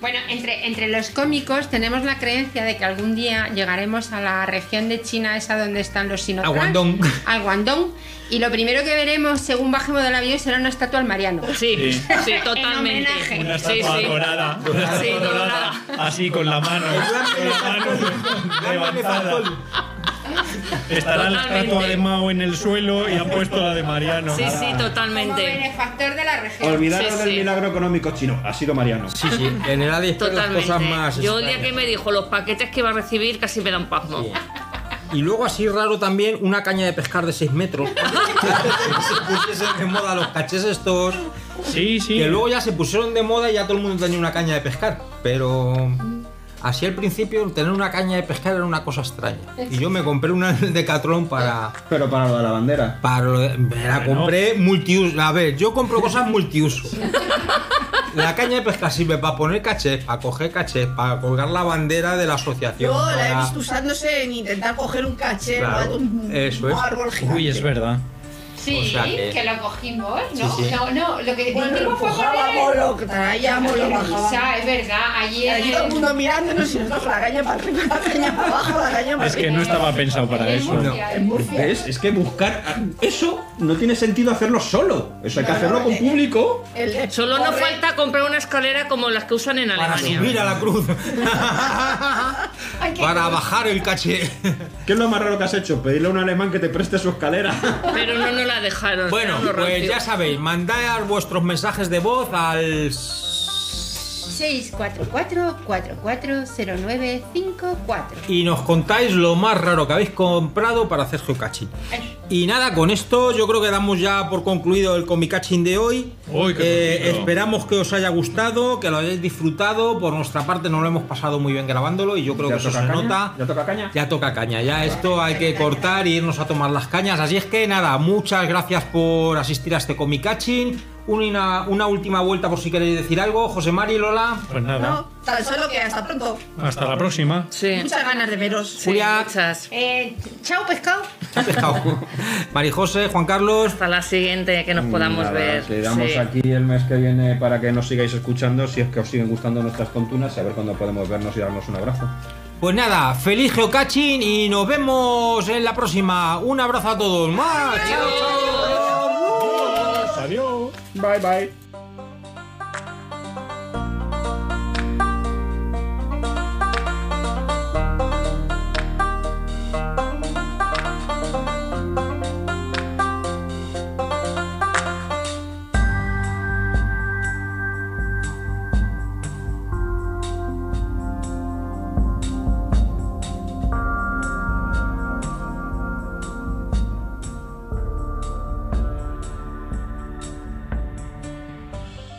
Speaker 5: Bueno, entre, entre los cómicos tenemos la creencia de que algún día llegaremos a la región de China, esa donde están los sinotrans.
Speaker 2: A Guangdong.
Speaker 5: Al Guangdong. Y lo primero que veremos, según bajemos del avión, será una estatua al Mariano.
Speaker 4: Sí,
Speaker 6: Sí.
Speaker 4: sí, totalmente.
Speaker 5: homenaje.
Speaker 6: Una
Speaker 4: Eh, Sí,
Speaker 6: estatua
Speaker 4: sí.
Speaker 6: dorada, una estatua
Speaker 4: Sí, dorada.
Speaker 6: así con la mano, con la mano levantada. Estará la
Speaker 4: Totalmente.
Speaker 6: estatua de Mao en el suelo y han puesto la de Mariano.
Speaker 4: Sí, sí,
Speaker 5: Como
Speaker 4: totalmente.
Speaker 5: benefactor de la región.
Speaker 3: Olvidaros
Speaker 4: Sí,
Speaker 3: del
Speaker 4: sí.
Speaker 3: milagro económico chino, ha sido Mariano.
Speaker 2: Sí, sí, en el AliExpress las cosas más.
Speaker 4: Totalmente. Yo el día que
Speaker 2: extrañas.
Speaker 4: me dijo los paquetes que iba a recibir casi me da un pasmo.
Speaker 2: Y luego así raro también una caña de pescar de 6 metros. se pusiesen de moda los cachés estos.
Speaker 6: Sí, sí.
Speaker 2: Que luego ya se pusieron de moda y ya todo el mundo tenía una caña de pescar. Pero así al principio tener una caña de pescar era una cosa extraña. Y yo me compré una en el Decathlon para...
Speaker 3: Pero para lo de la bandera.
Speaker 2: para lo de- me la
Speaker 6: Bueno.
Speaker 2: compré multiuso. A ver, yo compro cosas multiuso. La caña de pescar sirve para poner cachés, para coger cachés, para colgar la bandera de la asociación.
Speaker 7: Yo la he
Speaker 2: para-
Speaker 7: visto usándose en intentar coger un caché
Speaker 2: Claro,
Speaker 7: o un
Speaker 2: eso es.
Speaker 7: árbol gigante.
Speaker 6: Uy, es verdad.
Speaker 5: Sí,
Speaker 2: O sea que-
Speaker 5: que... lo cogimos, ¿no?
Speaker 2: Sí, sí.
Speaker 5: No, no, lo que
Speaker 7: Bueno, lo
Speaker 5: hicimos fue
Speaker 7: empujábamos,
Speaker 5: poner...
Speaker 7: lo traíamos, lo
Speaker 5: O
Speaker 7: bajábamos.
Speaker 5: sea, es verdad,
Speaker 7: Y
Speaker 5: ayer...
Speaker 7: allí todo el mundo mirándonos y nosotros la caña para arriba, la caña para abajo, la caña para
Speaker 6: Es que
Speaker 7: arriba.
Speaker 6: no estaba pensado para
Speaker 5: En
Speaker 6: eso.
Speaker 5: Murcia, en Murcia.
Speaker 3: ¿Ves? Es que buscar. Eso no tiene sentido hacerlo solo. Eso hay que
Speaker 7: No,
Speaker 3: hacerlo
Speaker 7: no,
Speaker 3: con
Speaker 7: eh.
Speaker 3: público.
Speaker 7: El-
Speaker 4: Solo no
Speaker 7: corre.
Speaker 4: falta comprar una escalera como las que usan en
Speaker 2: Para
Speaker 4: Alemania.
Speaker 2: subir a la cruz.
Speaker 5: Ay, qué
Speaker 2: para
Speaker 5: cruz.
Speaker 2: bajar el caché.
Speaker 3: ¿Qué es lo más raro que has hecho? Pedirle a un alemán que te preste su escalera.
Speaker 4: Pero no nos la dejaron.
Speaker 2: Bueno,
Speaker 4: era uno
Speaker 2: pues
Speaker 4: rancio.
Speaker 2: ya sabéis, mandad vuestros mensajes de voz al
Speaker 5: 644-440954.
Speaker 2: y nos contáis lo más raro que habéis comprado para hacer geocaching. Y nada, con esto yo creo que damos ya por concluido el comicaching de hoy. Eh,
Speaker 6: Uy, qué bonito.
Speaker 2: esperamos que os haya gustado, que lo hayáis disfrutado. Por nuestra parte nos lo hemos pasado muy bien grabándolo y yo creo que eso se nota.
Speaker 3: ¿Ya toca caña?
Speaker 2: Ya toca caña, ya esto hay que cortar e irnos a tomar las cañas. Así es que nada, muchas gracias por asistir a este comicaching. Una, una última vuelta por si queréis decir algo. José Mari, Lola.
Speaker 6: Pues nada.
Speaker 7: No, tan solo que hasta pronto.
Speaker 6: Hasta la próxima.
Speaker 4: Sí,
Speaker 7: Muchas ganas de veros.
Speaker 4: sí,
Speaker 2: Julia.
Speaker 4: muchas.
Speaker 5: Eh, chao, pescado.
Speaker 2: Mari José, Juan Carlos.
Speaker 4: Hasta la siguiente que nos
Speaker 2: Mm,
Speaker 4: podamos
Speaker 3: Nada,
Speaker 4: ver.
Speaker 3: Quedamos
Speaker 4: Sí.
Speaker 3: aquí el mes que viene para que nos sigáis escuchando. Si es que os siguen gustando nuestras contunas, a ver cuándo podemos vernos y darnos un abrazo.
Speaker 2: Pues nada, feliz geocaching y nos vemos en la próxima. Un abrazo a todos. ¡Más! ¡Chao, chao!
Speaker 6: Adiós.
Speaker 3: Bye bye.